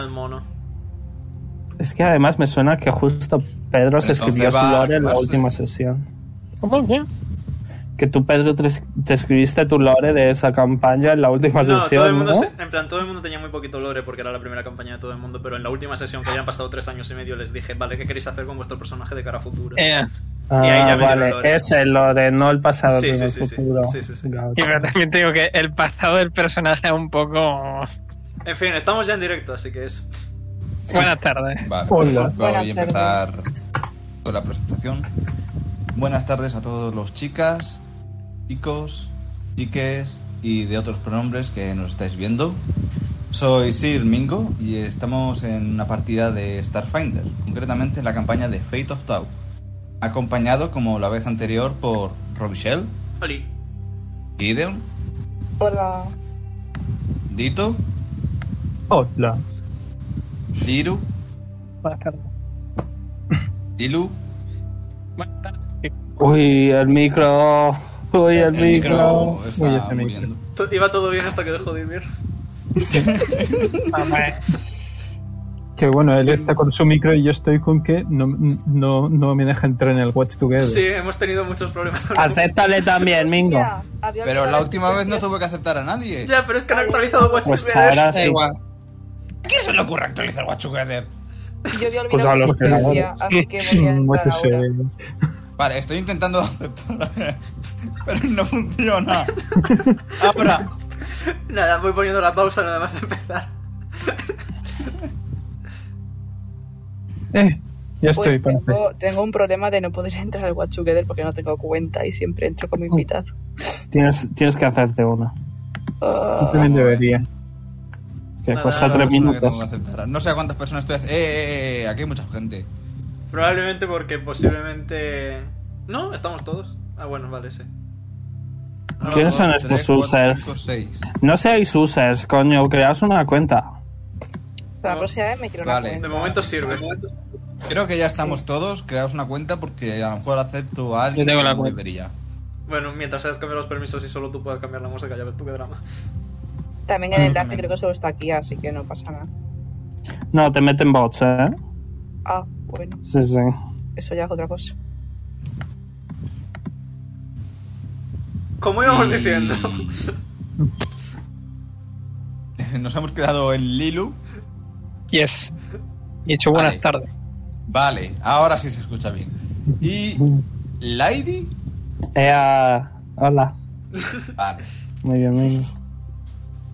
el mono. Es que además me suena que justo Pedro se Entonces escribió va su a lore en la quemarse. última sesión. ¿Cómo qué? Que tú, Pedro, te, es- te escribiste tu lore de esa campaña en la última No, sesión. todo el mundo, ¿no? se- en plan, todo el mundo tenía muy poquito lore porque era la primera campaña de todo el mundo, pero en la última sesión que habían pasado tres años y medio les dije, vale, ¿qué queréis hacer con vuestro personaje de cara a futuro? Eh, Ah, Y ahí ya me dieron vale, lore. es el lore, no el pasado, Sí, sino sí, el sí, sí. futuro. Sí, sí, sí. Gotcha. y pero también te digo que el pasado del personaje es un poco. En fin, estamos ya en directo, así que eso. Buenas tardes. Vale, Hola. pues, voy a Buenas empezar con la presentación. Buenas tardes a todos los chicas, chicos, chiques y de otros pronombres que nos estáis viendo. Soy Sir Mingo y estamos en una partida de Starfinder, concretamente en la campaña de Fate of Tau, acompañado como la vez anterior por Rochelle, Oli. Gideon, Hola. Dito, Hola. Liru, Buenas tardes. Ilu, Buenas tardes. Uy, el micro. Uy, el, el micro Uy, está ese micro. muriendo. To- Iba todo bien hasta que dejó de vivir. Vamos, eh, Que bueno, él está con su micro y yo estoy con que no, no, no me deja entrar en el Watch Together. Sí, hemos tenido muchos problemas. con- Acéptale también, Mingo. Ya, había Pero olvidado la última vez no existencia. tuve que aceptar a nadie. Ya, pero es que han actualizado Watch Pues Together. ahora Da sí. igual. ¿A quién se le ocurre actualizar Watch Together? Yo había Pues olvidado a los su existencia, creadores. así que voy a Mm, entrar yo sé. ahora. Vale, estoy intentando aceptar, pero no funciona. Ahora, Nada, voy poniendo la pausa nada más empezar. Eh, ya estoy, Pues parece. tengo, tengo un problema de no poder entrar al Watch Together porque no tengo cuenta y siempre entro como invitado. Tienes, tienes que hacerte una. Yo Ah, también debería. Que Nada, cuesta la tres persona que tengo que minutos. aceptar. No sé a cuántas personas estoy haciendo. Eh, eh, eh, aquí hay mucha gente. Probablemente porque posiblemente... No, estamos todos. Ah, bueno, vale, sí. Uno, ¿Quiénes dos, son estos tres, cuatro, users? cinco, seis. No seáis users, coño, creaos una cuenta. La próxima vez me quiero una Vale. De cuenta. momento sirve. Creo que ya estamos todos. Creaos una cuenta porque a lo mejor acepto a alguien Yo tengo que la no cuenta. debería. Bueno, mientras hayas cambiado los permisos y solo tú puedas cambiar la música, ya ves tú qué drama. También el enlace creo que solo está aquí, así que no pasa nada. No, te meten bots, ¿eh? Ah, bueno, Sí, sí. eso ya es otra cosa. Como íbamos Y- diciendo. Nos hemos quedado en Lilu. Yes. Y he hecho buenas Vale. tardes. Vale, ahora sí se escucha bien. Y Lairi. Eh, ah, hola. Vale. Muy bien, Mingo.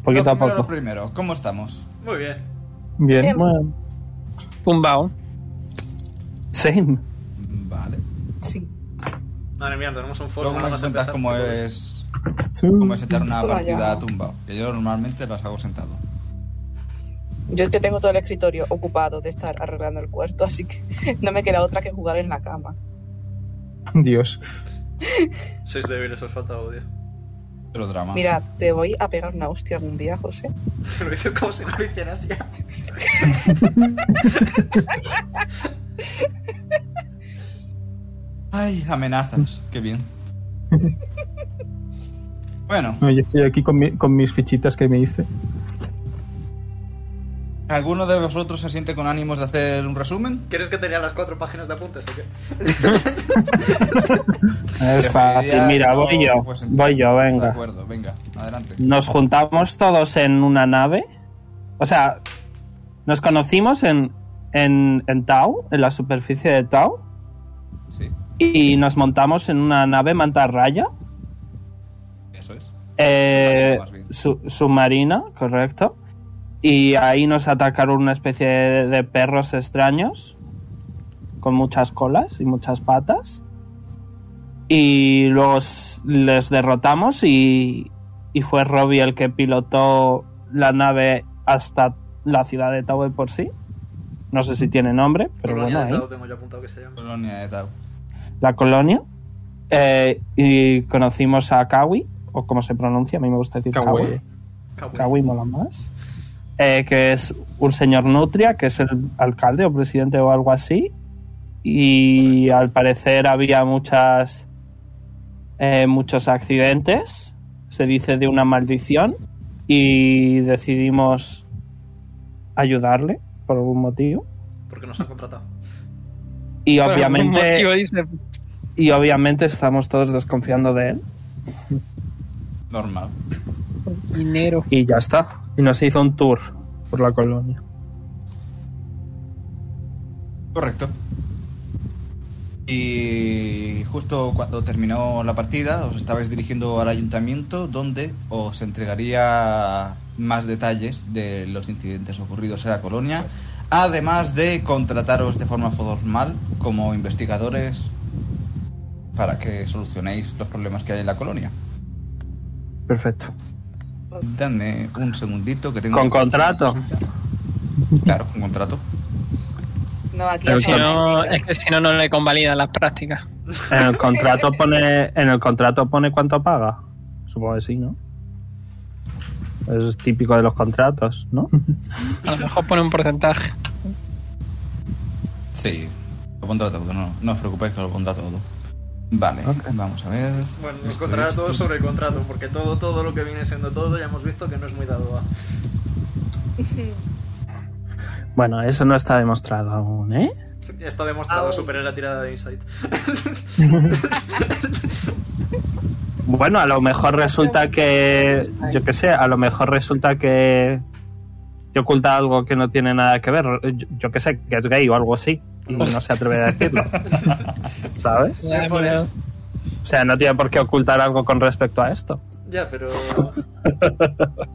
Poquito Lo a primero, lo poco. primero, ¿cómo estamos? Muy bien. Bien. Bueno, Tumbao. same. Vale. Sí. Vale, mira, tenemos un foro. Luego Pues nada me más cuentas empezar. cómo es Sí. cómo es echar una Hola, partida ya. a tumbao. Que yo normalmente las hago sentado. Yo es que tengo todo el escritorio ocupado de estar arreglando el cuarto, así que no me queda otra que jugar en la cama. Dios. Sois débiles, os falta audio. Pero drama. Mira, te voy a pegar una hostia algún día, José. Lo dices como si no lo hicieras ya. Ay, amenazas. Qué bien. Bueno, No, yo estoy aquí con, mi- con mis fichitas que me hice. ¿alguno de vosotros se siente con ánimos de hacer un resumen? ¿Quieres que tenía las cuatro páginas de apuntes o qué? Es fácil. Mira, no, voy yo. pues, Voy yo, De venga. acuerdo, venga, adelante. Nos juntamos todos en una nave. O sea, nos conocimos en, en, en Tau, en la superficie de Tau. Sí, Y nos montamos en una nave mantarraya. eso es. Eh, Submarina, más bien. su- submarina, correcto. Y ahí nos atacaron una especie de, de perros extraños con muchas colas y muchas patas. Y los les derrotamos y, y fue Robbie el que pilotó la nave hasta la ciudad de Tau de por sí. No sé si tiene nombre, pero ¿eh? Colonia bueno, de ahí Tao tengo yo apuntado que se llama. Colonia de Tau. la colonia eh, y conocimos a Kawi, o como se pronuncia, a mí me gusta decir Kawi. Kawi. Cabo. Kawi mola más. Eh, que es un señor Nutria, que es el alcalde o presidente o algo así. Y al parecer había muchas eh, muchos accidentes. Se dice de una maldición. Y decidimos ayudarle por algún motivo. Porque nos han contratado. Y Por algún motivo obviamente, dice, y obviamente estamos todos desconfiando de él. Normal. dinero. Y ya está. Y nos hizo un tour por la colonia. Correcto. Y justo cuando terminó la partida, os estabais dirigiendo al ayuntamiento donde os entregaría más detalles de los incidentes ocurridos en la colonia, además de contrataros de forma formal como investigadores para que solucionéis los problemas que hay en la colonia. Perfecto. Dame un segundito que tengo... ¿Con contrato? Claro, con contrato. No, aquí Pero no Si hay no, mentira. es que si no, no le convalidan las prácticas. En el contrato pone, en el contrato pone cuánto paga. Supongo que sí, ¿no? Es típico de los contratos, ¿no? A lo mejor pone un porcentaje. Sí, lo pondrá todo, no, no os preocupéis que lo pondrá todo. Vale, vamos a ver. Bueno, nos Esto, contará esto, todo esto. sobre el contrato, porque todo, todo lo que viene siendo todo ya hemos visto que no es muy dado a. Bueno, eso no está demostrado aún, ¿eh? Ya está demostrado, Au. superé la tirada de Insight. Bueno, a lo mejor resulta que. Yo qué sé, a lo mejor resulta que. Te oculta algo que no tiene nada que ver. Yo, yo qué sé, que es gay o algo así. Y no se atreve a decirlo. ¿Sabes? Ya, pero- O sea, no tiene por qué ocultar algo con respecto a esto. Ya, pero.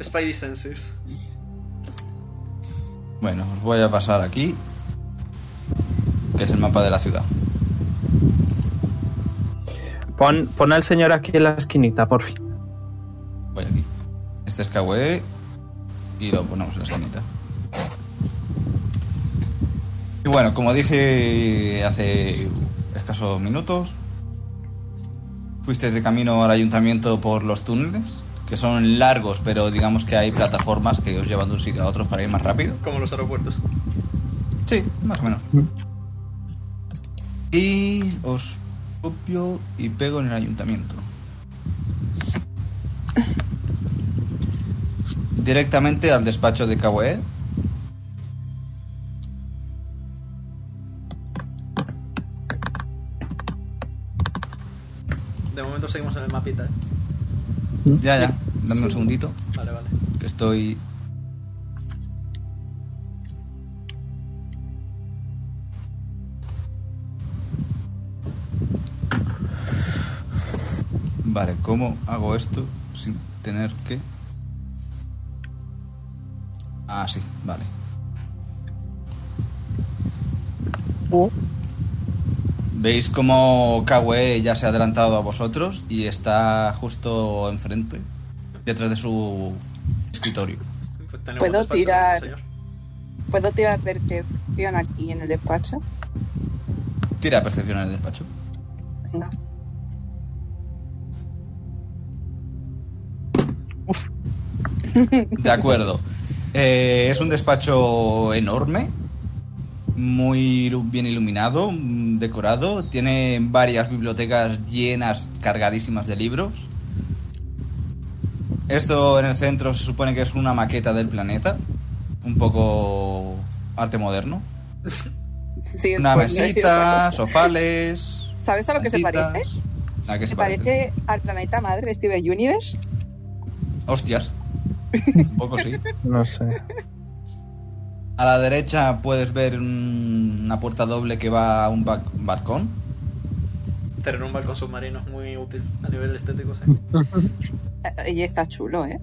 Spidey Senses. Bueno, os voy a pasar aquí, que es el mapa de la ciudad. Pon, pon al señor aquí en la esquinita, por fin. Voy aquí. Este es KWE y lo ponemos en la esquinita. Y bueno, como dije hace escasos minutos, fuisteis de camino al ayuntamiento por los túneles, que son largos, pero digamos que hay plataformas que os llevan de un sitio a otro para ir más rápido. Como los aeropuertos. Sí, más o menos. Y os copio y pego en el ayuntamiento. Directamente al despacho de E. KWE. De momento seguimos en el mapita, ¿eh? Ya, ya, dame un segundito. Vale, vale. que estoy. Vale, ¿cómo hago esto sin tener que...? Ah, sí, vale. ¿Veis cómo Kawe ya se ha adelantado a vosotros y está justo enfrente, detrás de su escritorio? Pues tenemos ¿Puedo despacho, tirar? señor. ¿Puedo tirar percepción aquí en el despacho? Tira percepción en el despacho. Venga. De acuerdo. Eh, es un despacho enorme, muy ilu- bien iluminado, mm, decorado. Tiene varias bibliotecas llenas, cargadísimas de libros. Esto en el centro se supone que es una maqueta del planeta, un poco arte moderno. Sí, Una pues, iba a decir otra mesita, cosa. sofales. ¿Sabes a lo que se mesitas. parece? ¿A qué Se se parece? parece al planeta madre de Steven Universe. Hostias. Un poco sí. No sé. A la derecha puedes ver un- una puerta doble que va a un ba- balcón. Tener un balcón submarino es muy útil a nivel estético, sí. Eh, Y está chulo, ¿eh?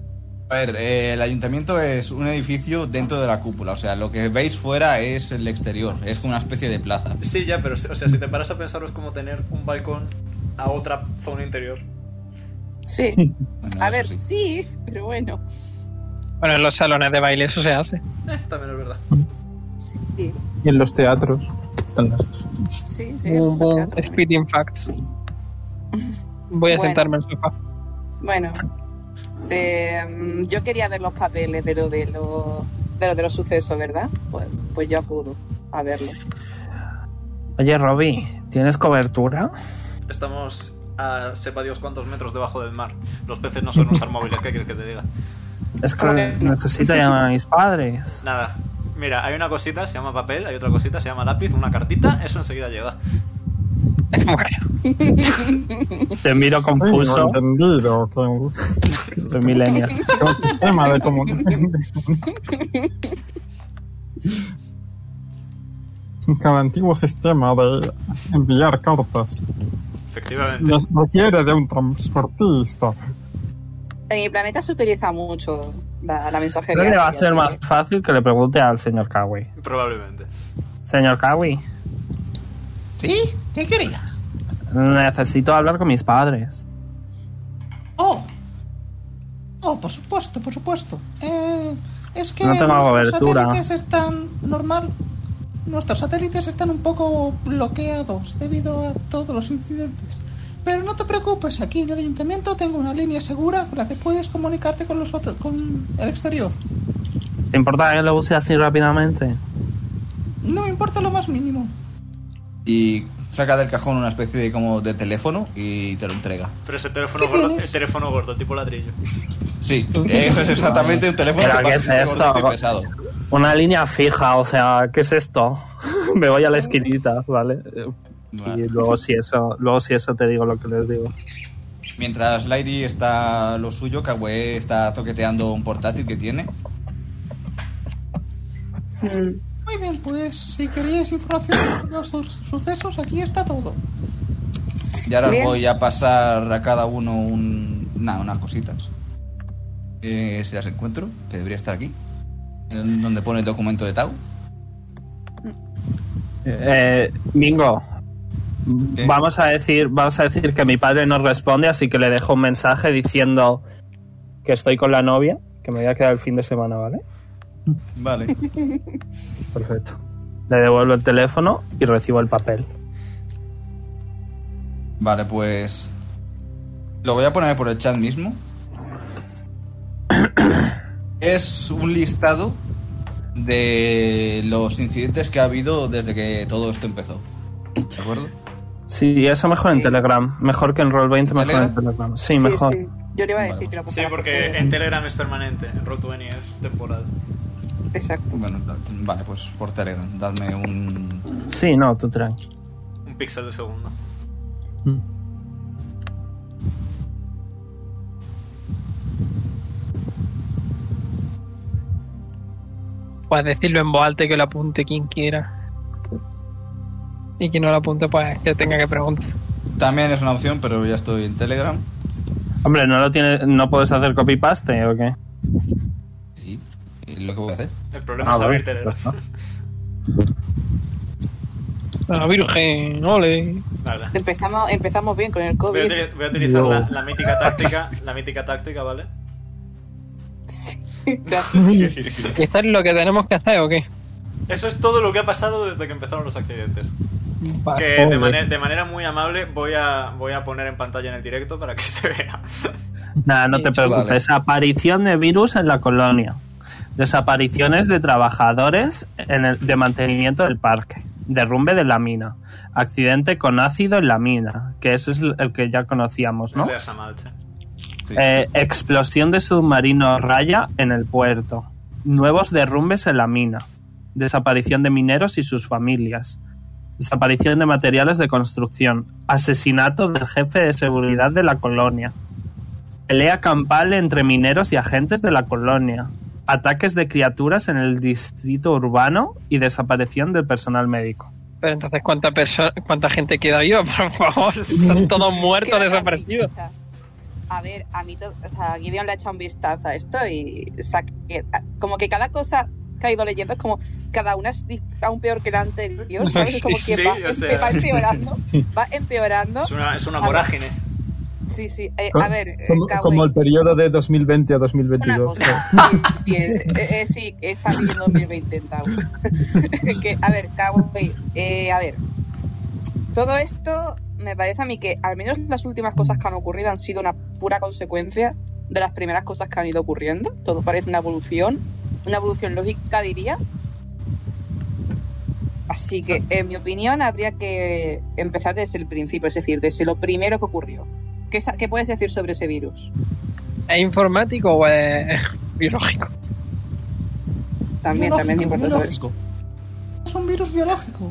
A ver, eh, el ayuntamiento es un edificio dentro de la cúpula, o sea, lo que veis fuera es el exterior, es una especie de plaza. Sí, ya, pero o sea, si te paras a pensarlo es como tener un balcón a otra zona interior. Sí. Bueno, A eso ver, sí. sí, pero bueno. Bueno, en los salones de baile eso se hace. Eh, también es verdad. Sí, Y en los teatros. están las- sí, sí. Un o sea, buen Spitting Facts. Voy a Bueno. sentarme en el sofá. Bueno, eh, mm, yo quería ver los papeles de lo de los de, lo de los sucesos, ¿verdad? Pues, pues yo acudo a verlo. Oye, Robby, ¿tienes cobertura? Estamos a sepa Dios cuántos metros debajo del mar. Los peces no suelen usar móviles, ¿qué quieres que te diga? Es que Correcto. necesito llamar a mis padres. Nada, Mira, hay una cosita, se llama papel, hay otra cosita, se llama lápiz, una cartita, eso enseguida llega. Bueno, Te miro confuso. entendido. claro. Soy millennial. Es un sistema de como... Cada antiguo sistema de enviar cartas Efectivamente. nos requiere de un transportista. En mi planeta se utiliza mucho la, la Creo mensajería. que le va a así, ser así más fácil que le pregunte al señor Kawi. Probablemente. Señor Kawi, ¿Sí? ¿Qué querías? necesito hablar con mis padres. Oh. Oh, por supuesto, por supuesto. Eh, es que No tengo nuestros cobertura. satélites están normal. Nuestros satélites están un poco bloqueados debido a todos los incidentes. Pero no te preocupes, aquí en el ayuntamiento tengo una línea segura con la que puedes comunicarte con los otros, con el exterior. ¿Te importa que lo use así rápidamente? No me importa lo más mínimo. Y saca del cajón una especie de como de teléfono y te lo entrega. Pero ese teléfono ¿Qué gordo, tienes? el teléfono gordo, tipo ladrillo. Sí, eso es exactamente un teléfono Pero, que ¿qué parece es gordo esto? y pesado. Una línea fija, o sea, ¿qué es esto? Me voy a la esquinita, ¿vale? Y Vale. luego si eso, luego si eso te digo lo que les digo. Mientras Lady está lo suyo, Kawe está toqueteando un portátil que tiene. que- Mm. Muy bien, pues si queréis información sobre los su- sucesos, aquí está todo. Y ahora os Bien. voy a pasar a cada uno un, nada, unas cositas. Eh, si las encuentro, que debería estar aquí. En donde pone el documento de Tau. Eh, Mingo, ¿Qué? vamos a decir, vamos a decir que mi padre no responde, así que le dejo un mensaje diciendo que estoy con la novia, que me voy a quedar el fin de semana, ¿vale? Vale. Perfecto. Le devuelvo el teléfono y recibo el papel. Vale, pues. Lo voy a poner por el chat mismo. Es un listado de los incidentes que ha habido desde que todo esto empezó. ¿De acuerdo? Sí, eso mejor en Sí. Telegram, mejor que en Roll20, mejor en ¿Telegram? Telegram. Sí, mejor. sí. Yo le iba a decir que lo Sí, apuntara porque en Telegram es permanente, en Roll20 es temporal. Exacto. Bueno, da- vale, pues por Telegram. Dadme un. Sí, no, tú tranqui. Un píxel de segundo. pues decirlo en voz alta y que lo apunte quien quiera. Y que no lo apunte, pues que tenga que preguntar. También es una opción, pero ya estoy en Telegram. Hombre, ¿no lo tienes, no puedes hacer copy-paste o qué? Sí. es Lo que voy a hacer. El problema Ah, es abrir vale, Telegram. ya está. La Virgen, ole. Vale. Empezamos, empezamos bien con Voy el a, COVID. utili- voy a utilizar Wow. la, la mítica táctica, la mítica táctica, ¿vale? ¿Y esto es lo que tenemos que hacer o qué? Eso es todo lo que ha pasado desde que empezaron los accidentes. Ah, Va, Que de, Joder. mane- de manera muy amable voy a, voy a poner en pantalla en el directo para que se vea. Nada, no te preocupes. Aparición de virus en la colonia. Desapariciones de trabajadores en el- de mantenimiento del parque. Derrumbe de la mina. Accidente con ácido en la mina. Que eso es el que ya conocíamos, ¿no? El de Asamalche. Sí. Eh, explosión de submarino raya en el puerto. Nuevos derrumbes en la mina. Desaparición de mineros y sus familias. Desaparición de materiales de construcción. Asesinato del jefe de seguridad de la colonia. Pelea campal entre mineros y agentes de la colonia. Ataques de criaturas en el distrito urbano y desaparición del personal médico. Pero entonces, ¿cuánta, perso- ¿cuánta gente queda viva, por favor? Están todos muertos, Queda desaparecidos. tranquilista. A ver, a mí to- o sea, Gideon le ha echado un vistazo a esto y sa- que- a- como que cada cosa que ha ido leyendo es como cada una es di- aún peor que la anterior, ¿sabes? Es como que Sí, va, o empe- sea. va empeorando, va empeorando. Es una, es una A ver. vorágine. Sí, sí. eh, Co- a ver, eh, ¿Ah? Como, Kawaii, como el periodo de 2020 a una 2022. cosa. Sí, sí, eh, eh, eh, sí, está viviendo 2020 en Tau. que, a ver, Kawaii, eh, a ver. Todo esto me parece a mí que al menos las últimas cosas que han ocurrido han sido una pura consecuencia de las primeras cosas que han ido ocurriendo. Todo parece una evolución, una evolución lógica diría. Así que, en mi opinión, habría que empezar desde el principio, es decir, desde lo primero que ocurrió. ¿Qué, sa- qué puedes decir sobre ese virus? ¿Es informático o es biológico? También, Biológico, también es importante saber eso. biológico. Es un virus biológico.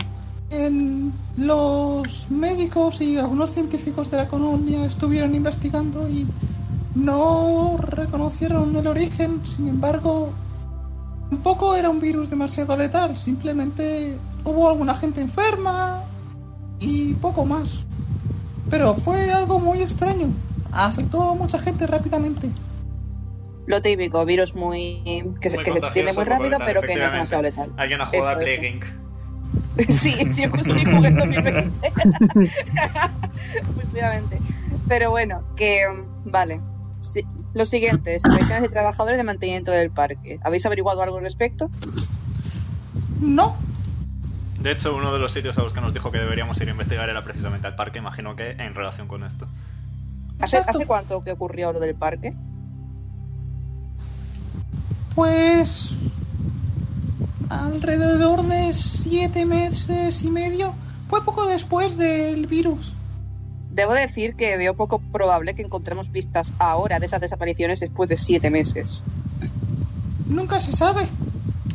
En los médicos y algunos científicos de la colonia estuvieron investigando y no reconocieron el origen. Sin embargo, tampoco era un virus demasiado letal. Simplemente hubo alguna gente enferma y poco más. Pero fue algo muy extraño. Afectó a mucha gente rápidamente. Lo típico, virus muy. que se, Muy que se extiende contagioso, muy rápido, tal, pero que no es efectivamente. demasiado letal. Hay una jugada Eso, eso. Plague Inc. Sí, sí, es justo mi juguete 2020. Efectivamente. Pero bueno, que. mm, Vale. Sí, Lo siguiente, inspecciones de trabajadores de mantenimiento del parque. ¿Habéis averiguado algo al respecto? No, De hecho, uno de los sitios a los que nos dijo que deberíamos ir a investigar era precisamente el parque, imagino que en relación con esto. ¿Hace, Exacto. ¿hace cuánto que ocurrió lo del parque? Pues alrededor de siete meses y medio. Fue poco después del virus. Debo decir que veo poco probable que encontremos pistas ahora de esas desapariciones después de siete meses. Nunca se sabe.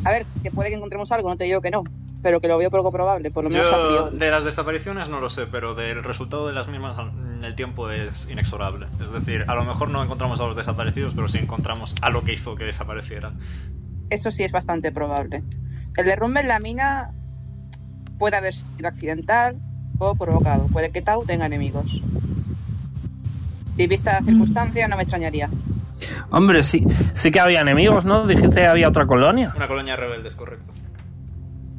A ver, que puede que encontremos algo, no te digo que no, pero que lo veo poco probable, por lo menos a Yo priori. de las desapariciones no lo sé, pero del resultado de las mismas mm, el tiempo es inexorable. Es decir, a lo mejor no encontramos a los desaparecidos, pero sí encontramos a lo que hizo que desaparecieran. Eso sí es bastante probable. El derrumbe en la mina puede haber sido accidental o provocado. Puede que Tau tenga enemigos. Y vista la circunstancia, no me extrañaría. Hombre, sí, sí que había enemigos, ¿no? Dijiste que había otra colonia. Una colonia rebelde, es correcto.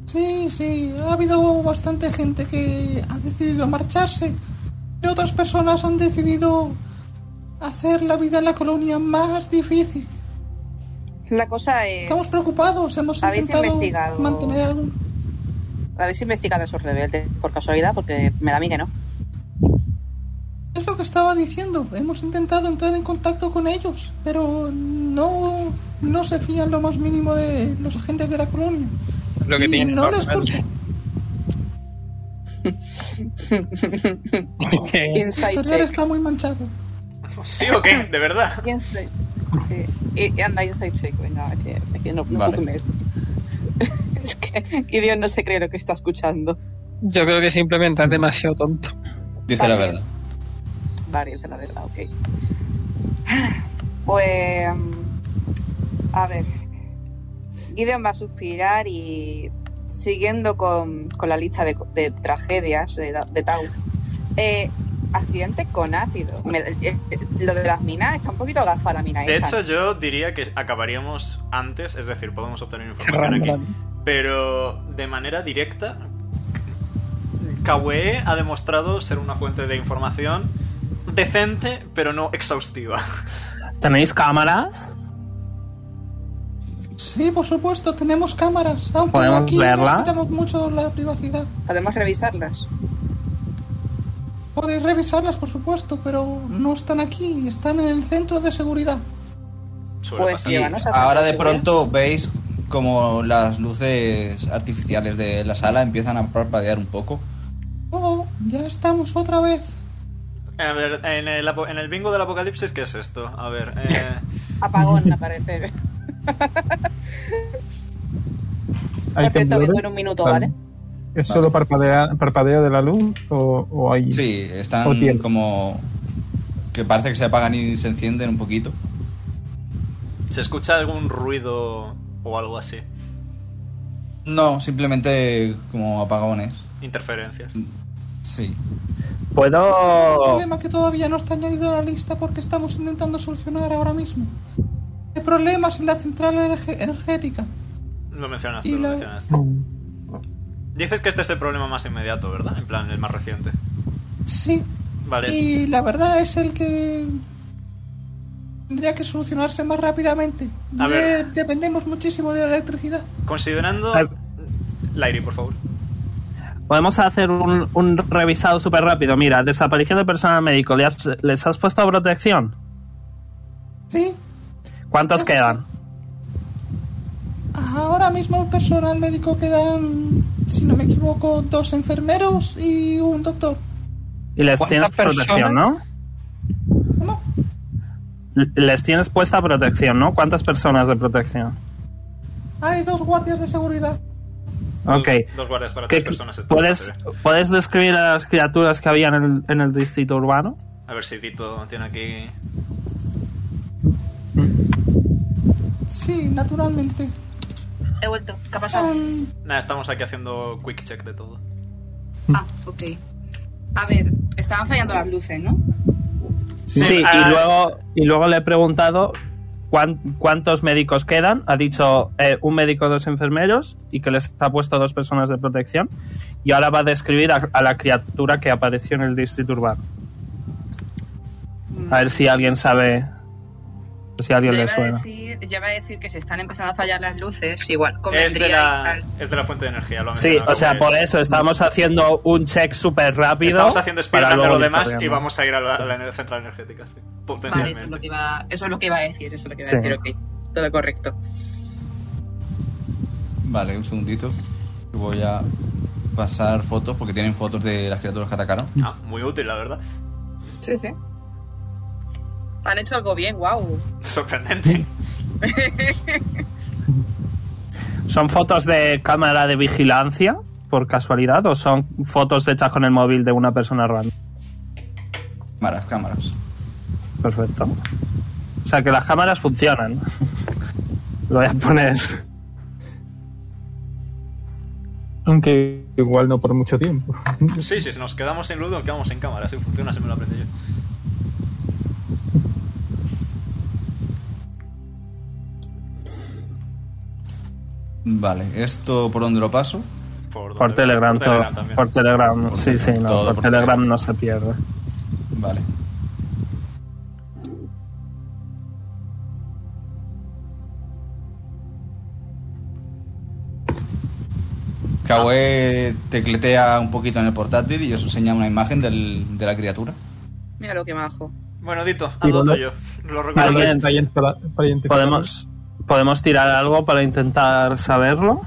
Sí, sí, ha habido bastante gente que ha decidido marcharse. Pero otras personas han decidido hacer la vida en la colonia más difícil. La cosa es... Estamos preocupados, hemos ¿Habéis intentado investigado? mantener algún... ¿Habéis investigado a esos rebeldes por casualidad? Porque me da a mí que no. Es lo que estaba diciendo. Hemos intentado entrar en contacto con ellos, pero no, no se fían lo más mínimo de los agentes de la colonia. Lo que Y tiene no por les culpo. delante. Que- Inside historial check. está muy manchado. ¿Sí o qué? ¿De verdad? Inside- Sí. Y- y Anda, inside check. Venga, que, que no, no Vale. juzgues. es que Gideon no se cree lo que está escuchando. Yo creo que simplemente es demasiado tonto. Dice la Vale. verdad. Varios, la verdad, ok. Pues. mm, A ver. Gideon va a suspirar y. Siguiendo con, con la lista de, de tragedias de, de Tau. Eh, accidente con ácido. Me- eh, eh, lo de las minas está un poquito gafa la mina De esa. hecho, yo diría que acabaríamos antes, es decir, podemos obtener información aquí. Pero de manera directa, Kawe ha demostrado ser una fuente de información decente, pero no exhaustiva. ¿Tenéis cámaras? Sí, por supuesto, tenemos cámaras, aunque ¿Podemos aquí verla? respetamos mucho la privacidad. Podemos revisarlas. Podéis revisarlas, por supuesto, pero no están aquí, están en el centro de seguridad. Suele Pues pasar. Y Llévanos a ahora de Francia, pronto veis como las luces artificiales de la sala empiezan a parpadear un poco. Oh, ya estamos otra vez. A ver, en el, apo- en el bingo del apocalipsis, ¿qué es esto? A ver, eh, Apagón, aparece. ¿Hay Por cierto, vengo temblores? en un minuto, Vale. ¿vale? ¿Es solo parpadea, parpadea de la luz o, o hay...? Sí, están O tiempo. como que parece que se apagan y se encienden un poquito. ¿se escucha algún ruido o algo así? No, simplemente como apagones. Interferencias. Sí. El ¿Puedo...? problema que todavía no está añadido a la lista porque estamos intentando solucionar ahora mismo. Hay problemas en la central energe- energética. Lo mencionaste, Y lo la- mencionaste. Dices que este es el problema más inmediato, ¿verdad? En plan, el más reciente. Sí, Vale. Y la verdad es el que tendría que solucionarse más rápidamente. A ver. De- Dependemos muchísimo de la electricidad. Considerando... Al- Lairi, por favor. Podemos hacer un, un revisado súper rápido. Mira, desaparición de personal médico. ¿Les has, les has puesto protección? Sí, ¿Cuántos quedan? ahora mismo el personal médico quedan, si no me equivoco, dos enfermeros y un doctor. Y les tienes ¿Cuántas protección, ¿no? ¿Cómo? L- Les tienes puesta protección, ¿no? ¿Cuántas personas de protección? Hay dos guardias de seguridad. Ok. Dos, dos guardias para ¿Qué- tres personas. está ¿Puedes, bien. ¿Puedes describir a las criaturas que había en el, en el distrito urbano? A ver si Tito tiene aquí. Sí, naturalmente. He vuelto. ¿Qué ha pasado? Son Nada, estamos aquí haciendo quick check de todo. Mm. Ah, ok. A ver, estaban fallando las luces, ¿no? Sí, ah, y, luego, y luego le he preguntado cuán- cuántos médicos quedan. Ha dicho eh, un médico, dos enfermeros y que les ha puesto dos personas de protección. Y ahora va a describir a, a la criatura que apareció en el distrito urbano. A ver si alguien sabe. Si a Yo alguien iba, le a suena. decir, yo iba a decir que se están empezando a fallar las luces, igual Es de, convendría y la, tal. es de la fuente de energía, lo ha Sí, mencionado, o sea, que por eso estamos haciendo un check súper rápido. Estamos haciendo para speedrun de luego lo demás ir y corriendo. vamos a ir a la, a la central energética, sí. Vale, eso es lo Potencialmente. que iba, eso es lo que iba a decir, eso es lo que iba Sí. a decir, ok. Todo correcto. Vale, un segundito. que Voy a pasar fotos porque tienen fotos de las criaturas que atacaron. Ah, muy útil, la verdad. Sí, sí. Han hecho algo bien, wow. Sorprendente. ¿Son fotos de cámara de vigilancia, por casualidad, o son fotos hechas con el móvil de una persona random? Cámaras, cámaras. Perfecto. O sea que las cámaras funcionan. Lo voy a poner. Aunque igual no por mucho tiempo. Sí, sí, si nos quedamos sin luz, nos quedamos sin cámara. Si funciona, se me lo aprendí yo. Vale, ¿esto por dónde lo paso? Por, Por donde- Telegram, por todo. Telegram también. por Telegram, Por sí, sí, Telegram, no. todo Por por Telegram Telegram. no se pierde. Vale. Kawe tecletea un poquito en el portátil y os enseña una imagen del- de la criatura. Mira lo que majo. Mm, Bueno, Dito, Digo, hazlo ¿no? yo. Lo Alguien- recuerdo. Para identificar- para identificar- Podemos, podemos tirar algo para intentar saberlo.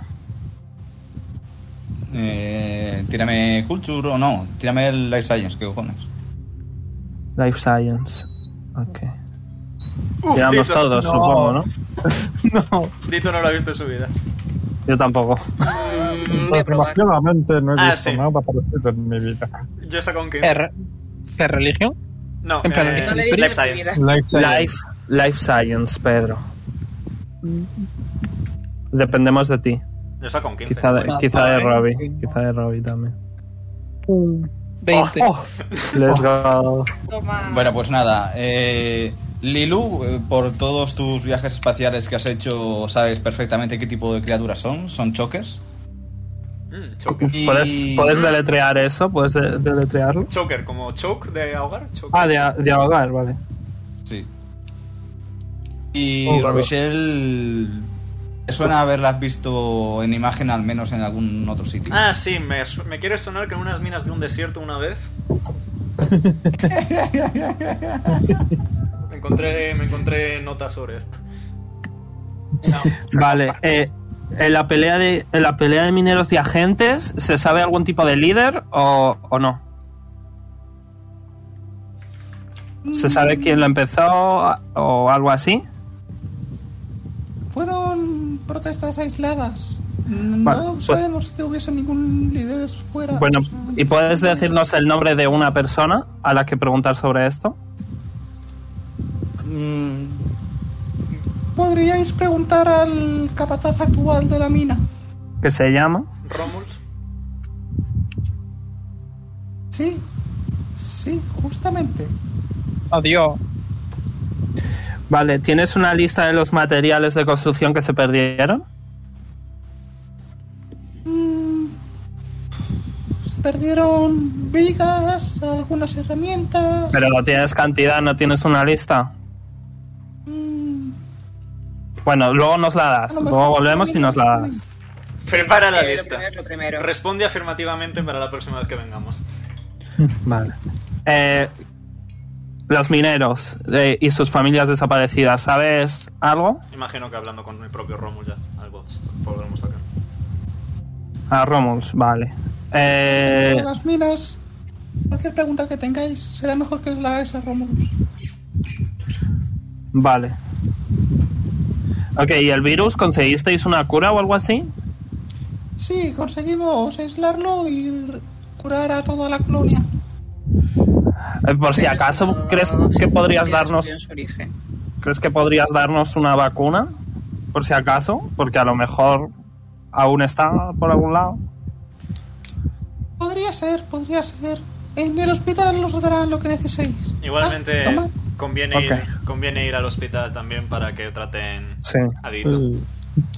Eh, tírame Culture o no, tírame el Life Science, ¿qué cojones? Life Science. Ok. Uf, Tiramos Dito. todos, no. supongo, ¿no? No, Dito no lo ha visto en su vida. Yo tampoco. Mm, voy a probar. aproximadamente no he Ah, visto sí. nada parecido en mi vida. Yo he sacado un 15. ¿Qué, re- qué religión? No, en plan, eh, no le digo Life mi Science. vida. Life Science. Life, life Science, Pedro. Dependemos de ti. Yo he sacado un 15. Quizá de, Ah, quizá de vale. Robbie. Quizá de Robbie también. Un 20. Oh, Let's go. Toma. Bueno, pues nada. eh, Lilu, eh, por todos tus viajes espaciales que has hecho, sabes perfectamente qué tipo de criaturas son. Son choques. Mm, choker. Y- ¿Puedes, puedes deletrear eso? ¿Puedes de- deletrearlo? Choker, como choke de ahogar. choker. Ah, de, a- de ahogar, vale. Sí. Y Oh, claro. Rochelle, te suena haberlas visto en imagen, al menos en algún otro sitio. Ah, sí, me, su- me quiere sonar que en unas minas de un desierto una vez. me, encontré, me encontré notas sobre esto. Vale, eh, en, la pelea de, en la pelea de mineros y agentes, ¿se sabe algún tipo de líder o, o no? ¿Se sabe quién lo empezó o algo así? Fueron protestas aisladas. No Vale, pues- sabemos que hubiese ningún líder fuera. Bueno, o sea, ¿y puedes decirnos el nombre de una persona a la que preguntar sobre esto? Mm, Podríais preguntar al capataz actual de la mina. ¿Qué se llama? Romul, Sí, sí, justamente. Adiós. Vale, ¿tienes una lista de los materiales de construcción que se perdieron? Mm, se perdieron vigas, algunas herramientas. Pero no tienes cantidad, no tienes una lista. Mm, Bueno, luego nos la a das. lo mejor Luego volvemos y también nos la das. pues, prepara la Eh, Lo lista. primero es lo primero. Responde afirmativamente para la próxima vez que vengamos. Vale. Eh, los mineros eh, y sus familias desaparecidas, ¿sabes algo? Imagino que hablando con mi propio Romul ya, algo podremos sacar. A Ah, Romulus, vale. Eh, Todas las minas. Cualquier pregunta que tengáis será mejor que la hagáis a Romulus. vale. Ok, ¿y el virus conseguisteis una cura o algo así? Sí, conseguimos aislarlo y r- curar a toda la colonia. Eh, Por si acaso, ¿crees que podrías darnos Su origen. ¿Crees que podrías darnos una vacuna? Por si acaso, porque a lo mejor aún está por algún lado. Podría ser, podría ser. En el hospital os darán lo que necesitéis. Igualmente Ah, tomad. conviene, ir, Ok. conviene ir al hospital también para que traten Sí. a Dito. Eh,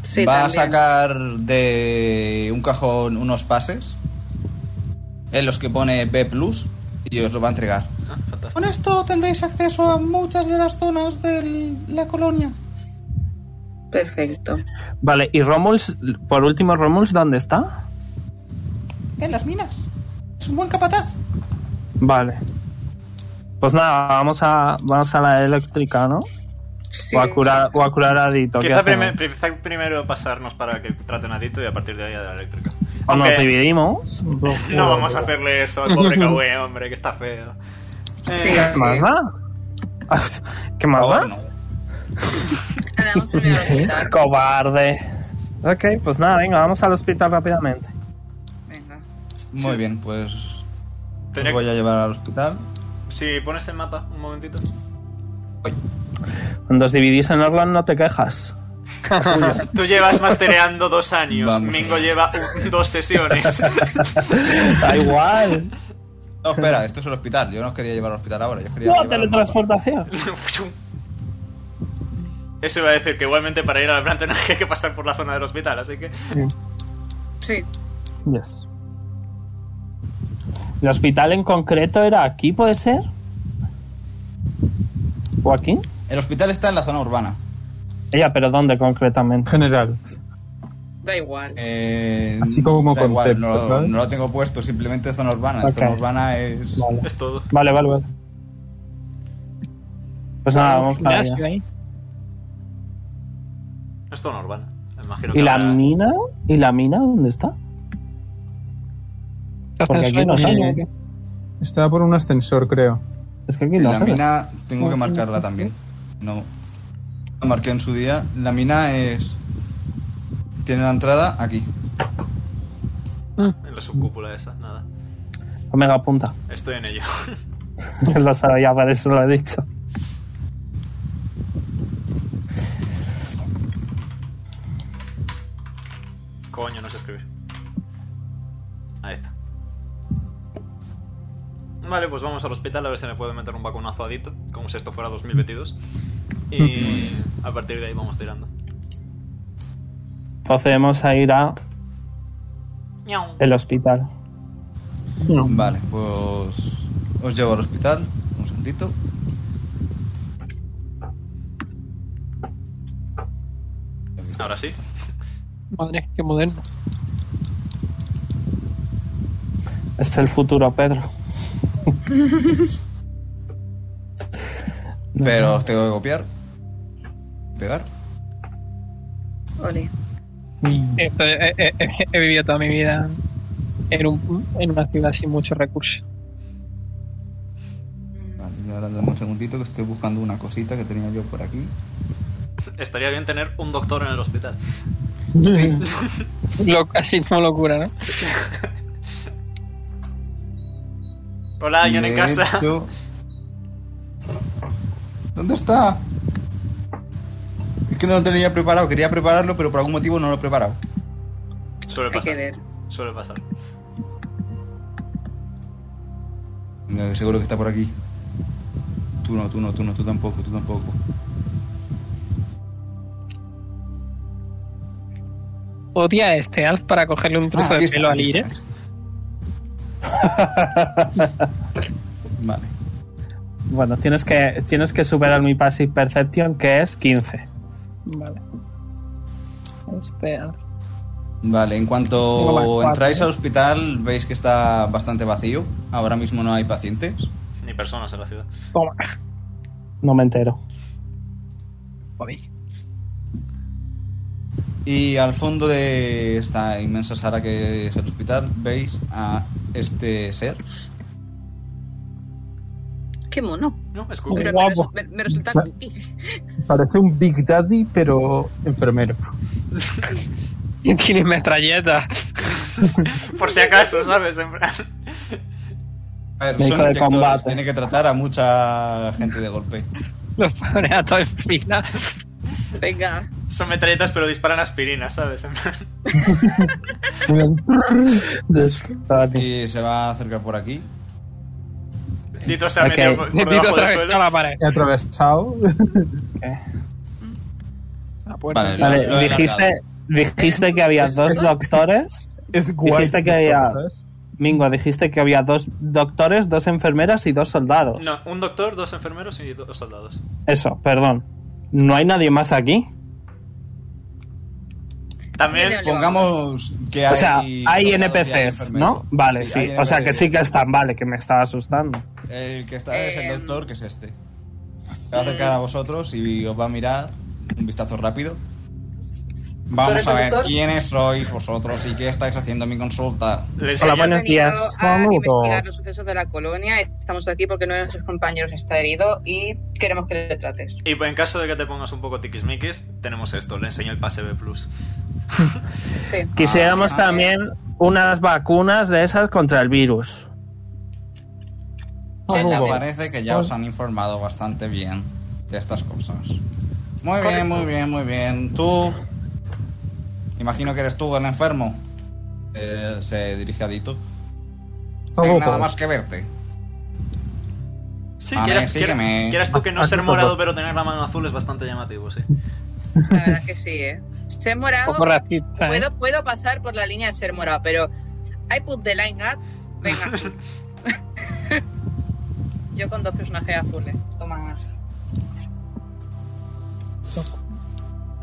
Sí, Va también. a sacar de un cajón unos pases en los que pone B Plus y os lo va a entregar. Ah, fantástico. Con esto tendréis acceso a muchas de las zonas de la colonia. Perfecto. Vale, y Romuls, por último, Romuls, ¿dónde está? En las minas. Es un buen capataz. Vale. Pues nada, vamos a, vamos a la eléctrica, ¿no? Sí. o, a curar, o a curar a Dito. ¿qué Quizá, hacemos? prime- quizá primero pasarnos para que traten a Dito y a partir de ahí a la eléctrica. o nos Aunque dividimos. no vamos a hacerle eso al pobre Kawe, hombre, que está feo. Eh, Sí, ¿Qué más da? ¿Qué más Ahora da? no. Ah, Le damos primero al hospital. Cobarde. Ok, pues nada, venga, vamos al hospital rápidamente. Venga. Muy bien, pues tenía- os voy a llevar al hospital. Si pones el mapa un momentito. Cuando os dividís en Orland no te quejas. Tú llevas mastereando dos años. Vamos. Mingo lleva un- dos sesiones. Da igual. No, espera, esto es el hospital. Yo no os quería llevar al hospital ahora. Yo os quería No, llevar al teletransportación. Eso iba a decir que igualmente para ir al Branton hay que pasar por la zona del hospital, así que. Sí. Yes. ¿El hospital en concreto era aquí, puede ser? ¿O aquí? mapa. El hospital está en la zona urbana. Ella, pero ¿dónde concretamente? general. Da igual. Eh, Así como da igual, concepto, no, ¿vale? no lo tengo puesto, simplemente zona urbana. Ok. Zona urbana es. Vale, Es todo. vale, vale. vale. Pues nada, vamos para Gimnasio allá. ahí. Es zona urbana. Me Imagino ¿Y que la habrá- mina? ¿Y la mina dónde está? Porque aquí no sale. ¿eh? ¿o qué? Estaba por un ascensor, creo. Es que aquí no La sale. mina tengo que marcarla también. No. La marqué en su día. La mina es. Tiene la entrada aquí. En la subcúpula esa, nada. Omega Pues apunta. Estoy en ello. lo sabía, por eso lo he dicho. Coño, no sé escribir. Ahí está. Vale, pues vamos al hospital a ver si me puedo meter un vacunazo adito, como si esto fuera 2022. Y a partir de ahí vamos tirando. Procedemos a ir a Ñau. el hospital. Vale, pues. Os llevo al hospital. Un segundito. Ahora sí. Madre, qué moderno. Es el futuro, Pedro. Pero os tengo que copiar. Pegar. Ole. Esto, eh, eh, eh, he vivido toda mi vida en, un- en una ciudad sin muchos recursos. Vale, y ahora dame un segundito que estoy buscando una cosita que tenía yo por aquí. Estaría bien tener un doctor en el hospital. Lo, así como locura, ¿no? Hola, alguien Ah, en De casa. hecho- ¿Dónde está? Es que no lo tenía preparado. Quería prepararlo, pero por algún motivo no lo he preparado. Suele Hay que pasar. ver. Suele pasar. No, seguro que está por aquí. Tú no, tú no, tú no, tú tampoco, tú tampoco. Odia a este Alf para cogerle un trozo Ah, aquí de está, pelo al aquí aire. está, aquí está. vale. Bueno, tienes que, tienes que superar mi passive perception, que es 15. Vale. Este Alf. Vale, en Tengo más cuanto cuatro, entráis ¿eh? al hospital veis que está bastante vacío. Ahora mismo no hay pacientes. Ni personas en la ciudad. Toma. No me entero. Joder. Y al fondo de esta inmensa sala que es el hospital veis a este ser Qué mono. No, es Pero Cookie. me, Guapo. resu- me- me resulta Claro. cookie. Parece un Big Daddy, pero enfermero. Tiene metralleta. Por si acaso, ¿sabes? En plan, A ver, Médico son de detectores, combate. tiene que tratar a mucha gente de golpe. Los pone a todos en fila. Venga. son metralletas, pero disparan aspirinas, ¿sabes? En plan, Desfani. Y se va a acercar por aquí. Dito se ha Ok. metido por, por debajo del Necesito atravesar suelo. la pared. He atravesado. La puerta. Vale, Vale, Lo- lo he dijiste, dijiste que había dos doctores. Es guay. Dijiste que había- Mingo, dijiste que había dos doctores, dos enfermeras y dos soldados. No, un doctor, dos enfermeros y dos soldados. Eso, perdón. No hay nadie más aquí. También, Pongamos que hay. o sea, hay soldados y hay NPCs, ¿no? enfermeros. Vale, sí. hay O sea que NPCs. sí que están, vale, que me estaba asustando. El que está es Eh, el doctor, que es este. Se va a acercar a vosotros y os va a mirar un vistazo rápido. Vamos eres a el ver doctor? quiénes sois vosotros y qué estáis haciendo en mi consulta. le Hola, enseño- buenos días. A Saludos. investigar los sucesos de la colonia. Estamos aquí porque uno de nuestros compañeros está herido y queremos que le trates. Y en caso de que te pongas un poco tiquismiquis, tenemos esto. Le enseño el pase B+. Sí. Quisiéramos Ah. también unas vacunas de esas contra el virus. Se me Saludo. parece que ya os han informado bastante bien de estas cosas. Muy bien, muy bien, muy bien. Tú, imagino que eres tú el enfermo. Eh, se dirige a Dito. Hay nada más que verte. Sí, Vale, quieras, sígueme. quieras- quieras tú que no Aquí ser todo. morado pero tener la mano azul es bastante llamativo, sí. La verdad que sí, ¿eh? Ser Un morado. poco racista. ¿eh? Puedo, puedo pasar por la línea de ser morado, pero. I put the line at. Venga. Yo con dos personajes azules. Toma.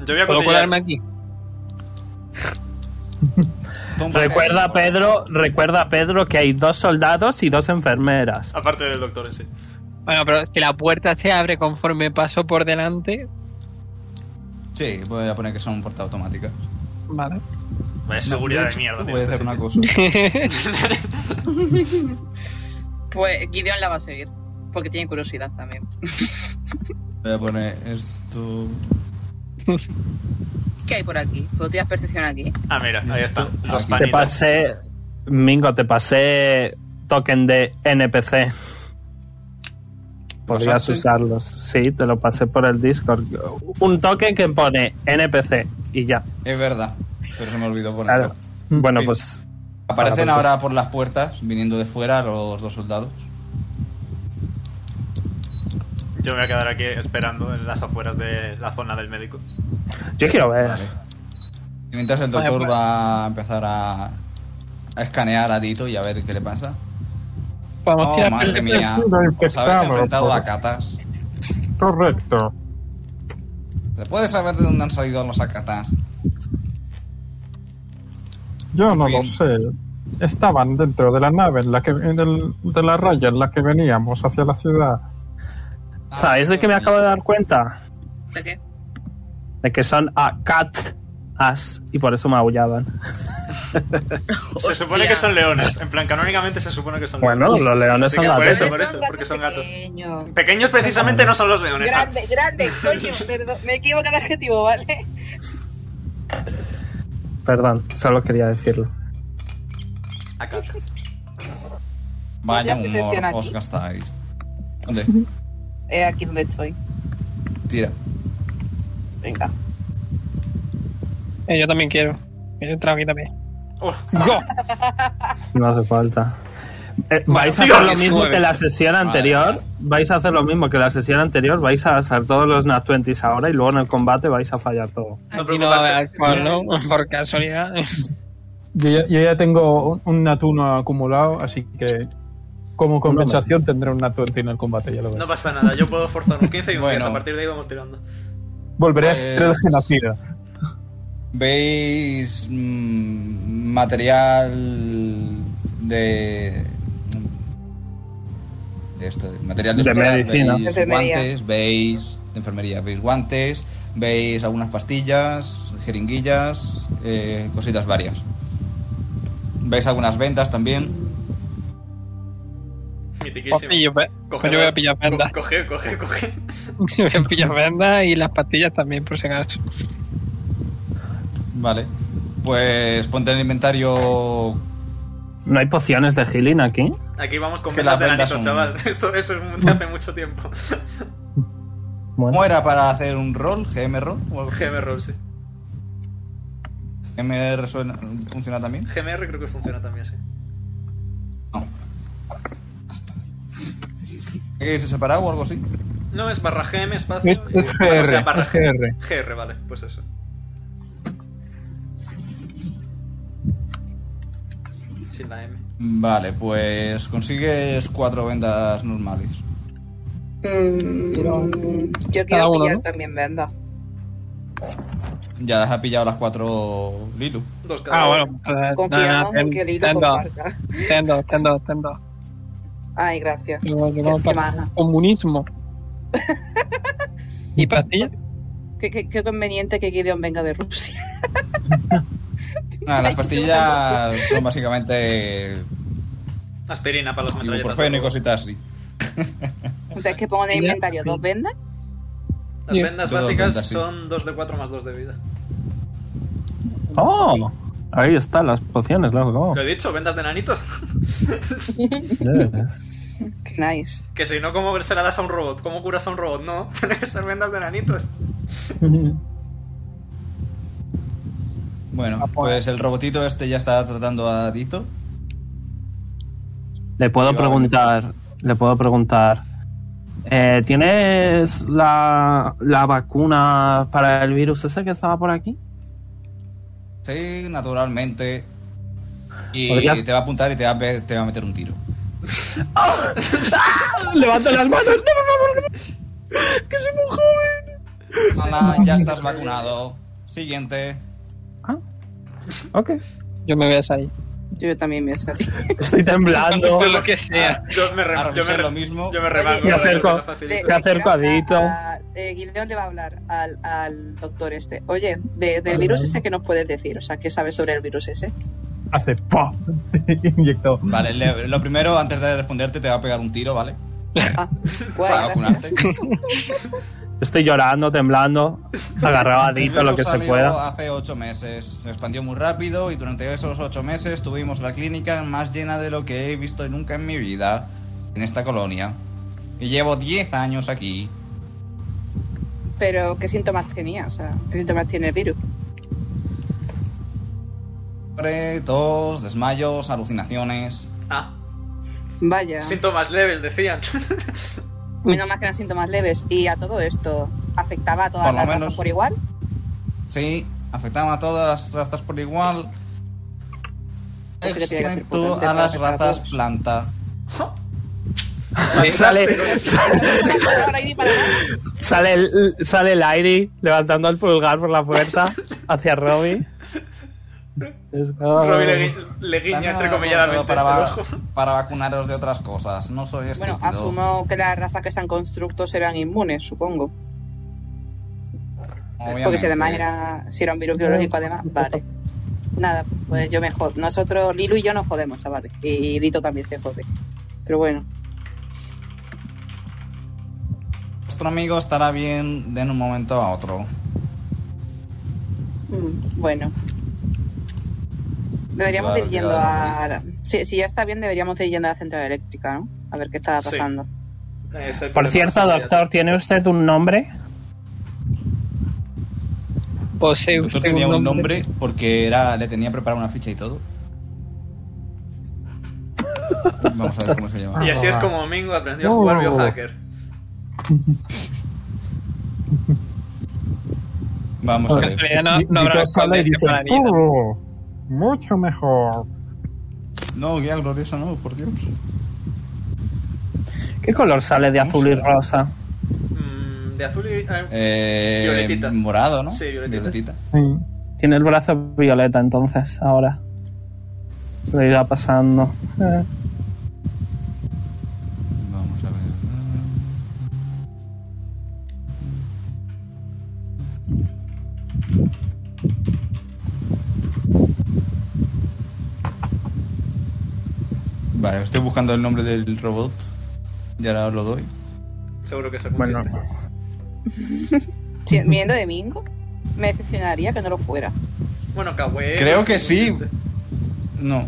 Yo voy a ¿Puedo cotillar. colarme aquí? Túmbate, Recuerda, por favor. Pedro, recuerda, Pedro, que hay dos soldados y dos enfermeras. Aparte del doctor en sí. Bueno, pero que la puerta se abre conforme paso por delante. Sí, voy a poner que son un porta automática. Vale. Vaya No, seguridad de de, hecho, mierda. tío, Voy a este hacer una sitio. cosa. Pues Gideon la va a seguir. Porque tiene curiosidad también. Voy a poner esto. ¿Qué hay por aquí? ¿Puedo tirar percepción aquí? Ah, mira, ahí está. Los Aquí. Te panitos. pasé, Mingo, te pasé token de NPC. Podrías ¿Pasaste? usarlos. Sí, te lo pasé por el Discord. Un token que pone NPC y ya. Es verdad, pero se me olvidó ponerlo. Claro. Bueno, Sí. pues Aparecen Ahora, pues, ahora por las puertas, viniendo de fuera los dos soldados. Yo me voy a quedar aquí esperando en las afueras de la zona del médico. yo quiero ver. Y mientras el Vale, doctor pues. va a empezar a, a escanear a Dito y a ver qué le pasa. Vamos a Oh, tirar madre percepción. mía, Lo os habéis empezamos, enfrentado por- a catas. Correcto. ¿Se puede saber de dónde han salido los acatas? Yo no Bien. lo sé. Estaban dentro de la nave, en la que, en el- de la raya en la que veníamos hacia la ciudad. ¿Sabéis de qué me acabo de dar cuenta? ¿De qué? De que son a cat as y por eso me aullaban. Se supone Hostia. que son leones. En plan, canónicamente se supone que son leones. Bueno, los leones Sí, son que la por eso, leche. por eso, porque son gatos. pequeños. Pequeños precisamente no son los leones. ah. Grande, grande, coño, perdón, me equivoco de adjetivo, ¿vale? Perdón, solo quería decirlo. Vaya Ya humor, decepciona aquí. os gastáis. ¿Dónde? Es Eh, aquí donde estoy. Tira. Venga. Eh, yo también quiero. Yo entro aquí también. Oh, ¡Go! No hace falta. Eh, vais a Dios, hacer lo mismo nueve. que la sesión anterior. Vais a hacer lo mismo que la sesión anterior. Vais a gastar todos los Nat 20 ahora y luego en el combate vais a fallar todo. No eh. Aquí no va a haber preocuparse. alcohol, ¿no? Por casualidad. Yo ya, yo ya tengo un, un natuno acumulado, así que como compensación tendré un nat 20 en el combate, ya lo veo. no pasa nada, yo puedo forzar un 15 y un Bueno. 10. A partir de ahí vamos tirando. Volveré a Pues- ser el genocida. ¿Veis mm, material de. de esto, material de, De hospital? medicina. ¿Veis Enfermería. guantes? ¿Veis de enfermería? ¿Veis guantes? ¿Veis algunas pastillas? ¿Jeringuillas? eh, cositas varias. ¿Veis algunas vendas también? Mi Piquísimo. Pues pillo pe- pues yo voy a pillar vendas. Coge, coge, coge. Yo voy a pillar vendas y las pastillas también, por si acaso. Vale. Pues ponte en el inventario. ¿No hay pociones de healing aquí? Aquí vamos con Que vendas las de vendas Nanito, son- chaval. Esto eso es mu- de hace mucho tiempo. Bueno, ¿Cómo era para hacer un roll? ¿GM roll? o algo así? GMR, roll, sí. ¿GMR suena- funciona también? GMR creo que funciona también, sí. ¿Es separado o algo así? No, es barra GM, espacio. Es, y- es o sea, GR, barra es GR. GR, vale, pues eso. Sin la M. Vale, pues consigues cuatro vendas normales. Mm, yo Cada quiero uno, pillar ¿no? también venda. Ya las ha pillado las cuatro Lilu. Dos cada Ah, uno. bueno. eh, no, no, Confiamos en ten- que el hilo ten dos, comparta. ten dos, ten dos, ten dos. Ay, gracias. Yo- yo como Qué para- maja. Comunismo. ¿Y pastillas? Qué, qué- qué conveniente que Gideon venga de Rusia. Ah, las pastillas son básicamente Aspirina para las metralletas. ibuprofeno y cositas así. Entonces, que pongo en el inventario dos vendas. Las vendas Son dos básicas vendas, sí. son 2 de 4 más 2 de vida. ¡Oh! Ahí están las pociones, luego. Lo he dicho, vendas de nanitos. Qué nice. que si no, ¿cómo se la das a un robot? ¿Cómo curas a un robot? No, tiene que ser vendas de nanitos. Ah, Bueno, pues el robotito este ya está tratando a Dito. Le puedo Yo- preguntar. Le puedo preguntar. eh, ¿Tienes la, la vacuna para el virus ese que estaba por aquí? Sí, naturalmente. Y Pues Podrías- te va a apuntar y te va a, pe- te va a meter un tiro. Levanto las manos, no, por favor. Que soy muy joven. Ana, ya estás vacunado. Siguiente. Ok. Yo me voy a salir. Yo también me salí. Estoy temblando. Lo ah, que sea. Ah, Yo me, re- eh. A yo me, Rochelle re- lo mismo. yo me remango. Oye, a ver, acerco. me lo facilito. Te acerco a Dito. Gideon le va a hablar al, al doctor este. Oye, de- del virus ese que nos puedes decir. O sea, ¿qué sabes sobre el virus ese? Hace ¡pop! Inyectó. Vale, le- lo primero, antes de responderte, te va a pegar un tiro, ¿vale? Ah, guay, Para gracias. vacunarte. Estoy llorando, temblando. Agarrabadito, lo El que virus se salió pueda. Hace ocho meses. Se expandió muy rápido y durante esos ocho meses tuvimos la clínica más llena de lo que he visto nunca en mi vida en esta colonia. Y llevo 10 años aquí. Pero, ¿qué síntomas tenía? O sea, ¿qué síntomas tiene el virus? Fiebre, Tos, desmayos, alucinaciones. Ah, Vaya. síntomas leves, decían. Menos más que eran síntomas leves. Y a todo esto, ¿afectaba a todas Por lo las razas menos. por igual? Sí, afectaban a todas las razas por igual. Creo que tiene que ser Excepto potente a para las afectar a razas todos. planta. Ah, Sale, Ahora ahí para nada. sale, el- sale el aire levantando el pulgar por la puerta hacia Robbie. Let's go. Robin le, gui- le guiña, También entre aprovechado comillas, para, va- ojo. para vacunaros de otras cosas. No soy Bueno, estúpido. asumo que las razas que sean constructos eran inmunes, supongo. Porque si obviamente. además era, si era un virus biológico, además, vale. Nada, pues yo me jodo. Nosotros, Lilu y yo nos jodemos, chavales. Y Dito también se jode. Pero bueno, Nuestro amigo estará bien de un momento a otro. mm, bueno. Deberíamos Claro, ir yendo ya, a... Si, si ya está bien, deberíamos ir yendo a la central eléctrica, ¿no? A ver qué está Sí. pasando. Eh, es el Por problema, cierto, sí, doctor, ¿tiene usted un nombre? Posee El doctor usted tenía un un nombre porque era, le tenía preparada una ficha y todo. Vamos a ver cómo se llama. Y así es como Mingo aprendió a jugar Oh. biohacker. Vamos a En ver. realidad no, no Y- y habrá tú sale y esconderse dice, para ni nada. "Oh, Mucho mejor. No, guía gloriosa, no, por Dios. ¿Qué color sale de azul y rosa? Mm, de azul y. ah, Eh, Violetita. Morado, ¿no? Sí, violetita. Sí. Tiene el brazo violeta entonces, ahora. Lo irá pasando. Eh, Vamos a ver. Vale, estoy buscando el nombre del robot. Y ahora os lo doy. Seguro que es algún Bueno. chiste. Si, viniendo de Mingo, me decepcionaría que no lo fuera. Bueno, Kawaii. Creo que sí. No,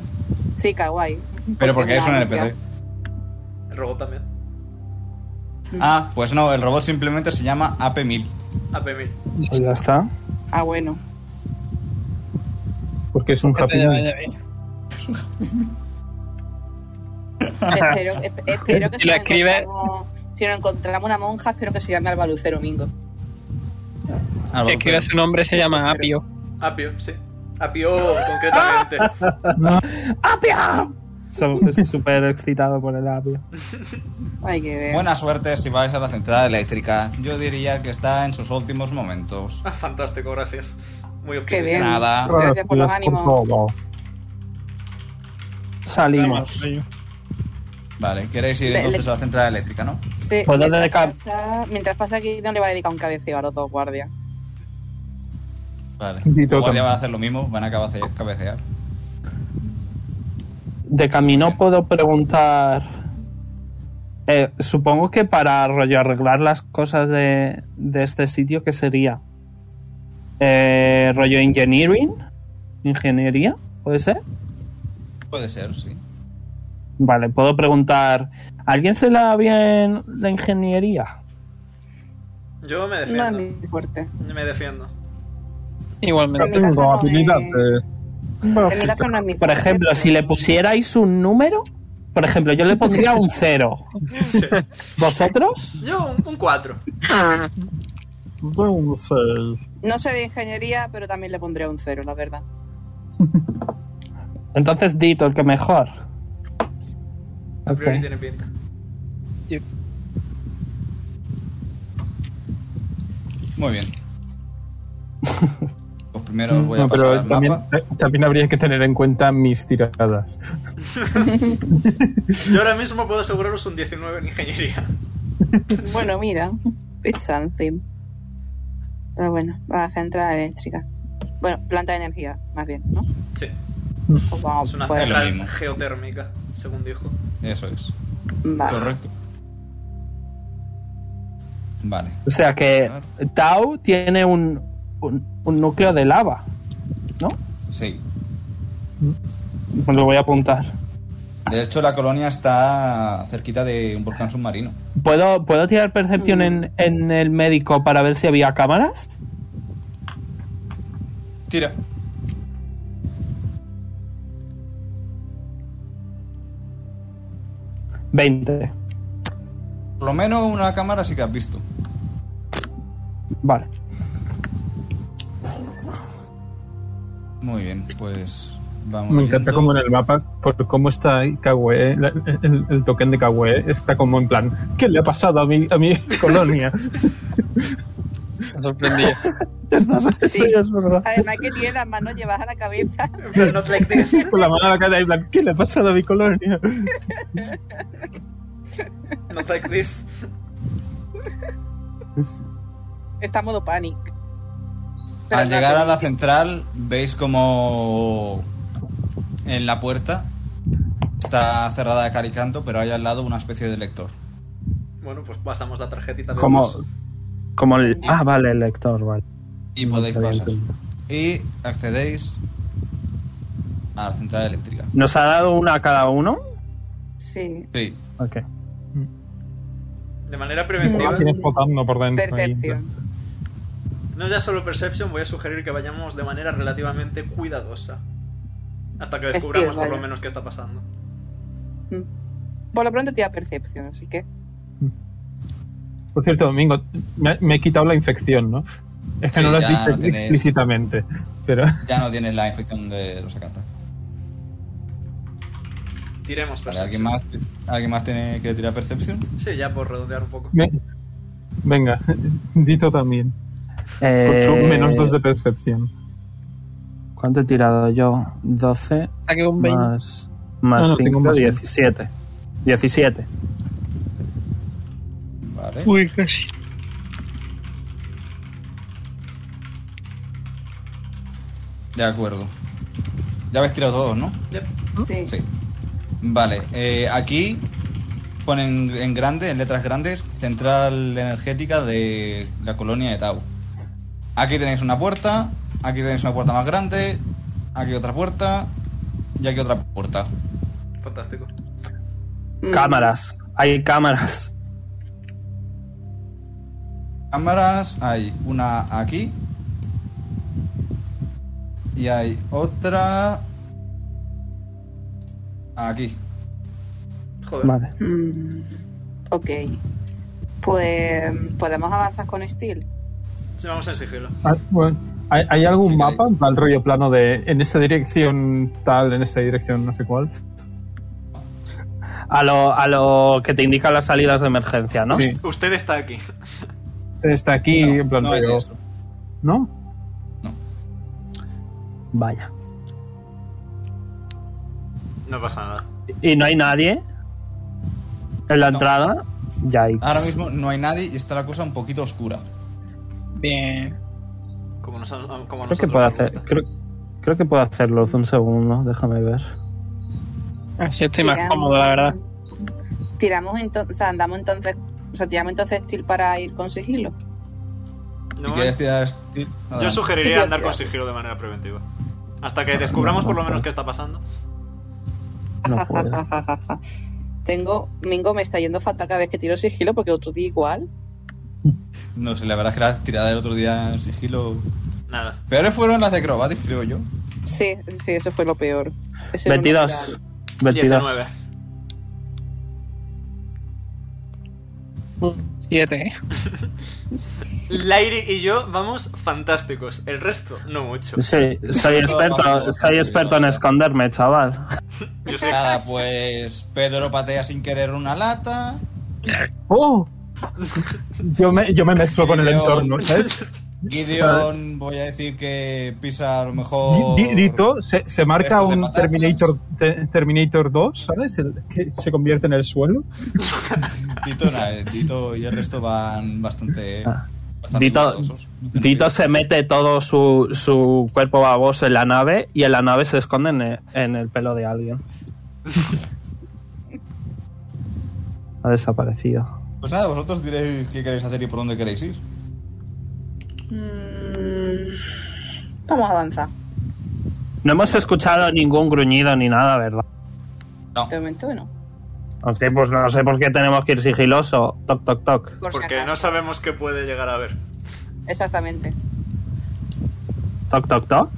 Sí, kawaii. pero porque es un la NPC. limpia. El robot también. Ah, pues no, el robot simplemente se llama AP1000. AP1000. Pues ya está. Ah, bueno. Porque es un Que happy te Este vaya meal. bien. espero, esp- espero que Si lo nos escribes- encontramos- Si nos encontramos una monja, espero que se llame Albalucero Mingo. Ah, Que escriba su nombre se llama Apio. Apio, sí. Apio, concretamente. ¡Apia! So- Estoy súper excitado por el apia. Hay que ver. Buena suerte si vais a la central eléctrica. Yo diría que está en sus últimos momentos. Ah, Fantástico, gracias. Muy Qué optimista. bien. Nada. Gracias por los Las ánimos. controlo. Salimos. Vale, queréis ir Le- entonces le- a la central eléctrica, ¿no? Sí, ¿Puedo mientras dedicar- pasa- mientras pasa aquí, no le va a dedicar un cabeceo a los dos guardias. Vale. Y Los todo guardias también. van a hacer lo mismo, van a cabace- cabecear. De camino puedo preguntar. eh, supongo que para rollo arreglar las cosas de, de este sitio, ¿qué sería? Eh, ¿Rollo engineering? ¿Ingeniería? ¿Puede ser? Puede ser, sí. Vale, puedo preguntar. ¿Alguien se la bien la ingeniería? Yo me No es defiendo. muy fuerte. Me defiendo. Igualmente. mi Tengo caso no es- habilidades. En mi caso no es mi Por fuerte, ejemplo, pero- si le pusierais un número, por ejemplo, yo le pondría un cero. Sí. ¿Vosotros? Yo un 4. Bueno, no sé. No sé de ingeniería, pero también le pondría un cero, la verdad. Entonces, Dito, el que mejor. A priori Ok. tiene pinta. Muy bien. Pues primero os voy a No, pasar pero al también, mapa. eh, también habría que tener en cuenta mis tiradas. Yo ahora mismo puedo aseguraros un 19 en ingeniería. Bueno, mira, it's something. Pero bueno, va a central eléctrica. Bueno, planta de energía, más bien, ¿no? Sí. Pues vamos, Es una pues, célula. central mismo. geotérmica, según dijo. Eso es. va. Correcto. Vale. O sea que Tau tiene un, un, un núcleo de lava. Sí. Pues Me lo voy a apuntar. De hecho, la colonia está cerquita de un volcán submarino. ¿Puedo, ¿puedo tirar percepción en, en el médico para ver si había cámaras? Tira. Veinte. Por lo menos una cámara sí que has visto. Vale. Muy bien, pues vamos. Me encanta yendo. como en el mapa, por cómo está ahí Kawe, la- el, el token de Kawe está como en plan, ¿qué le ha pasado a mi, a mi colonia? Me sorprendió. Estás, Sí. es verdad. Además que tiene las manos llevadas a la cabeza. Not like this. Con la mano a la cara y en plan, ¿qué le ha pasado a mi colonia? Not like this. Está en modo panic. Pero Al no, llegar a pero- la central, veis como en la puerta está cerrada de caricanto, pero hay al lado una especie de lector. Bueno, pues pasamos la tarjetita de Como, luz. como el. Ah, vale, el lector, vale. Y podéis Está bien, pasar. entendido. Y accedéis a la central eléctrica. ¿Nos ha dado una a cada uno? Sí. Sí, Ok. De manera Ah, preventiva. Mm. Tienes flotando por dentro. ahí. Percepción. No ya solo Perception, voy a sugerir que vayamos de manera relativamente cuidadosa. Hasta que Es descubramos cierto, por lo vale. menos qué está pasando. Por lo pronto tira percepción, así que. Por cierto, Domingo, me, me he quitado la infección, ¿no? Es que Sí, no lo has ya dicho no tienes- explícitamente, pero ya no tienes la infección de los acatas. Tiremos Vale, Perception. ¿alguien más, ¿Alguien más tiene que tirar percepción? Sí, ya por redondear un poco. me- venga, Dito también. Con Eh, su menos dos de percepción. ¿Cuánto he tirado yo? 12 Saqué un 20. más, más Ah, no, tengo 5, más uno. 17. 17. Vale. Uy, casi. De acuerdo. Ya habéis tirado todos, ¿no? Yep. Sí. Sí. Vale, eh, aquí pone en, en grande, en letras grandes, central energética de la colonia de Tau. Aquí tenéis una puerta, aquí tenéis una puerta más grande, aquí otra puerta y aquí otra puerta. Fantástico. Mm. Cámaras. Hay cámaras. Cámaras, hay una aquí. Y hay otra aquí. Joder. Vale. Mm, ok. Pues podemos avanzar con Steel. Sí, vamos en sigilo. Ah, bueno. ¿Hay, hay algún Sí, que hay. mapa? Al rollo plano de en esta dirección tal, en esta dirección no sé cuál. A lo, a lo que te indican las salidas de emergencia, ¿no? Sí. Usted está aquí. Está aquí, No, en plan no hay rollo. de eso. ¿No? Vaya. No pasa nada. ¿Y no hay nadie? ¿En la No. entrada? Ya hay. Ahora mismo no hay nadie y está la cosa un poquito oscura. Bien. Como, nos, como Creo nosotros que puedo nos hacer. gusta. Creo, creo que puedo hacerlo. Un segundo, déjame ver. Así estoy más Tiramos- cómodo, la verdad. Tiramos entonces, o sea, andamos entonces, o sea, tiramos entonces Steel para ir con sigilo. No, Si quieres tirar Steel, yo adelante. sugeriría Sí, yo- andar con sigilo de manera preventiva. Hasta que descubramos por lo menos qué está pasando. No Ja, ja, puedo. ja, ja, ja, ja. Tengo, Mingo me está yendo fatal cada vez que tiro sigilo porque el otro día igual. No sé, la verdad es que la tirada del otro día en sigilo. Nada. Peores fueron las de Acrobatics, creo yo. Sí, sí, eso fue lo peor. Eso era un 22. natural. 22. 19. 7, ¿eh? Lairi y yo vamos fantásticos. El resto, no mucho. Sí, soy experto, soy experto en esconderme, chaval. Yo soy Nada, pues Pedro patea sin querer una lata. ¡Oh! Yo me, yo me mezclo con el León. entorno, ¿sabes? Gideon, voy a decir que pisa a lo mejor. Di- di- Dito se, se marca Restos de un patatas. Terminator, te- Terminator 2, ¿sabes? El que se convierte en el suelo. Dito, nada, Dito y el resto van bastante. Ah. bastante Dito, maldosos. No tienen Dito prisa. se mete todo su, su cuerpo baboso en la nave y en la nave se esconde en e- en el, pelo de alguien. Ha desaparecido. Pues nada, vosotros diréis qué queréis hacer y por dónde queréis ir. Mm, vamos a avanzar. No hemos escuchado ningún gruñido ni nada, ¿verdad? De momento bueno. Ok, pues no sé por qué tenemos que ir sigiloso. Toc, toc, toc. Por si Porque acaso. no sabemos qué puede llegar a ver. Exactamente. Toc, toc, toc.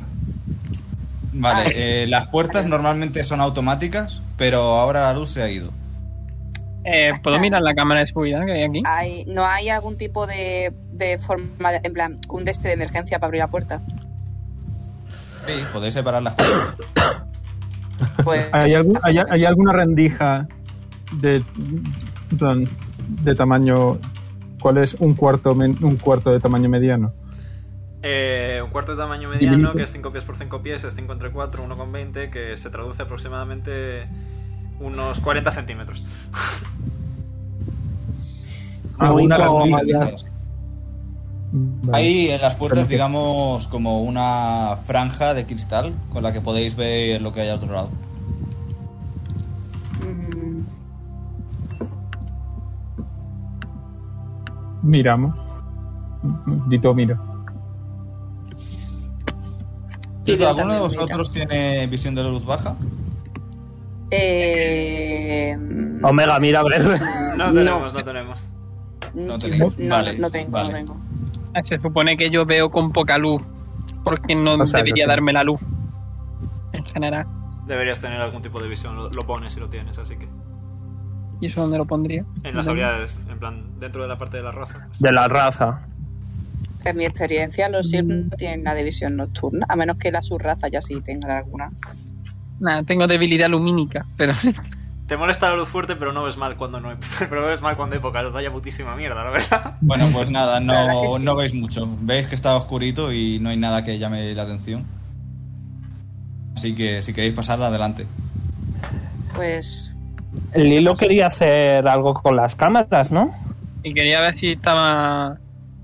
Vale, Ah. eh, las puertas normalmente son automáticas, pero ahora la luz se ha ido. Eh, ¿Puedo mirar la cámara de seguridad que hay aquí? Hay, no hay algún tipo de, de forma, de- en plan, un deste de emergencia para abrir la puerta. Sí, podéis separar las cosas. Pues, ¿Hay, algún- hay, hay alguna rendija de, en plan, de tamaño... ¿Cuál es un cuarto, men- un cuarto de tamaño mediano? Eh, un cuarto de tamaño mediano, que es 5 pies por 5 pies, es 5 entre 4, 1 con 20, que se traduce aproximadamente unos 40 centímetros. Ah, Uy, una cómo rendija. Organizadas. Vale. Hay en las puertas, Perfecto. digamos, como una franja de cristal con la que podéis ver lo que hay al otro lado. Mm, Miramos. Dito mira. Gideon ¿Alguno de también mira. vosotros tiene visión de la luz baja? Eh, Omega, mira, a ver. No tenemos, no, tenemos. No, tenéis. no, Vale, no tengo, vale. no tengo. Eh, Se supone que yo veo con poca luz. Porque no O sea, que debería sí. darme la luz. En general. Deberías tener algún tipo de visión, lo, lo pones y lo tienes, así que. ¿Y eso dónde lo pondría? En las habilidades, en plan, dentro de la parte de la raza. pues. De la raza. En mi experiencia, los Sith no tienen la división nocturna, a menos que la subraza ya sí tenga alguna. Nada, tengo debilidad lumínica, pero Te molesta la luz fuerte, pero no ves mal cuando no hay. Pero ves mal cuando hay poca luz. Vaya putísima mierda, la verdad. Bueno, pues nada, La verdad que no, sí. no veis mucho. Veis que está oscurito y no hay nada que llame la atención. Así que si queréis pasarla, adelante. Pues Lilo quería hacer algo con las cámaras, ¿no? y quería ver si estaba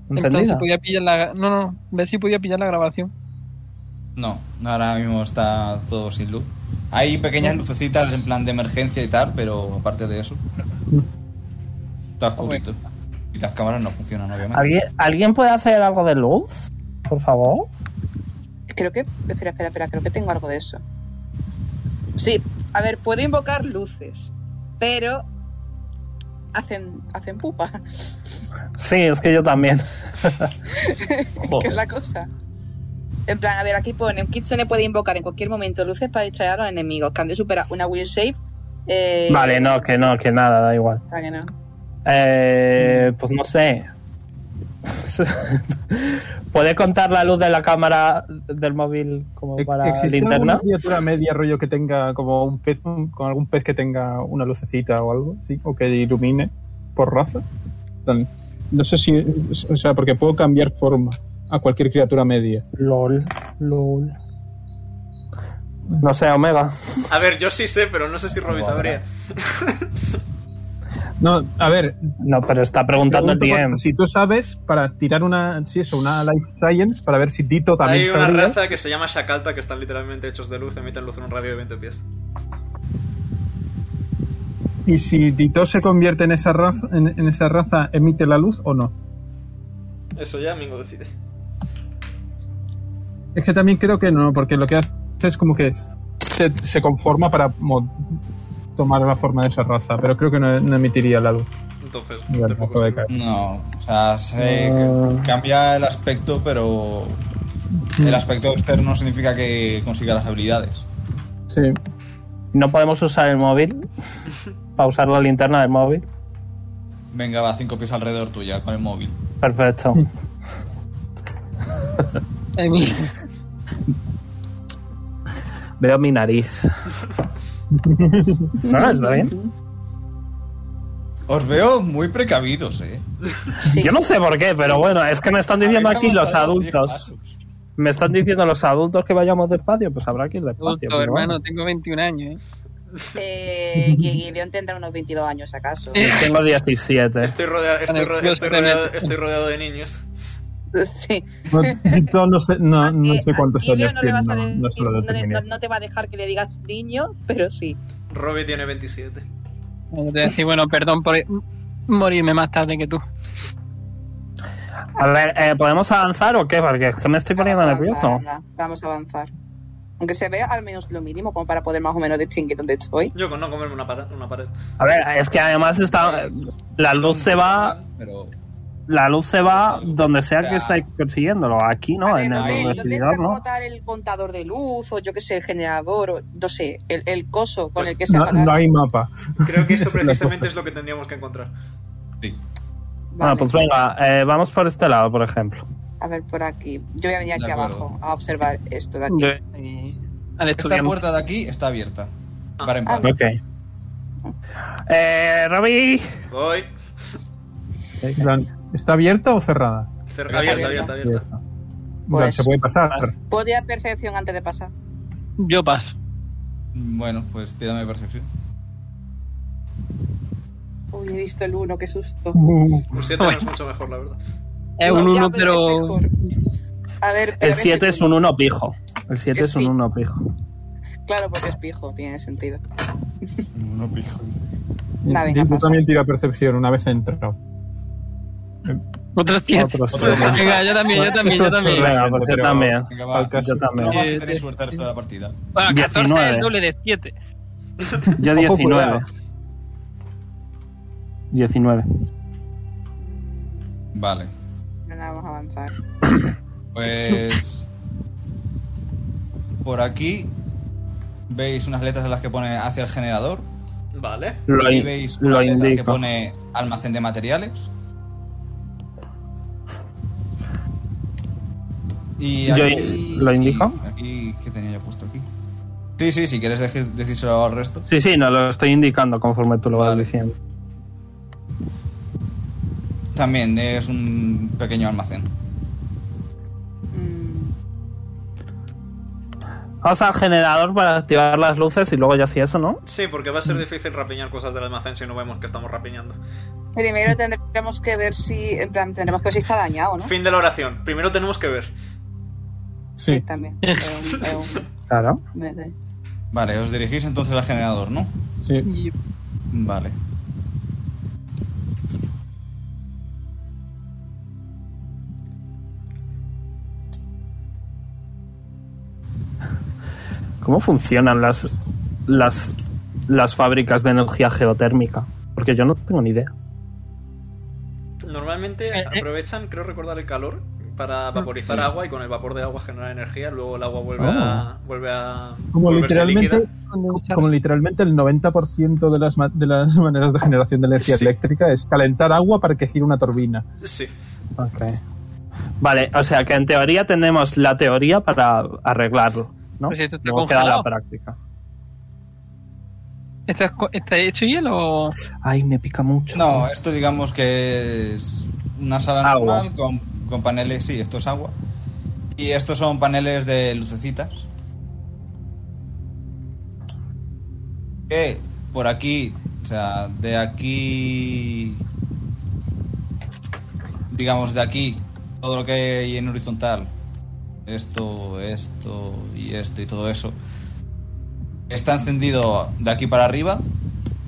en plan, si ¿Entendida? podía pillar la no no ver si podía pillar la grabación No, ahora mismo está todo sin luz. Hay pequeñas lucecitas en plan de emergencia y tal, pero aparte de eso. Está oscurito. Y las cámaras no funcionan, obviamente. ¿Alguien, ¿Alguien puede hacer algo de luz? Por favor. Creo que. Espera, espera, espera, creo que tengo algo de eso. Sí, a ver, puedo invocar luces, pero. Hacen, hacen pupa, Sí, es que yo también. que es la cosa. En plan, a ver, aquí pone: un Kitsune puede invocar en cualquier momento luces para distraer a los enemigos. Cambio supera una will save. eh, Vale, no, que no, que nada, da igual. o sea que no. Eh, pues no sé. ¿Puede contar la luz de la cámara del móvil como para ¿Existe linterna? alguna criatura media rollo que tenga como un pez, un- con algún pez que tenga una lucecita o algo, sí? O que ilumine por raza. En plan, No sé si, o sea, porque puedo cambiar forma a cualquier criatura media. LOL, LOL. No sé, Omega. A ver, yo sí sé, pero no sé si Robbie sabría. No, a ver, No, pero está preguntando el pregunto por- DM. si tú sabes para tirar una, sí, eso, una life science para ver si Dito también Hay una sabría. raza que se llama Shakalta que están literalmente hechos de luz, emiten luz en un radio de 20 pies. y si Dito se convierte en esa raza, en, en esa raza emite la luz o no. Eso ya Mingo decide. Es que también creo que no, porque lo que hace es como que se, se conforma para mo- tomar la forma de esa raza, pero creo que no, no emitiría la luz. Entonces, Bueno, tampoco acabo de sé. caer. No, o sea, se Mm. cambia el aspecto, pero el aspecto externo significa que consiga las habilidades. Sí. No podemos usar el móvil para usar la linterna del móvil. Venga, va cinco pies alrededor tuya con el móvil. Perfecto. A mí. Veo mi nariz. No, está bien. Os veo muy precavidos, eh. Sí. Yo no sé por qué, pero bueno, es que me están diciendo Habéis aquí los avanzado diez adultos. pasos. Me están diciendo los adultos que vayamos despacio, pues habrá que ir despacio. Justo, pero hermano, tengo 21 años, ¿eh? Eh, y Gideon tendrá unos 22 años, ¿acaso? bueno. Yo tengo 17. Estoy rodeado, estoy, Vale, ro- yo estoy sé rodeado, tener- estoy rodeado de niños. Sí. No, Dito no sé, no, A no que- sé cuántos a Gideon años Ah, eh, no le tiene, vas a no, decir- no se lo no le- determiné. no- no te va a dejar que le digas niño, pero sí. Robbie tiene 27. Bueno, Te voy a decir, bueno, perdón por e-, morirme más tarde que tú. A ver, eh, ¿podemos avanzar o qué? Porque es que me estoy poniendo Vamos a avanzar, nervioso. anda, Vamos a avanzar. Aunque se vea al menos lo mínimo como para poder más o menos distinguir dónde estoy. Yo con no comerme una pared. Una pared. A ver, es que además está. La luz se va. Pero La luz se va donde sea que estáis consiguiéndolo. Aquí A no, ver, en el ¿dónde, dónde está investigador, como ¿no? tal el contador de luz o yo que sé, el generador o no sé, el, el coso con Pues el que se No, apaga? no hay mapa. Creo que eso Es la precisamente cosa. es lo que tendríamos que encontrar. sí, Bueno, Vale, pues venga, eh, vamos por este lado, por ejemplo. A ver, por aquí. Yo voy a venir De aquí acuerdo. abajo a observar esto de aquí. Yo- y- Al esta estudiante. puerta de aquí está abierta. Para Ah, empezar. Ok. Eh, Robbie. Voy. En plan, ¿Está abierta o cerrada? Cer- Abierta, Abierta, abierta, abierta. Abierta. En Pues- plan, se puede pasar. ¿Puedo tirar percepción antes de pasar? Yo paso. Bueno, pues tírame percepción. Uy, he visto el uno, qué susto. Uh, Un 7 no es mucho mejor, la verdad. Es No, un ya, uno, pero pero. es mejor. A ver, pero El ves 7 es un 1 pijo. El 7 Que es un sí. 1 pijo. Claro, porque es pijo, tiene sentido. No pijo. La venga, Dito pasa. también tira percepción una vez entrado. Otro cien. Otros Otro tres. Venga, yo también, yo también, yo también. Venga, pues yo Pero- también. Venga, va. Falta- Yo No también. vas a tener suerte el resto de la partida. Bueno, 14 es 19. el doble de 7. Yo Ojo, 19. cuidado. 19. Vale. Nada, vamos a avanzar. Pues. Por aquí veis unas letras en las que pone hacia el generador. Vale. Lo, Aquí in- veis lo unas letras que indico. pone almacén de materiales. Y Yo aquí, lo indico. Aquí, ¿Qué tenía yo puesto aquí? Sí, sí, si quieres deje- decírselo al resto. Sí, sí, no lo estoy indicando conforme tú lo vas Vale. diciendo. También es un pequeño almacén. Mm, Vamos al generador para activar las luces y luego ya sí eso, ¿no? Sí, porque va a ser difícil rapiñar cosas del almacén si no vemos que estamos rapiñando. Primero tendremos que ver si. En plan, tendremos que ver si está dañado, ¿no? Fin de la oración. Primero tenemos que ver. Sí. También. Es un- es un- Claro. vete. Vale, os dirigís entonces al generador, ¿no? Sí. Vale. ¿Cómo funcionan las, las, las fábricas de energía geotérmica? Porque yo no tengo ni idea. Normalmente Eh, eh. aprovechan, creo recordar, el calor para vaporizar Sí. agua y con el vapor de agua generar energía. Luego el agua vuelve Oh. a. Vuelve a Como volverse literalmente, líquida. como literalmente el 90% de las, ma- de las maneras de generación de energía Sí. eléctrica es calentar agua para que gire una turbina. Sí. Vale, o sea que en teoría tenemos la teoría para arreglarlo, ¿no? Pero si esto está Luego queda la congelado. práctica. ¿Esto es co- ¿Está hecho hielo o.? Ay, me pica mucho. No, esto digamos que es una sala Agua. normal con, con paneles, sí, esto es agua. Y estos son paneles de lucecitas. Que por aquí, o sea, de aquí, digamos de aquí, todo lo que hay en horizontal, esto, esto y esto y todo eso, está encendido de aquí para arriba,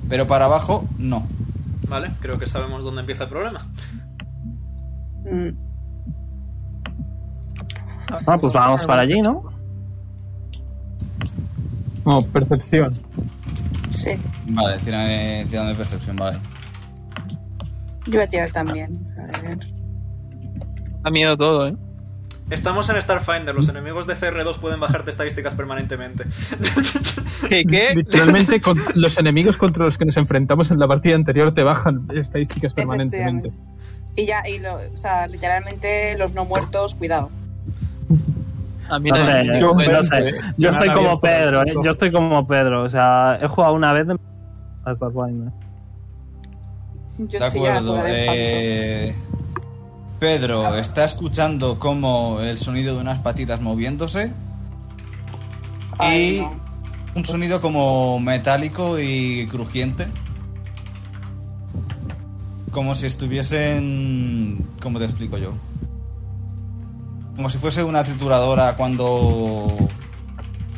pero para abajo no. Vale, creo que sabemos dónde empieza el problema. Mm, Ah, pues vamos para allí, ¿no? No, percepción. sí, Vale, tírame, tírame percepción, vale. yo voy a tirar también. A ver. Da miedo todo, ¿eh? Estamos en Starfinder, los enemigos de CR2 pueden bajarte estadísticas permanentemente. ¿Qué? qué? Literalmente con los enemigos contra los que nos enfrentamos en la partida anterior te bajan estadísticas permanentemente. Efectivamente. Y ya, y lo, o sea, literalmente los no muertos, cuidado. A mí No no sé, me- yo, me- no sé. Yo estoy como Pedro, ¿eh? Yo estoy como Pedro. O sea, he jugado una vez de... a Starfinder. Yo De estoy ya acuerdo. fuera de impacto. eh, Pedro, está escuchando como el sonido de unas patitas moviéndose. Ay, y no. un sonido como metálico y crujiente. Como si estuviesen... ¿Cómo te explico yo? Como si fuese una trituradora cuando...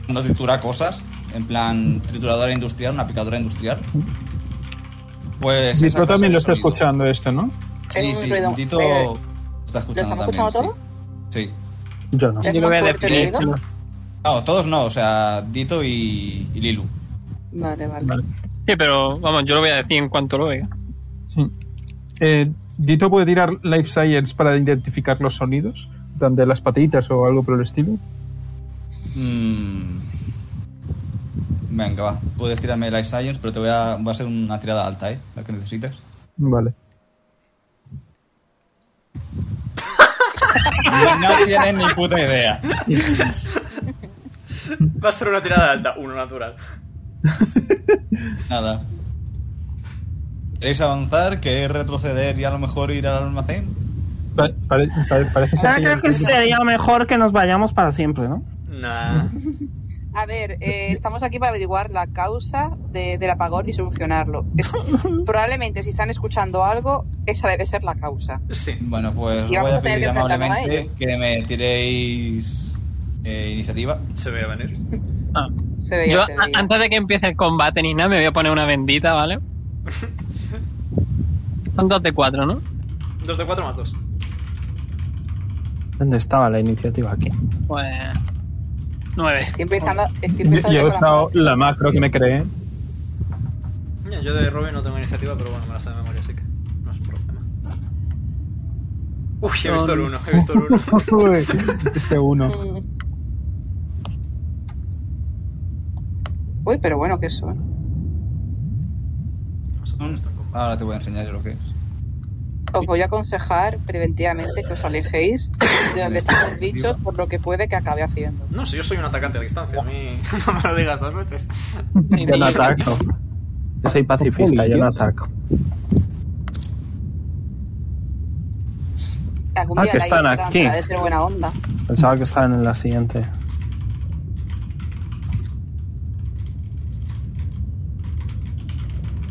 Cuando tritura cosas. En plan, trituradora industrial, una picadora industrial. Pues... esa Dito clase también de lo está sonido. escuchando esto, ¿no? Sí, Es un sí, ruido. Dito Eh, está escuchando estamos también. escuchando sí. Sí. Yo no. ¿Es Yo más voy a fuerte el definir. ruido? No, todos no, o sea, Dito y, y Lilu. Vale, vale. Sí, pero vamos, yo lo voy a decir en cuanto lo vea. Sí. Eh, Dito puede tirar Life Science para identificar los sonidos, donde las patitas o algo por el estilo. Mm. Venga, va. Puedes tirarme Life Science, pero te voy a. Va a ser una tirada alta, ¿eh? La que necesites. Vale. No tienes ni puta idea. Va a ser una tirada alta, uno natural. Nada. ¿Queréis avanzar? ¿Queréis retroceder y a lo mejor ir al almacén? Pa- pare- pare- parece ser Ah, que- creo que sería mejor que nos vayamos para siempre, ¿no? Nah. A ver, eh, estamos aquí para averiguar la causa de- del apagón y solucionarlo. Es- probablemente si están escuchando algo, esa debe ser la causa. Sí. Bueno, pues Y voy vamos a a tener pedir que enfrentarnos a amablemente que me tiréis eh, iniciativa. Se ve a venir. Se veía Ah, Yo, a- te veía. antes de que empiece el combate ni nada, me voy a poner una bendita, ¿vale? Son dos de cuatro, ¿no? 2 de 4 más 2. ¿Dónde estaba la iniciativa aquí? Pues. Nueve. Siempre estando, eh, siempre Yo, estando yo he con la mano. usado la macro que me creé. Yo de Robin no tengo iniciativa, pero bueno, me la sé de memoria, así que no es un problema. Uy, he visto el 1, he visto el 1. Uy, este uno. Mm. Uy, pero bueno, que eso. Ahora te voy a enseñar yo lo que es. Os voy a aconsejar preventivamente que os alejéis de donde están los bichos por lo que puede que acabe haciendo. No, si yo soy un atacante a distancia, a mí no me lo digas dos veces. Yo no ataco. Yo soy pacifista, yo no ataco. Algún Ah, día que la están Iris aquí. cansará de ser buena onda. Pensaba que estaban en la siguiente.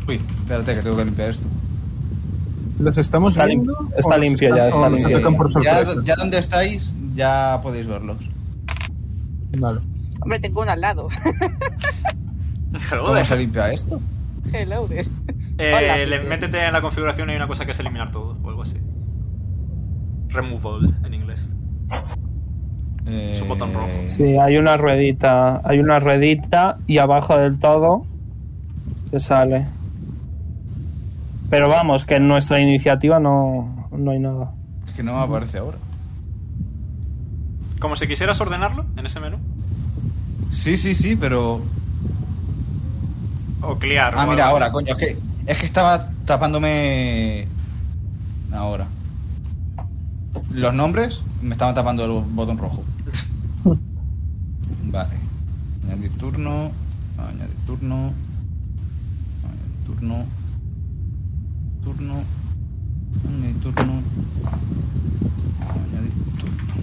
Uy, espérate que tengo que limpiar esto. ¿Los estamos Está lim- viendo? está ¿O nos limpio están- ya, o está nos limpio atacan ya. por Eh, Ya, sorpresa? ya donde estáis, ya podéis verlos. Vale. Hombre, tengo uno al lado. ¿Cómo Joder. se limpia esto? Hello there. Eh, Hola, le- Peter. métete en la configuración y hay una cosa que es eliminar todo o algo así. Removal en inglés. Eh, Es un botón rojo. Sí, hay una ruedita. Hay una ruedita y abajo del todo se sale. Pero vamos, que en nuestra iniciativa no, no hay nada. Es que no aparece ahora. Como si quisieras ordenarlo en ese menú. Sí, sí, sí, pero. O clear. Ah, o mira, algo. ahora, coño, es que, es que estaba tapándome. Ahora. Los nombres me estaban tapando el botón rojo. Vale. Añadir turno. Añadir turno. Añadir turno. Turno. Añadir turno. Añadir turno.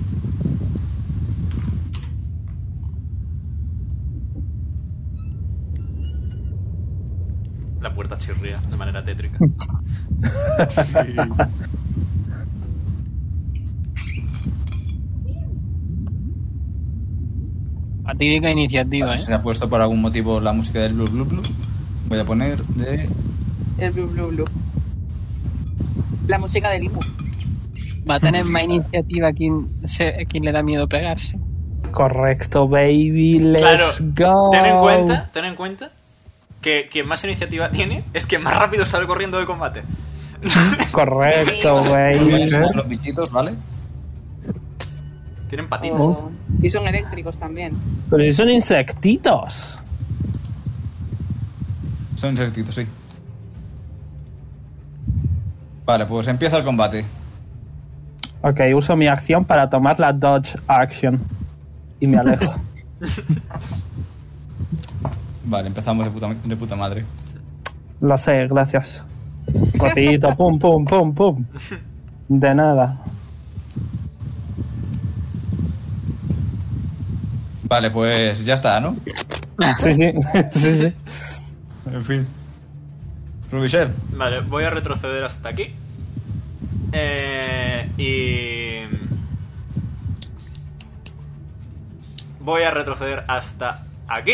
La puerta chirría de manera tétrica. Fatídica iniciativa, Vale, Pues, ¿eh? Se ha puesto por algún motivo la música del blue blue blue. Voy a poner de El blue, blue, blue. La música del hipo. Va a eh. tener más iniciativa quien, se- quien le da miedo pegarse. Correcto, baby. Let's claro. go. Ten en cuenta, ten en cuenta que quien más iniciativa tiene es quien más rápido sale corriendo de combate. Correcto, Voy a baby. enseñar los bichitos, ¿vale? Tienen Ah, patitas. Oh. Y son eléctricos también. Pero si son insectitos. Son insectitos, sí. Vale, pues empieza el combate. Ok, uso mi acción para tomar la dodge action. Y me alejo. Vale, empezamos de puta, de puta madre. Lo sé, gracias. Rapidito, pum, pum, pum, pum. De nada. Vale, pues ya está, ¿no? Sí, sí, sí, sí. En fin. Rubichel, Vale, voy a retroceder hasta aquí. Eh, y. Voy a retroceder hasta aquí.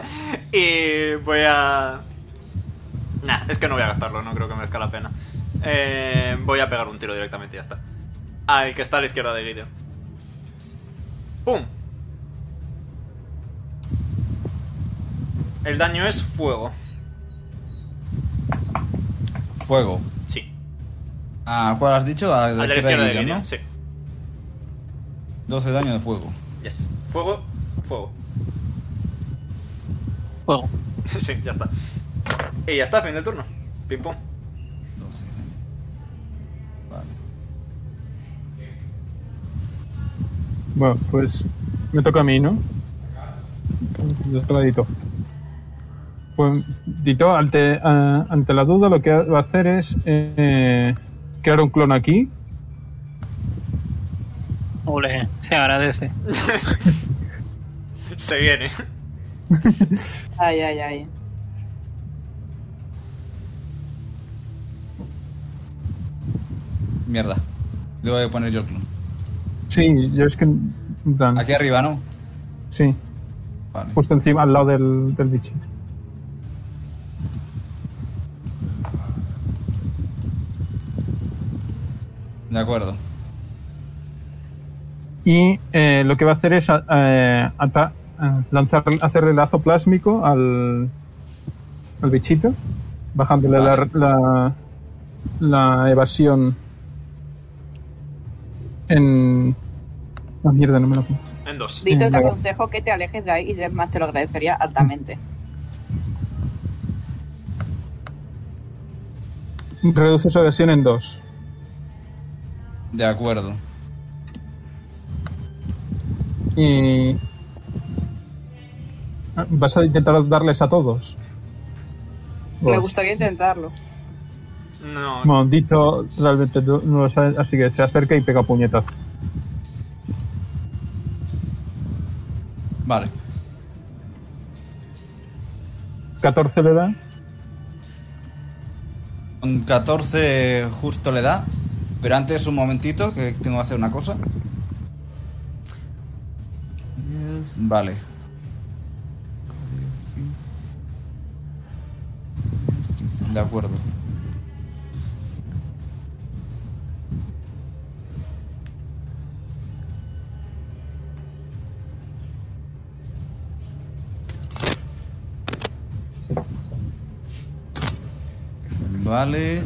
y voy a. Nah, es que no voy a gastarlo, no creo que merezca la pena. Eh, voy a pegar un tiro directamente y ya está. Al que está a la izquierda de Gideon. ¡Pum! El daño es fuego. fuego. Sí. ¿A cuál has dicho? Ah, A A la izquierda de Gideon, Gideon, ¿no? sí. 12 daño de fuego. Yes. Fuego, fuego. Fuego. sí, ya está. Y ya está, fin del turno. Pim pum. 12 daño. Vale. Bueno, pues me toca a mí, ¿no? De este ladito. Pues Dito, ante, a- ante la duda lo que va a hacer es eh, crear un clon aquí Ole, se agradece. Se viene. Ay, ay, ay. Mierda. Debo de poner yo el clon. Sí, yo es que. en plan, Aquí arriba, ¿no? Sí, Vale. justo encima, al lado del, del bichito. De acuerdo. Y eh, lo que va a hacer es a- eh, ata- eh, lanzar, hacerle lazo plásmico al, al bichito, bajándole la, Vale. la, la evasión en. La mierda, no me lo apunto. En dos. Dito, te Venga. aconsejo que te alejes de ahí y además te lo agradecería altamente. Reduce su evasión en dos. De acuerdo. Y. ¿Vas a intentar darles a todos? Me Dos. gustaría intentarlo. No. Maldito, realmente no no lo sabe, así que se acerca y pega puñetazo. Vale. 14 le da. Con 14 justo le da. Pero antes un momentito, que tengo que hacer una cosa. Vale. De acuerdo. Vale.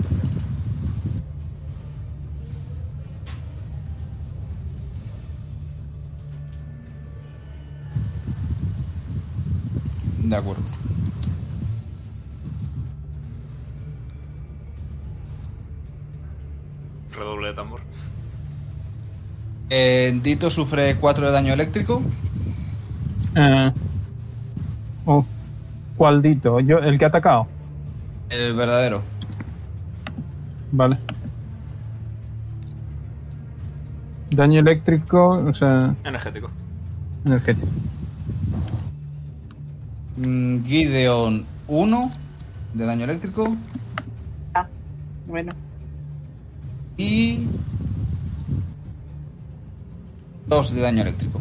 De acuerdo. Redoble de tambor. Eh, Dito sufre 4 de daño eléctrico. Eh, oh, ¿Cuál dito? Yo, ¿El que ha atacado? El verdadero. Vale. Daño eléctrico, o sea, Energético. energético. Mm, Gideon 1 de daño eléctrico. Bueno, Y 2 de daño eléctrico.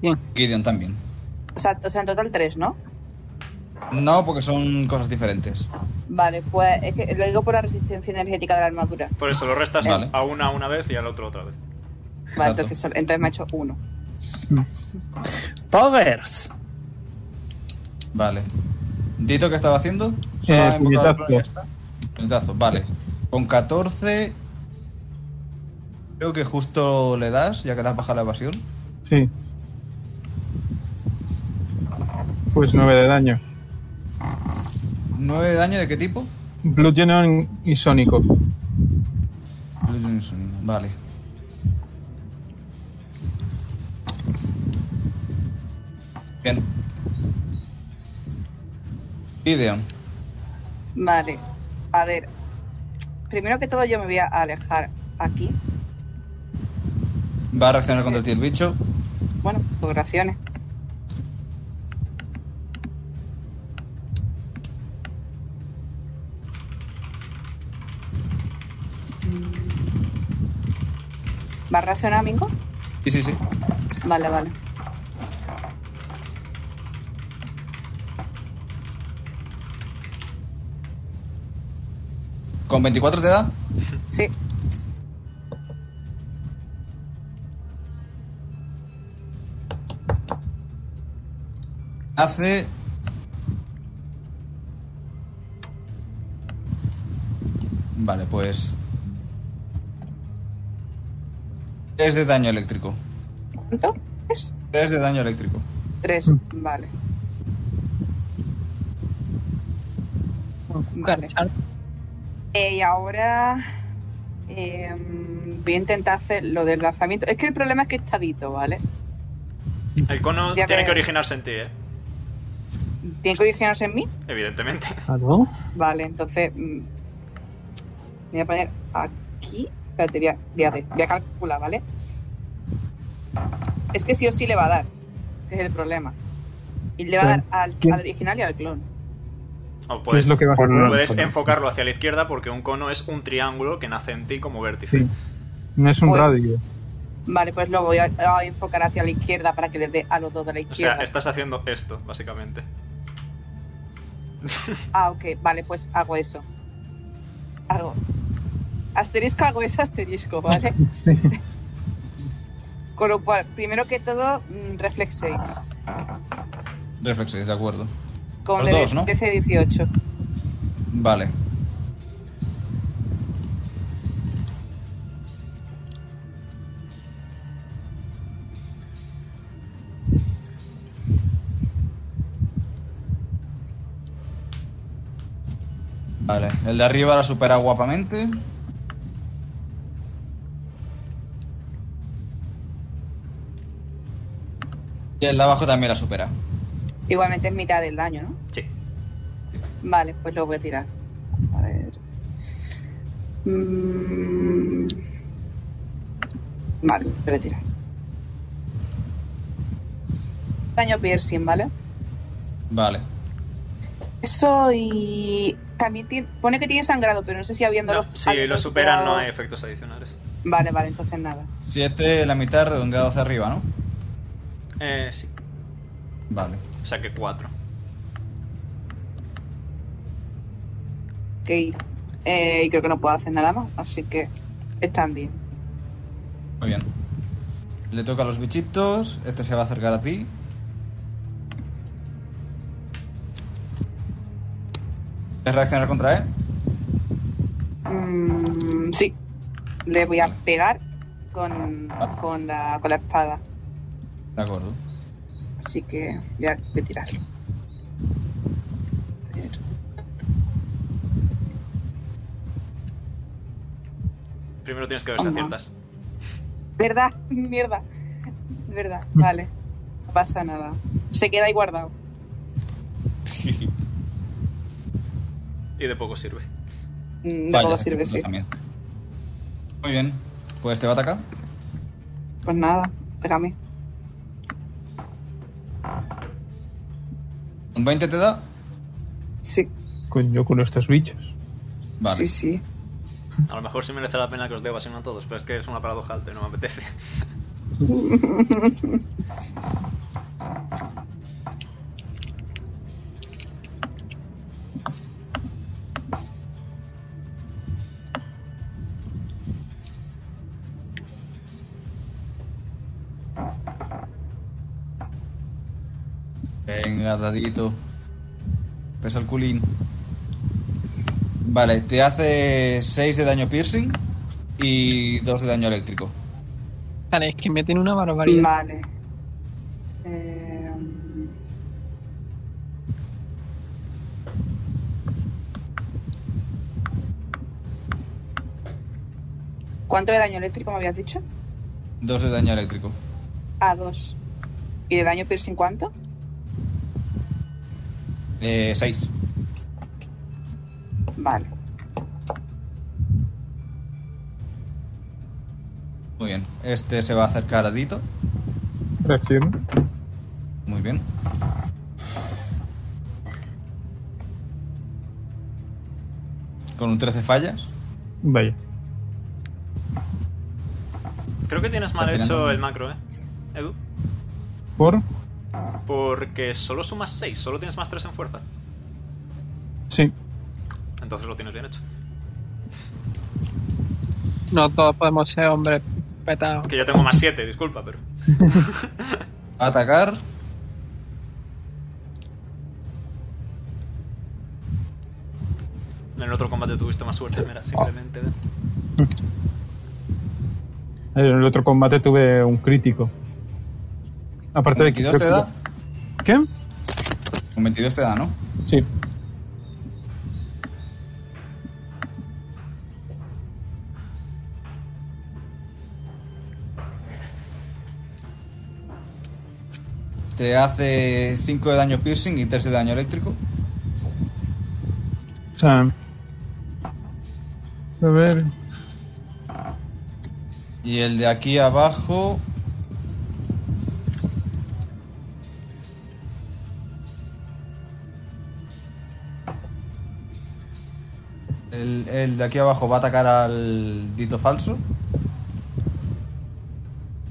Bien. Gideon también. o sea, o sea, en total tres, ¿no? No, porque son cosas diferentes. Vale, pues es que lo digo por la resistencia energética de la armadura. Por eso lo restas a- Vale. a una una vez y al otro otra vez. Vale, Exacto. entonces, solo- entonces me ha hecho uno. Poggers. Vale. Dito, ¿qué estaba haciendo? Solo Eh, ha invocado al puñetazo. clon y ya está. Puñetazo, vale. Con 14. Creo que justo le das, ya que le has bajado la evasión. Sí. Pues 9 de daño. 9 de daño, ¿de qué tipo? Blue Genon y Sónico. Vale. Bien. Ideon. Vale, a ver. Primero que todo, yo me voy a alejar aquí. Va a reaccionar contra ti el bicho. Bueno, pues gracias. ¿Va a reaccionar, amigo? Sí, sí, sí. Vale, vale. ¿Con 24 te da? Sí, Hace. Vale, pues. Es de daño eléctrico. ¿cuánto es? 3 de daño eléctrico. Tres, vale. Vale. Eh, y ahora eh, voy a intentar hacer lo del lanzamiento. Es que el problema es que está dito, ¿vale? El cono Ya tiene veo. que originarse en ti, ¿eh? Tiene que originarse en mí. Evidentemente. Ah, no. Vale, entonces. mm, voy a poner aquí. Espérate, voy a, voy a ver, voy a calcular, ¿vale? Es que sí o sí le va a dar. que Es el problema. Y le va a dar al, ¿Quién? al original y al clon. O ¿Qué puedes, es lo que va a Por hacer? lo- puedes enfocarlo hacia la izquierda porque un cono es un triángulo que nace en ti como vértice. Sí. No es un Pues- radio. Vale, pues lo voy a, a enfocar hacia la izquierda para que le dé a los dos de la O sea, este. izquierda. estás haciendo esto, básicamente. Ah, ok, vale, pues hago eso. Hago. Asterisco, hago ese asterisco, ¿vale? Con lo cual, primero que todo, mm, reflex save. Ah. Reflexes, de acuerdo. Con Los DC dos, ¿no? 18. Vale. Vale, el de arriba la supera guapamente. Y el de abajo también la supera. Igualmente es mitad del daño, ¿no? Sí. Vale, pues lo voy a tirar. A ver. Mm. Vale, lo voy a tirar. Daño piercing, ¿vale? Vale. Eso y. También ti- pone que tiene sangrado, pero no sé si habiéndolo. No, si habiéndolo lo superan no superado- hay efectos adicionales. Vale, vale, entonces nada. 7, la mitad redondeado hacia arriba, ¿no? Eh, sí. Vale. O sea que cuatro. Ok. Eh, y creo que no puedo hacer nada más, así que. Standing. Muy bien. Le toca a los bichitos. Este se va a acercar a ti. ¿Es reaccionar contra él? Mm, sí. Le voy a pegar con, con, la, con la espada. De acuerdo. Así que voy a voy a tirarlo. A ver. Primero tienes que ver si Toma. aciertas. ¿Verdad? Mierda. ¿Verdad? Vale. No pasa nada. Se queda ahí guardado. Y de poco sirve. Mm, De Vaya, poco este sirve, punto sí. también. Muy bien. Pues te va a atacar. Pues nada, pégame. ¿Un 20 te da? Sí, Coño, con estos bichos. Vale. sí, sí. A lo mejor sí merece la pena que os dé evasión a todos, pero es que es una paradoja alta y no me apetece. Venga, dadito. Pesa el culín. Vale, te hace 6 de daño piercing y 2 de daño eléctrico. Vale, es que me tiene una barbaridad. Vale. Eh, ¿Cuánto de daño eléctrico me habías dicho? 2 de daño eléctrico. A dos. ¿Y de daño piercing cuánto? Eh, 6. Vale. Muy bien. Este se va a acercar a Dito. Reacción. Muy bien. Con un 13 fallas. Vaya. Creo que tienes mal Está hecho tirando. el macro, ¿eh? Edu. ¿Por? Porque solo sumas 6, solo tienes más 3 en fuerza. Sí. Entonces lo tienes bien hecho. No todos podemos ser hombres petados. Que yo tengo más 7, disculpa, pero. Va a Atacar. En el otro combate tuviste más suerte, mira, simplemente. En el otro combate tuve un crítico. Aparte de que. 22 te da. ¿Qué? Con 22 te da, ¿no? Sí. Te hace 5 de daño piercing y 3 de daño eléctrico. O sea. A ver. Y el de aquí abajo. El, el de aquí abajo va a atacar al dito falso.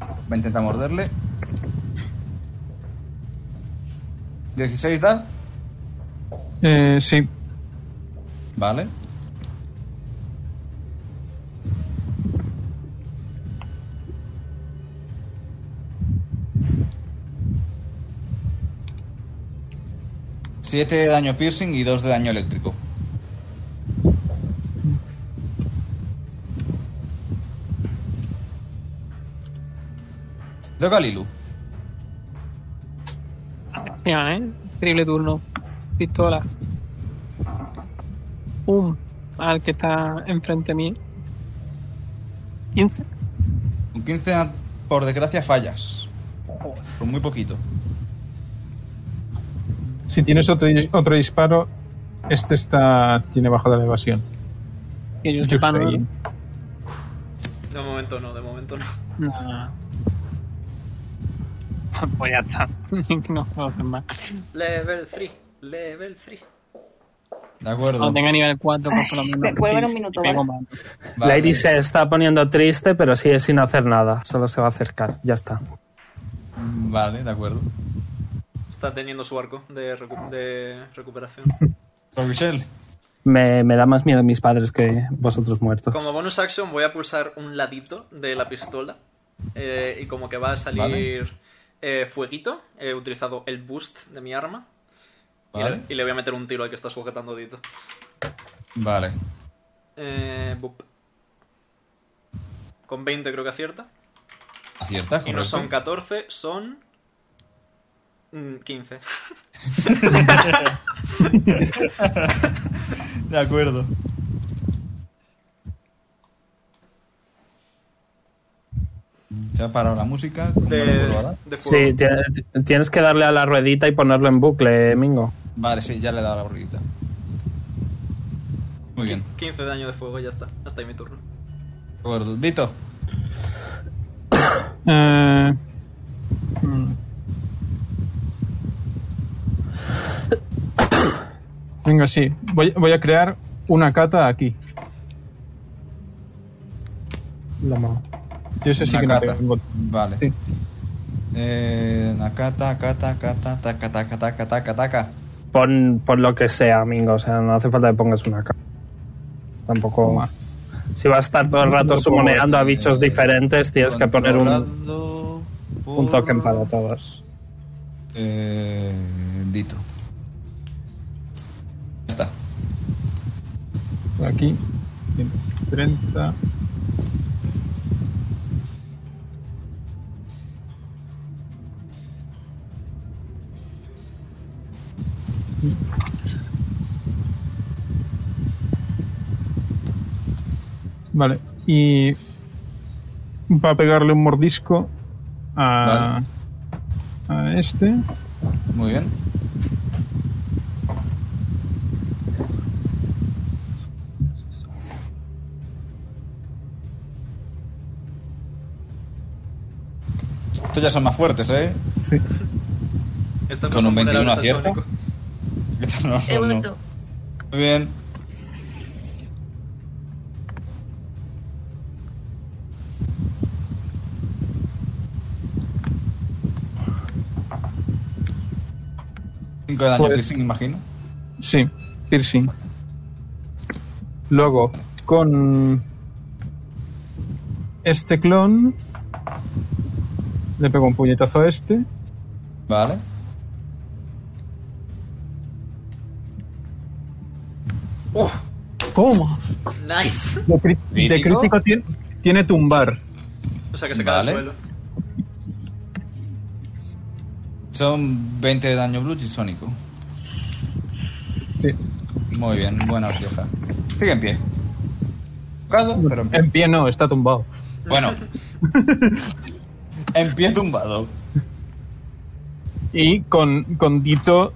Va a intentar morderle. 16 da. Eh, sí. Vale. Siete de daño piercing y dos de daño eléctrico. Toca a Lilu. Mira, ¿eh? Triple turno. Pistola. Pum. Al que está enfrente mío. 15. Con 15, na- por desgracia, fallas. Por muy poquito. Si tienes otro, otro disparo, este está tiene bajada la evasión. Que yo Yo sepa, no. fail. De momento no, de momento no. No. Pues ya está. no puedo hacer más. Level 3, level 3. De acuerdo. Cuando tenga nivel 4, pues por lo menos. Vuelve en un sí, minuto, pego ¿vale? más. Vale. Lady se está poniendo triste, pero sigue sin hacer nada. Solo se va a acercar. Ya está. Vale, de acuerdo. Está teniendo su arco de, recu- de recuperación. Rochelle. Me, me da más miedo mis padres que vosotros muertos. Como bonus action voy a pulsar un ladito de la pistola eh, y como que va a salir Vale. eh, fueguito. He utilizado el boost de mi arma y, Vale. le, y le voy a meter un tiro al que está sujetando Dito. Vale. Eh, bup. Con 20 creo que acierta. ¿Aciertas? Y no correcto? son 14, son. mm, 15. De acuerdo. Se ha parado la música. ¿Cómo le vuelvo a De, dar? de fuego. Sí, ti- ti- tienes que darle a la ruedita y ponerlo en bucle, Mingo. Vale, sí, ya le he dado la burrita. Muy bien. 15 de daño de fuego, ya está. Hasta ahí mi turno. De acuerdo. Dito, Eh, mm. Venga, sí. Voy, voy a crear una cata aquí. La mano. Yo sé sí una que no cata. tengo. Vale. Sí. Eh, Nakata, cata, cata, taca, taca, taca, taca, taca. Pon, pon lo que sea, Mingo. O sea, no hace falta que pongas una cara. Tampoco. Si vas a estar todo el rato sumoneando a bichos diferentes, tienes que poner un, Controlado por- un token para todos. Eh, Dito. Ya está. Aquí. 130. Vale, y va a pegarle un mordisco a, a este. Muy bien. Estos ya son más fuertes, ¿eh? Sí. Estos no Con son un 21 vulnerables al acierta. sónico. Estos no, He no. vuelto. Muy bien. Cinco de daño Pues- piercing, imagino. Sí, piercing. Luego, con este clon, le pego un puñetazo a este. Vale. ¡Oh! ¿Cómo? ¡Nice! De, cri- ¿Crítico? de crítico tiene, tiene tumbar. O sea que se cae al Vale. suelo. Son 20 de daño blue y sónico. Sí. Muy bien, buena hostia. Sigue en pie. Tocado, pero en pie. En pie no, está tumbado. Bueno. en pie tumbado. Y con, con Dito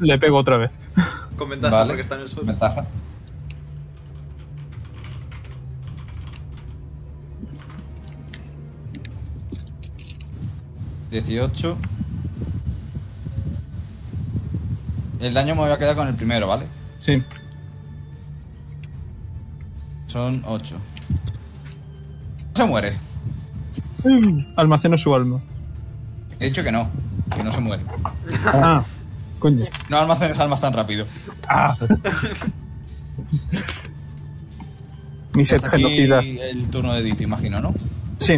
le pego otra vez. Con ventaja Vale. porque está en el suelo. Ventaja. Dieciocho. El daño me voy a quedar con el primero, ¿vale? Sí, Son ocho. No se muere. almaceno su alma. He dicho que no, que no se muere. Ah, coño. No almacenes almas tan rápido. Ah. Mi set Hasta aquí genocida. el turno de Dito, imagino, ¿no? Sí,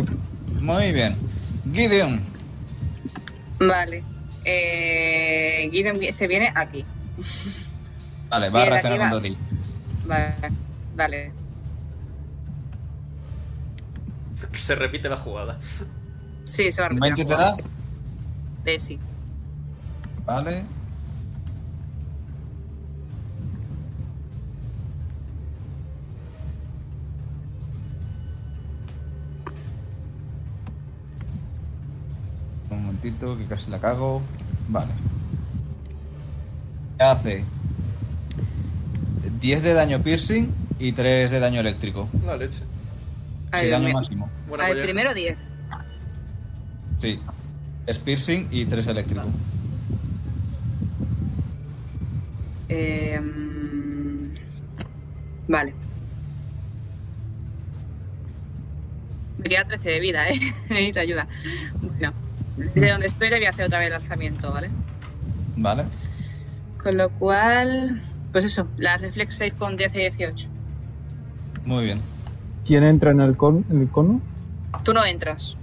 Muy bien. Gideon. Vale. Eh, Gideon vi- se viene aquí. Vale, va a Bien, reaccionar aquí va. contra ti. Vale. Vale. Se repite la jugada. Sí, se va a repetir. ¿20 te la jugada. da? Eh, sí. Vale. Un momentito, que casi la cago. Vale. ¿Qué hace? 10 de daño piercing y 3 de daño eléctrico. La leche. pues Ay, sí, Dios daño mío. máximo. Buena Al colleja. primero 10. Sí. Es piercing y 3 eléctrico. Eh, mm, vale. Me queda 13 de vida, ¿eh? Necesito ayuda. Bueno, desde donde estoy le voy a hacer otra vez el lanzamiento, ¿vale? Vale. Con lo cual, pues eso, la reflex 6 con 10 y 18. Muy bien. ¿quién entra en el, con- en el cono? Tú no entras.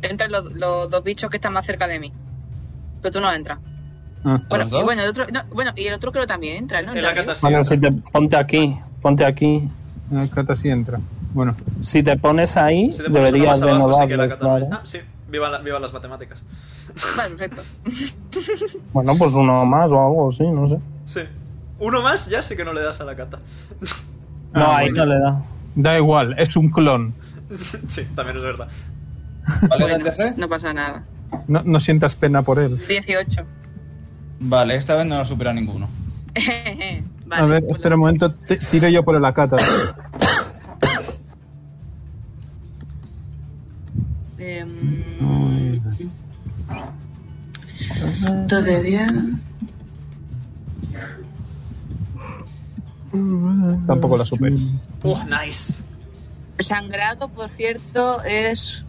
Entran los, los dos bichos que están más cerca de mí. Pero tú no entras. Ah. Bueno, ¿Los dos? y bueno, el otro, no, bueno, y el otro creo también entra, ¿no? En la ¿También? cata sí Bueno, entra. si te, ponte aquí, ponte aquí. El cata sí entra. Bueno, Si te pones ahí, Si te pones una deberías más de no abajo, sí que la darle, cata no claro. entra. Ah, sí, viva, la- viva las matemáticas. Vale, perfecto. Bueno, pues uno más o algo, sí, no sé. Sí. Uno más ya sí que no le das a la cata. Ah, No, ahí bueno. no le da. da igual, es un clon. sí, también es verdad. ¿Cuál era el DC? No pasa nada. No, no sientas pena por él. 18. Vale, esta vez no lo supera ninguno. vale, a ver, pues espera la- un momento, te- tiro yo por el Akata. Em, dos de 10. Tampoco la supero. Uh, nice. Sangrado, por cierto, es.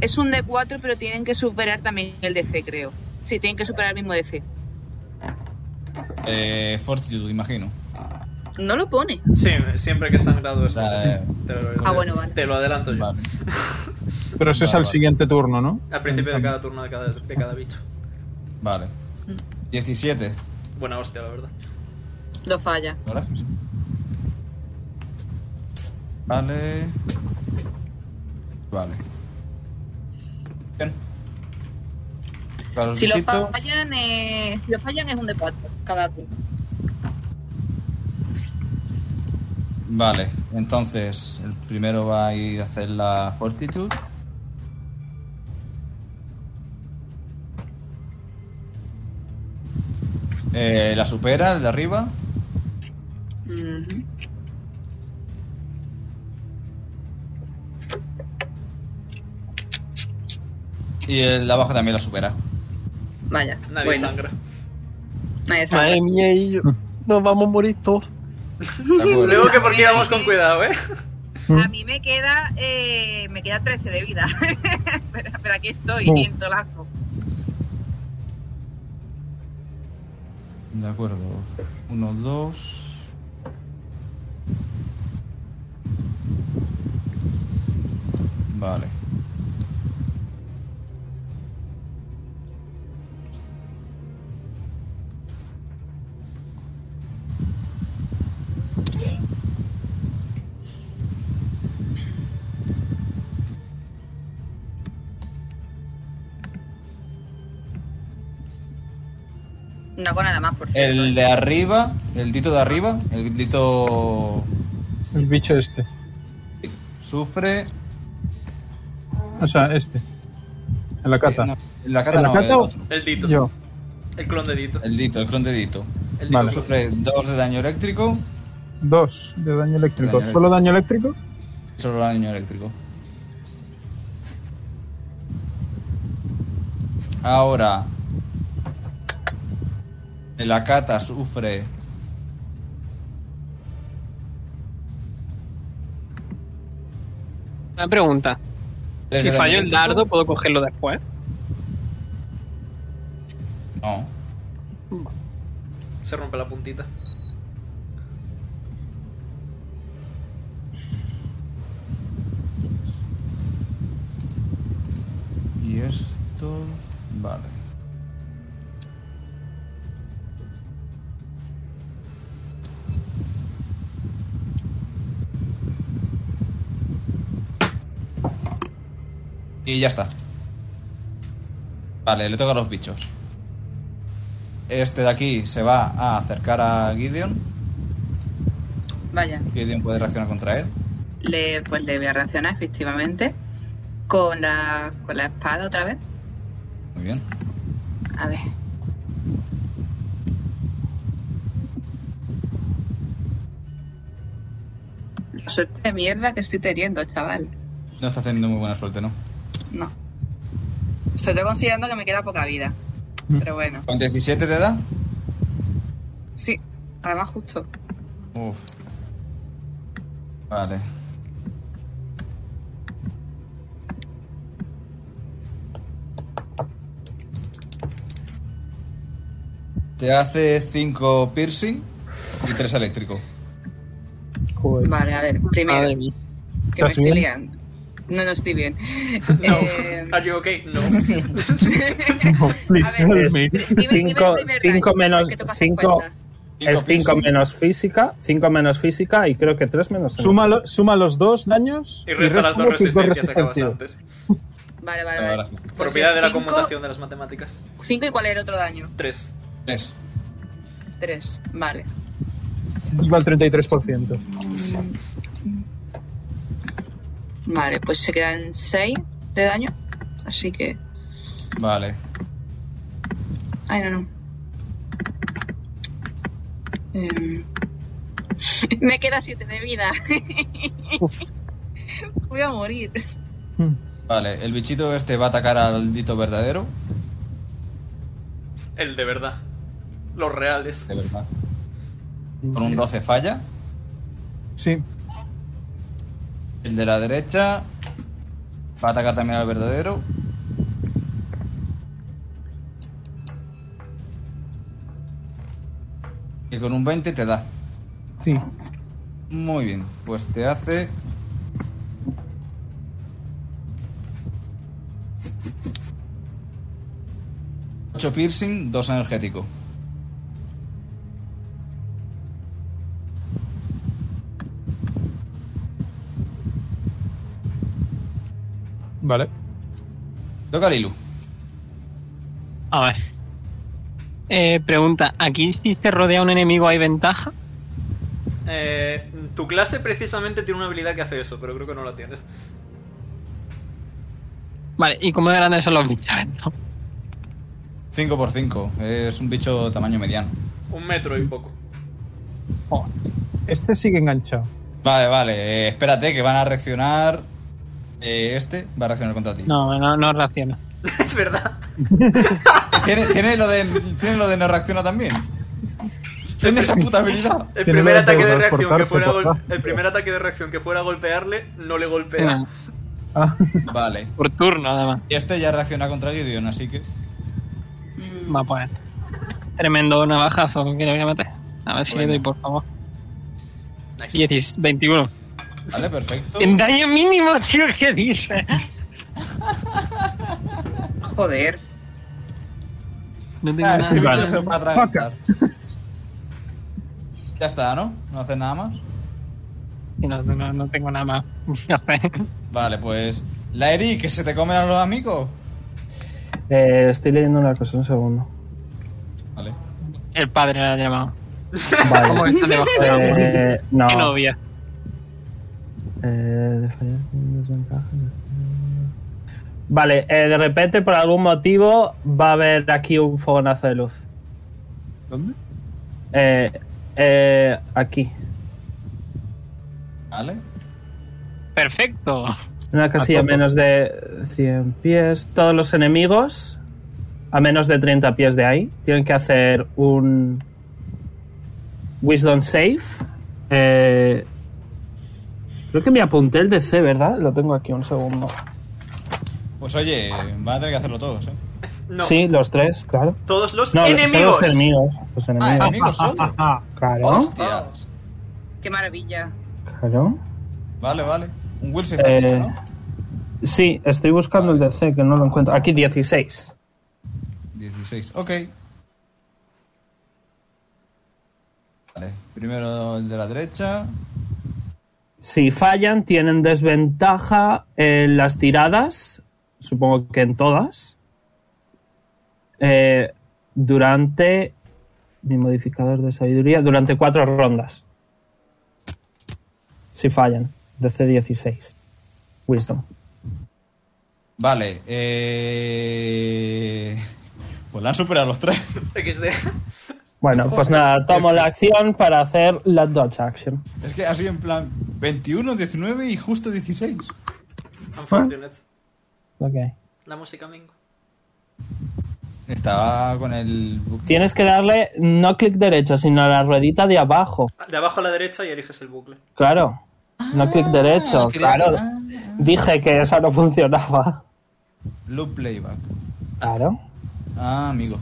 Es un D4, pero tienen que superar también el DC, creo. Sí, tienen que superar el mismo DC. Eh, fortitude, imagino. No lo pone. Sí, siempre que sangrado es. Vale. Te lo, Ah, bueno, vale. Te lo adelanto yo. Vale. Pero eso es Vale, al vale. siguiente turno, ¿no? Al principio de cada turno de cada, de cada bicho. Vale. Mm. 17. Buena hostia, la verdad. Lo falla. ¿Ahora? Vale. Vale. Bien. Para los Si lo bichitos, fallan, eh, si lo fallan es un D4 cada turno. Vale, entonces el primero va a ir a hacer la fortitud. Eh, la supera, el de arriba. Ujú. Y el de abajo también la supera. Vaya. Nadie bueno, sangra. nadie sabe. Madre mía, y yo- nos vamos a morir todos. De acuerdo. Luego que porque íbamos con cuidado, eh. A mí me queda, eh, me queda 13 de vida. pero, pero aquí estoy, Mm. en tolazo. De acuerdo. Uno, dos. Vale. No con nada más, por cierto. El de arriba, el dito de arriba, el dito El bicho este. sufre. eh, O sea, este. El Akata. Eh, no, la cata ¿En la no, cata el o- otro. El Dito. Yo. El clon de Dito. El dito, el clon de dito. El Dito Vale. sufre. Sufre dos de daño eléctrico, Dos de daño eléctrico. Daño ¿Solo eléctrico. daño eléctrico? solo daño eléctrico. Ahora, el Akata sufre Una pregunta. tres Si de daño fallo el eléctrico. dardo, ¿puedo cogerlo después? No, Se rompe la puntita. Y esto. Vale. Y ya está. Vale, le toca a los bichos. Este de aquí se va a acercar a Gideon. Vaya. Gideon puede reaccionar contra él. Le, pues le voy a reaccionar, efectivamente. Con la, con la espada otra vez. Muy bien. A ver. La suerte de mierda que estoy teniendo, chaval. No está teniendo muy buena suerte, ¿no? No. Estoy considerando que me queda poca vida. Pero bueno. ¿Con 17 te da? Sí, además justo. Uf. Vale. Te hace 5 piercing y 3 eléctrico. Joder. Vale, a ver. Primero, Madre mía. que me estoy ¿Estás bien? liando. No, no estoy bien. No. Eh, Are you okay? No. a ver, Es dime- dime el cinco- primer cinco daño, menos- que toca cinco- 50. Es 5 físico. menos física, 5 menos física y creo que 3 menos. Suma, lo- suma los dos daños Y resta las dos tus resistencias que acabas resistencias. antes. Vale, vale, Ahora vale. sí. Pues Propiedad es de la cinco- conmutación de las matemáticas. Cinco y cuál era el otro daño? Tres. Tres. Tres. Vale. Iba al 33%. Vale, pues se quedan seis de daño. Así que. Vale. Ay, no, no. Em, Me queda siete de vida. Voy a morir. Hmm. Vale, el bichito este va a atacar al dito verdadero. El de verdad. Los reales. De verdad. Con un 12 falla. Sí, El de la derecha va a atacar también al verdadero. Que con un 20 te da. sí. Muy bien, pues te hace. Ocho piercing, dos energético. Vale. Toca a Lilu. A ver. Eh, pregunta, ¿aquí si se rodea un enemigo hay ventaja? Eh, tu clase precisamente tiene una habilidad que hace eso, pero creo que no la tienes. Vale, ¿y cómo de grandes son los bichos? No. 5 por 5 es un bicho tamaño mediano. Un metro y poco. Oh, Este sigue enganchado. Vale, vale, eh, espérate que van a reaccionar. Eh, este va a reaccionar contra ti. No, no, no reacciona. es verdad. ¿Tiene, tiene lo de, tiene lo de no reacciona también. Tiene esa puta habilidad. El Tiene primer la ataque de de reacción que transportarse, fuera gol- papá. el primer ataque de reacción que fuera a golpearle no le golpea. No, Ah, Vale. por turno, además. Y este ya reacciona contra Gideon, así que. Mm, Va, pues. Tremendo navajazo que le voy a meter. A ver si le Venga. doy, por favor. Nice. 10, 21. Vale, perfecto. En daño mínimo, tío, ¿qué dice? Joder. No tengo Ah, este nada. bicho Vale. se va a atragantar. Ya está, ¿no? No hace nada más. No, no, no tengo nada más que hacer. Vale, pues. La Eri, que se te comen a los amigos. Eh, estoy leyendo una cosa, un segundo. Vale. El padre la ha llamado. ¿Cómo Vale. está debajo de agua? Eh, no. Qué novia. Eh, defensa, desventaja. Vale, eh, de repente por algún motivo va a haber aquí un fogonazo de luz. ¿Dónde? Eh, eh, aquí. Vale. Perfecto. Una casilla a tope. menos de 100 pies. Todos los enemigos a menos de 30 pies de ahí tienen que hacer un Wisdom Save. Eh, creo que me apunté el DC, ¿verdad? Lo tengo aquí un segundo. Pues oye, van a tener que hacerlo todos, ¿eh? No, Sí, los tres, claro. todos los No, enemigos. son los enemigos. Los Ah, enemigos. enemigos solo. Ah, claro, Hostias. Qué maravilla. claro. Vale, vale. Un Will se ha dicho, Eh, ¿no? Sí, estoy buscando el DC, que no lo encuentro. Aquí 16. 16. Ok. Vale. Primero el de la derecha. Si fallan, tienen desventaja en las tiradas, supongo que en todas, eh, durante mi modificador de sabiduría, durante cuatro rondas. Si fallan, DC 16. Wisdom. Vale. Eh... Pues la han superado los tres. XD. Bueno, pues nada, tomo la acción para hacer la dodge action. Es que ha sido en plan 21, 19 y justo 16. Unfortunate. Ok. La música mingo. Estaba con el... bucle. Tienes que darle no clic derecho, sino a la ruedita de abajo. De abajo a la derecha y eliges el bucle. Claro. Ah, No clic derecho, quería- claro. ah, Dije que esa no funcionaba. Loop playback. Claro. Ah, amigo.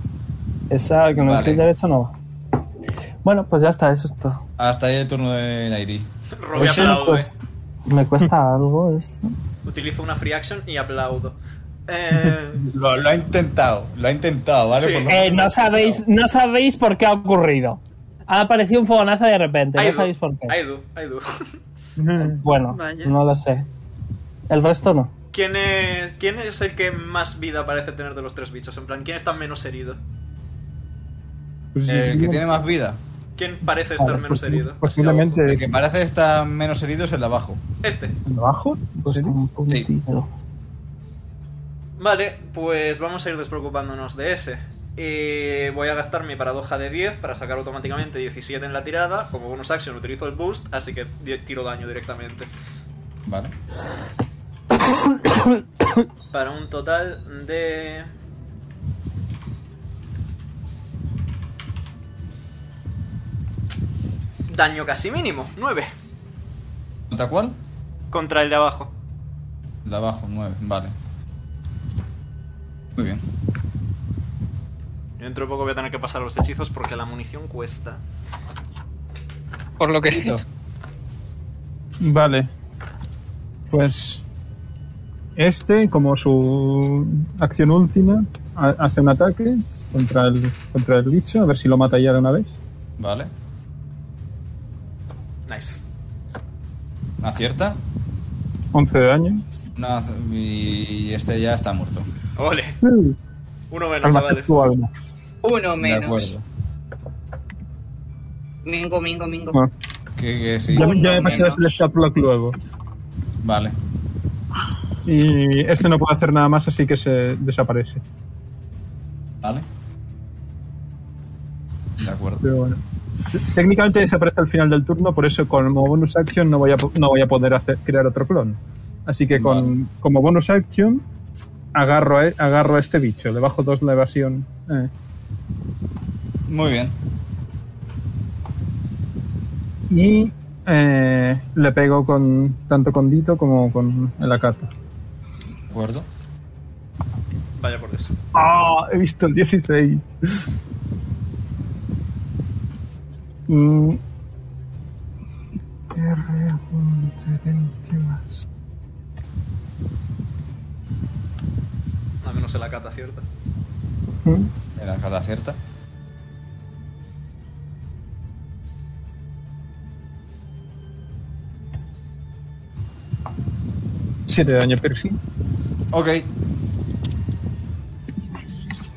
Esa que no Vale. clic derecho no va. Bueno, pues ya está, eso es todo. Hasta ahí el turno de Nairi. Robbie Pues sí, aplaude. Me cuesta algo eso. Utilizo una free action y aplaudo. Eh, Lo, lo ha intentado, lo ha intentado, ¿vale? Sí. Por lo Eh, Eh, menos lo no ha sabéis, intentado. no sabéis por qué ha ocurrido. Ha aparecido un fogonazo de repente, I no do, sabéis por qué. I do, I do. Bueno, Vaya. no lo sé. El resto no. ¿Quién es, ¿Quién es el que más vida parece tener de los tres bichos? En plan, ¿quién está menos herido? El que tiene más vida. ¿Quién parece Vale, estar menos pues, herido? posiblemente- Así a El que parece está menos herido es el de abajo. ojo. Este. ¿Abajo? Pues un puntito. Vale, pues vamos a ir despreocupándonos de ese. Eh, voy a gastar mi paradoja de 10 para sacar automáticamente 17 en la tirada. Como bonus action utilizo el boost, así que di- tiro daño directamente. Vale. Para un total de... Daño casi mínimo, 9. ¿Contra cuál? Contra el de abajo. El de abajo, 9. Vale. Muy bien. Dentro de poco voy a tener que pasar los hechizos porque la munición cuesta. Por lo que Listo. sea. Vale. Pues. Este, como su acción última, ha- hace un ataque contra el, contra el bicho, a ver si lo mata ya de una vez. Vale. Nice. Acierta. 11 de daño. Una- y este ya está muerto. Ole, uno menos, Almacén chavales. tu alma. Uno De menos. acuerdo. Mingo, mingo, mingo. Ah. Bueno, Que, que sí. ya, Uno ya me pasé menos. el Scaplock luego. Vale. Y este no puede hacer nada más, así que se desaparece. Vale. De acuerdo. Pero bueno. Técnicamente desaparece al final del turno, por eso como bonus action no voy a, po- no voy a poder hacer, crear otro clon. Así que con, como bonus action agarro a, e- agarro a este bicho, le bajo dos la evasión. eh, Muy bien. y eh, le pego con tanto con Dito como con la carta. De acuerdo. Vaya por Dios. Ah, he visto el 16. Mm. R apunte 20 más. A menos en la cata, ¿cierto? Mm. Era cada acierta. Siete de daño piercing. Ok.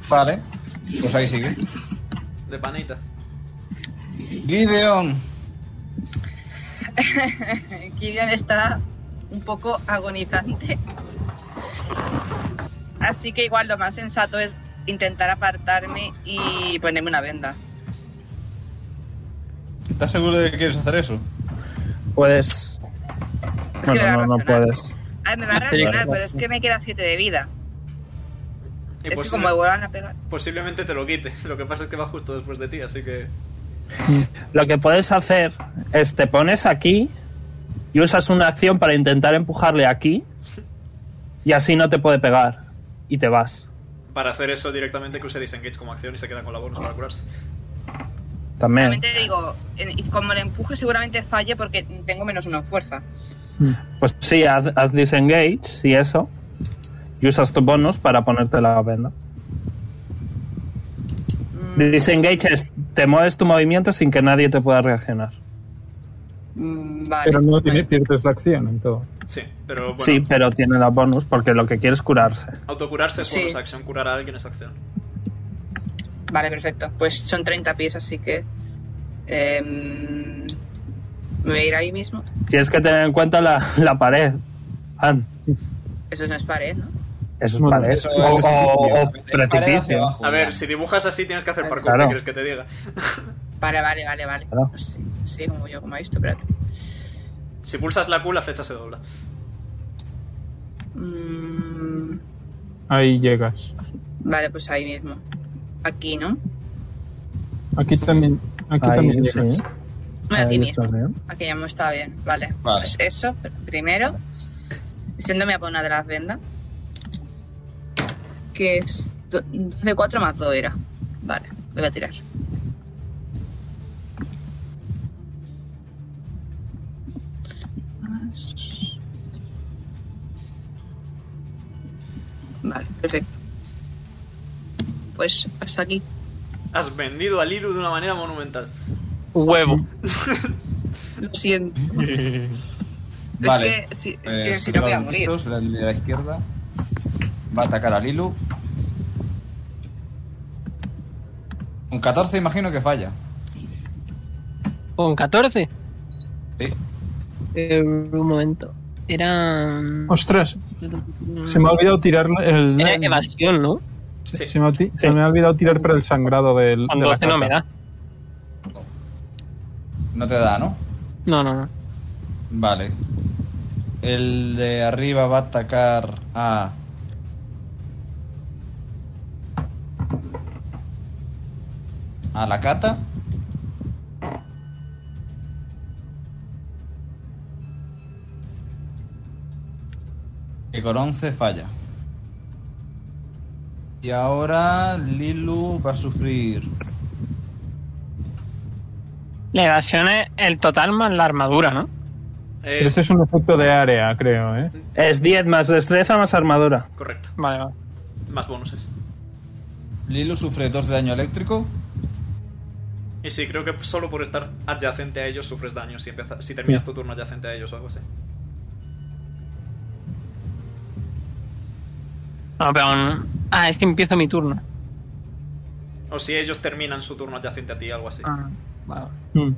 Vale. Pues ahí sigue. De panita. Gideon. Gideon Eh, está un poco agonizante. Así que igual lo más sensato es intentar apartarme y ponerme una venda. ¿Estás seguro de que quieres hacer eso? Puedes. que voy a Bueno, no, no razonar. puedes. Ay, me va a reaccionar, pero es que me queda 7 de vida. Y es que posible- como me vuelvan a pegar. posiblemente te lo quite. Lo que pasa es que va justo después de ti, así que. Lo que puedes hacer es te pones aquí y usas una acción para intentar empujarle aquí y así no te puede pegar y te vas Para hacer eso directamente, que use Disengage como acción y se queda con la bonus para curarse. también. Realmente digo, en- y como le empuje seguramente falle porque tengo menos uno en fuerza. Pues sí, haz, haz disengage y eso y usas tu bonus para ponerte la venda. Disengage es te mueves tu movimiento sin que nadie te pueda reaccionar. Mm, Vale. Pero no vale. tiene, pierdes la acción en todo. Sí, pero bueno. Sí, pero tiene la bonus porque lo que quiere es curarse. Autocurarse es Sí. bonus acción, curar a alguien es acción. Vale, perfecto. Pues son 30 pies, así que. em, me voy a ir ahí mismo. Tienes que tener en cuenta la, la pared. Ann, Eso no es pared, ¿no? eso es Bueno, pared. eso o, es- o- o Pared hacia precipicio. abajo, A ver, ya. si dibujas así tienes que hacer parkour, Claro. ¿qué quieres que te diga? Vale, vale, vale, vale. Claro. No sé, sí, como yo, como he visto, espérate. Si pulsas la Q, la flecha se dobla. Mm, Ahí llegas. vale, pues ahí mismo. Aquí, ¿no? Aquí también, aquí Ahí, también ¿eh? sí. llegas. Bueno, aquí Ahí mismo. está bien. Aquí Ah, ya me está bien. Vale. Vale. Pues eso, pr- primero. Siéndome a poner una de las vendas. Que es. do- De 4 más 2 era. Vale, lo voy a tirar. Perfecto. Pues hasta aquí. Has vendido al Ilu de una manera monumental. Huevo. Lo siento. Vale. Es que si, es que Eh, si no voy a Solo morir. Nikos, la línea de la izquierda. Va a atacar a Lilu. Un 14 imagino que falla. Con 14. Sí. Eh, un momento. Era. mm, Ostras, se me ha olvidado tirar el. Era evasión, ¿no? Sí. Se, me ha, ti- se me ha olvidado tirar para el sangrado del. Con de la 12 no carta. me da. No te da, ¿no? No, no, no. Vale. El de arriba va a atacar a... A la cata. Que con 11 falla. Y ahora Lilu va a sufrir... La evasión es el total más la armadura, ¿no? Pero Es este es un efecto de área, creo, ¿eh? Es 10 más destreza más armadura. correcto. Vale, vale. Más bonuses. Lilu sufre 2 de daño eléctrico. Y sí, creo que solo por estar adyacente a ellos sufres daño si, empieza- si terminas Sí. tu turno adyacente a ellos o algo así. No, pero. no. Ah, es que empiezo mi turno. O si ellos terminan su turno adyacente a ti, algo así. Ah, vale. Mm.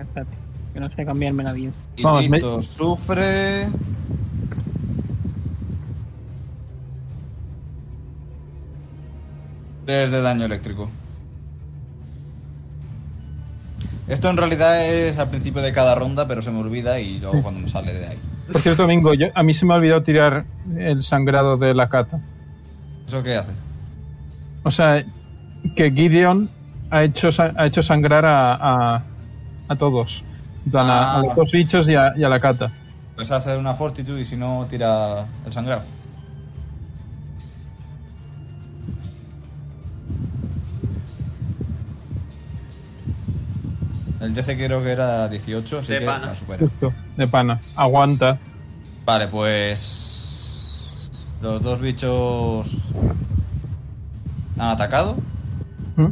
Espérate. Que no sé cambiarme la vida. Y Vamos, me- Tito sufre. Tres de daño eléctrico. Esto en realidad es al principio de cada ronda, pero se me olvida y luego cuando me sale de ahí. Por cierto, Mingo, yo, a mí se me ha olvidado tirar el sangrado de la cata. ¿Eso qué hace? O sea, que Gideon ha hecho, sa- ha hecho sangrar a, a, a todos. En plan, a- a, Ah. los dos bichos y a, y a la cata. Pues hace una fortitud y si no tira el sangrado. El DC creo que era 18, así De que pana. la supera. Justo, de pana. Aguanta. Vale, pues. Los dos bichos. Han atacado. ¿Mm?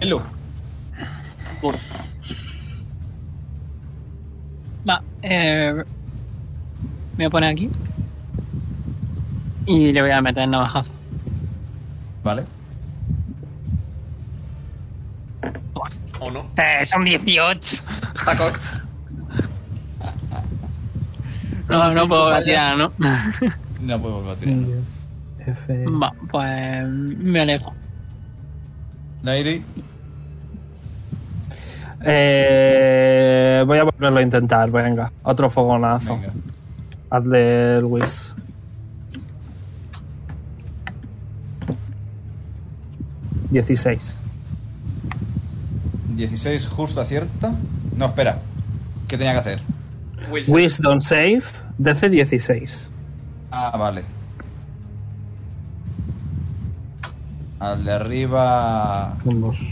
Hello. Va, eh, me voy a poner aquí. Y le voy a meter navajazo. Vale. ¿O no? Eh, son 18. Está cocked. No, no puedo Vaya. tirar, ¿no? No puedo volver a tirar. F. Va, pues me alejo. Nairi, Eh, voy a volverlo a intentar, venga. Otro fogonazo. venga. Hazle el whiz. Dieciséis. 16 justo acierta. No, espera. ¿Qué tenía que hacer? Wilson. Wisdom save, DC 16. Ah, vale. Al de arriba. Ambos.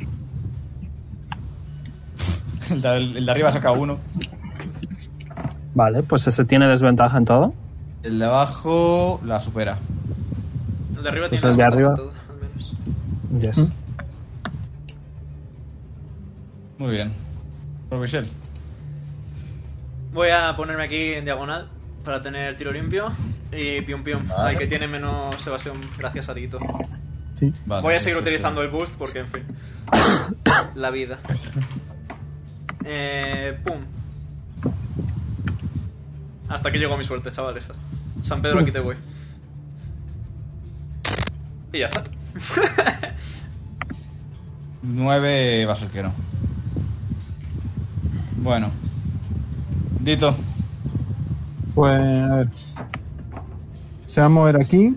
El de, el de arriba saca uno. Vale, pues ese tiene desventaja en todo. El de abajo la supera. El de arriba Pues tiene el de las arriba. patas, todo, al menos. Yes. Mm. Muy bien. Robichel. Voy a ponerme aquí en diagonal para tener tiro limpio. Y pium pium. Vale. Al que tiene menos evasión, gracias a Tito. Sí. Vale, Voy a seguir pues utilizando este- el boost porque, en fin. la vida. Eh, pum. Hasta que llegó mi suerte, chavales. San Pedro, aquí te voy. Y ya está. 9 va a ser que no. Bueno. Dito. Pues a ver. Se va a mover aquí.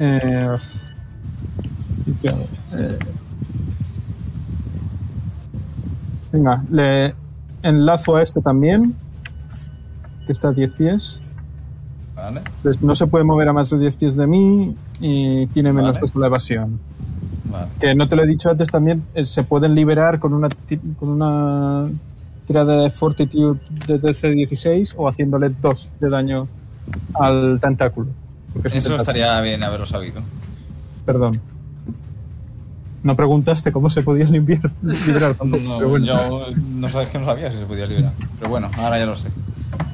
Eh, y qué hago, eh. venga, le enlazo a este también. Que está a 10 pies. Vale. Pues no se puede mover a más de 10 pies de mí y tiene menos Vale. dos de evasión. Vale. Que no te lo he dicho antes también, eh, se pueden liberar con una, ti- con una tira de Fortitude de DC16 o haciéndole 2 de daño al tentáculo. Porque es un Eso tentáculo. estaría bien haberlo sabido. Perdón. No preguntaste cómo se podía limpiar, liberar tanto. No, pero bueno. yo no sabes que no sabía si se podía liberar. Pero bueno, ahora ya lo sé.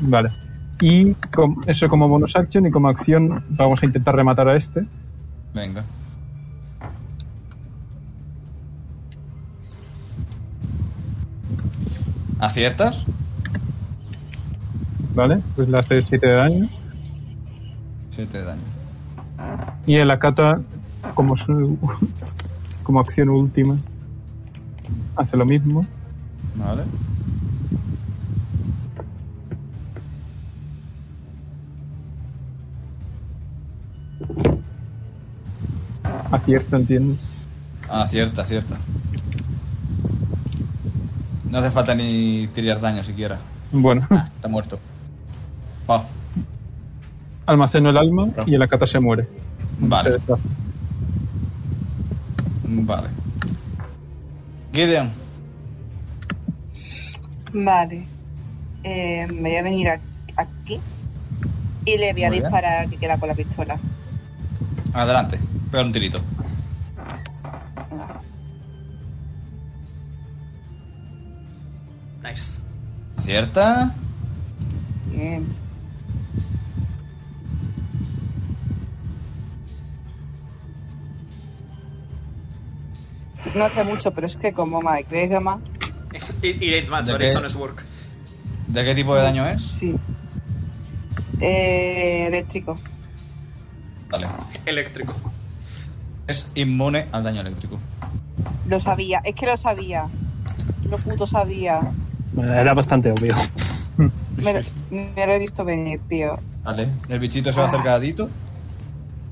Vale. Y con- eso como bonus action y como acción vamos a intentar rematar a este. Venga. ¿Aciertas? Vale. Pues le hace 7 de daño. Siete de daño. Y el acata como su- como acción última. Hace lo mismo. Vale. Acierta, entiendo. Acierta, acierta. No hace falta ni tirar daño siquiera. Bueno, Está muerto. Paf. almaceno el alma y el acata se muere. Se Vale, deshace. vale. Gideon, Vale. Eh, me voy a venir a- aquí y le voy a Muy bien. disparar que queda con la pistola. adelante. Pega un tirito. Nice. ¿Acierta? Bien. No hace mucho, pero es que como Mike Gregama, It, it ain't much, ¿De but qué? it's honest work. ¿De qué tipo de daño es? sí. Eh, eléctrico. Vale. Eléctrico. Es inmune al daño eléctrico. Lo sabía, es que lo sabía. Lo puto sabía. Era bastante obvio. Me, me lo he visto venir, tío. Vale. El bichito se va a acercar a Dito.